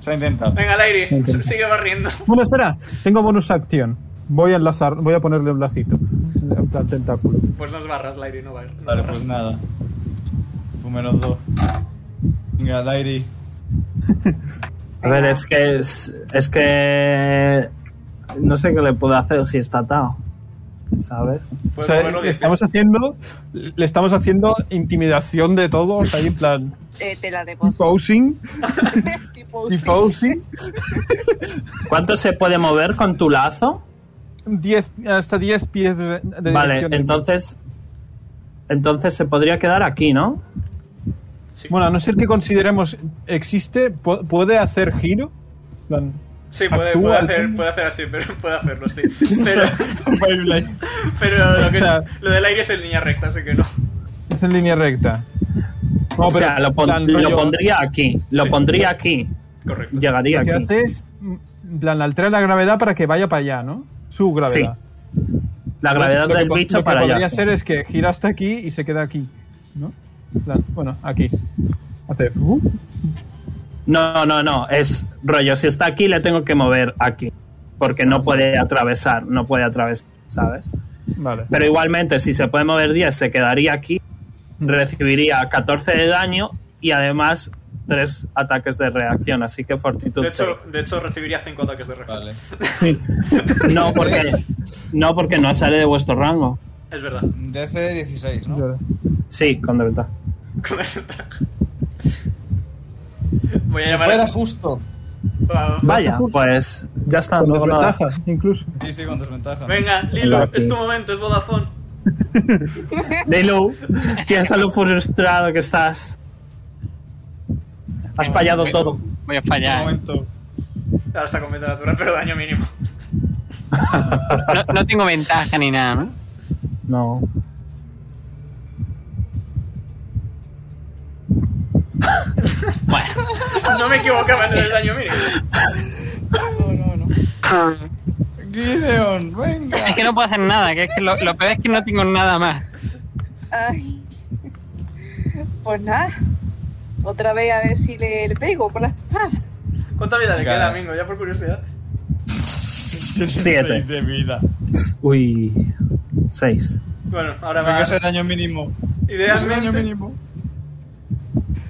Se ha intentado. Venga, Lairi, s- sigue barriendo. bueno, espera, tengo bonus acción. Voy a enlazar, voy a ponerle un lacito. En plan tentáculo. Pues nos barras, Lairi, no, bar- no Vale, barras. pues nada. Un menos dos. Venga, Lairi. A ver, es que. Es, es que. No sé qué le puedo hacer si está atado. ¿Sabes? O Puedes sea, moverlo le diez estamos pies. haciendo, le estamos haciendo intimidación de todos ahí en plan Eh, te la deposito. posing, tipo y posing, ¿Cuánto se puede mover con tu lazo? 10 hasta 10 pies de de Vale, dirección. entonces. Entonces se podría quedar aquí, ¿no? Sí. Bueno, a no ser que consideremos existe, pu- puede hacer giro. En plan, Sí, puede, actúa puede al hacer, fin. puede hacer así, pero puede hacerlo, sí. Pero, Beyblade. pero lo, que, O sea- lo del aire es en línea recta, así que no. Es en línea recta. No, o sea, pero lo, pon- plan lo rollo- pondría aquí. Lo Sí. pondría aquí. Correcto. Llegaría Lo que aquí. hace es, en plan, altera la gravedad para que vaya para allá, ¿no? Su gravedad. La gravedad Lo que del po- bicho lo que para podría allá. sí. ser es que gira hasta aquí y se queda aquí, ¿no? En plan, bueno, aquí. Hace... uh, No, no, no. Es rollo. Si está aquí, le tengo que mover aquí. Porque no puede atravesar. No puede atravesar, ¿sabes? vale. Pero igualmente, si se puede mover 10, se quedaría aquí. Recibiría 14 de daño y además 3 ataques de reacción. Así que fortitud. De hecho, save. de hecho, recibiría 5 ataques de reacción. Vale. No, porque, no, porque no sale de vuestro rango. Es verdad. DC 16, ¿no? Vale. Sí, con verdad. Con desventaja. Voy a llamar. Era justo. Va- va- Vaya, pues ya está. Con no hago nada. desventaja, incluso. Sí, sí, con desventaja. Venga, Lilo, Claro. es tu momento, es Vodafone. Dilo, piensa lo frustrado que estás. Has fallado Bueno, todo. Voy a Un fallar. momento. Ahora está con venta natural, pero daño mínimo. No, no tengo ventaja ni nada, ¿no? No. Bueno. No me equivocaba en el daño mínimo. No, no, no. Ah. Gideon, venga. Es que no puedo hacer nada, que es que lo, lo peor es que no tengo nada más. Ay. Pues nada. Otra vez a ver si le, le pego por la espalda. ¿Cuánta vida le queda, Venga. Mingo? Ya por curiosidad. Tienes Siete. seis de vida. Uy. 6. Bueno, ahora Venga va. ese daño mínimo. Venga ese daño Idealmente. mínimo.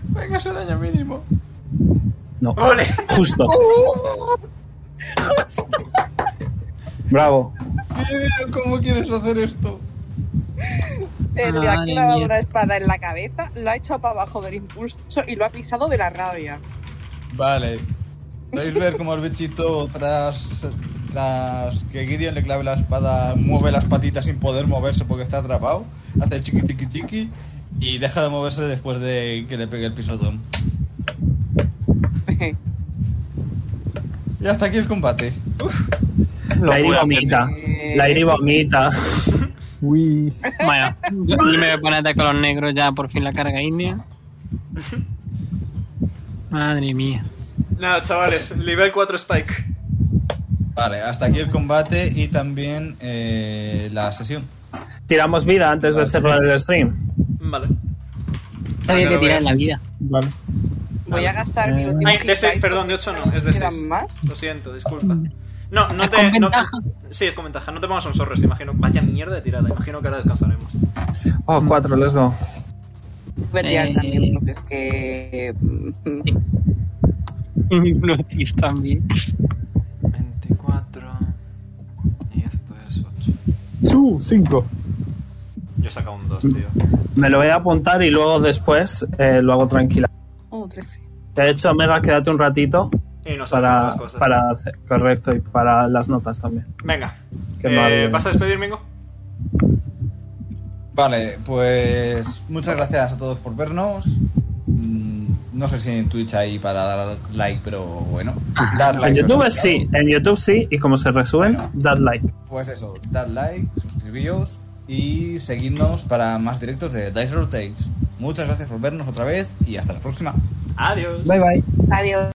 Venga ese daño mínimo. No. ¡Ole! Justo. Bravo. Gideon, ¿cómo quieres hacer esto? Eh, le ha Madre clavado mía. una espada en la cabeza, lo ha echado para abajo del impulso y lo ha pisado de la rabia. Vale. Podéis ver como el bichito tras, tras que Gideon le clave la espada, mueve las patitas sin poder moverse porque está atrapado, hace chiqui chiqui chiqui y deja de moverse después de que le pegue el pisotón. Y hasta aquí el combate. La iri Locura, vomita. La iri vomita. Uy. Bueno, yo, yo me voy a poner de color negro ya por fin la carga india. Madre mía. Nada, chavales, nivel 4 Spike. Vale, hasta aquí el combate y también eh, la sesión. Tiramos vida antes de cerrar el stream. Vale. Había que tirar en la vida. Vale. Voy a gastar mi último Ay, de hit seis, dice perdón, de 8 no, es de ¿Quedan 6. más? Lo siento, disculpa. No, no Mm. ¿Es te. con no- ventaja? sí, es con ventaja. No te pongas un sorres, imagino. Vaya mierda de tirada, imagino que ahora descansaremos. Oh, 4, let's go. Voy a tirar Eh. también porque mm, es que. Los chis también. 24. Y esto es 8. Su, 5. Yo he sacado un 2, tío. Me lo voy a apuntar y luego después eh, lo hago tranquila. Oh, 13. De hecho, Omega, quédate un ratito Y nos saltamos para, las cosas. para hacer- correcto y para las notas también. Venga. Qué Eh, mal. ¿Vas a despedir, Mingo? Vale, pues muchas gracias a todos por vernos. Mm, No sé si en Twitch hay para dar like, pero bueno. Dar En like. YouTube os- sí, en YouTube sí, y como se resuelven, Bueno. dad like. Pues eso, dad like, suscribíos y seguidnos para más directos de Dice Rotates. Muchas gracias por vernos otra vez y hasta la próxima. Adiós. bye. Adiós.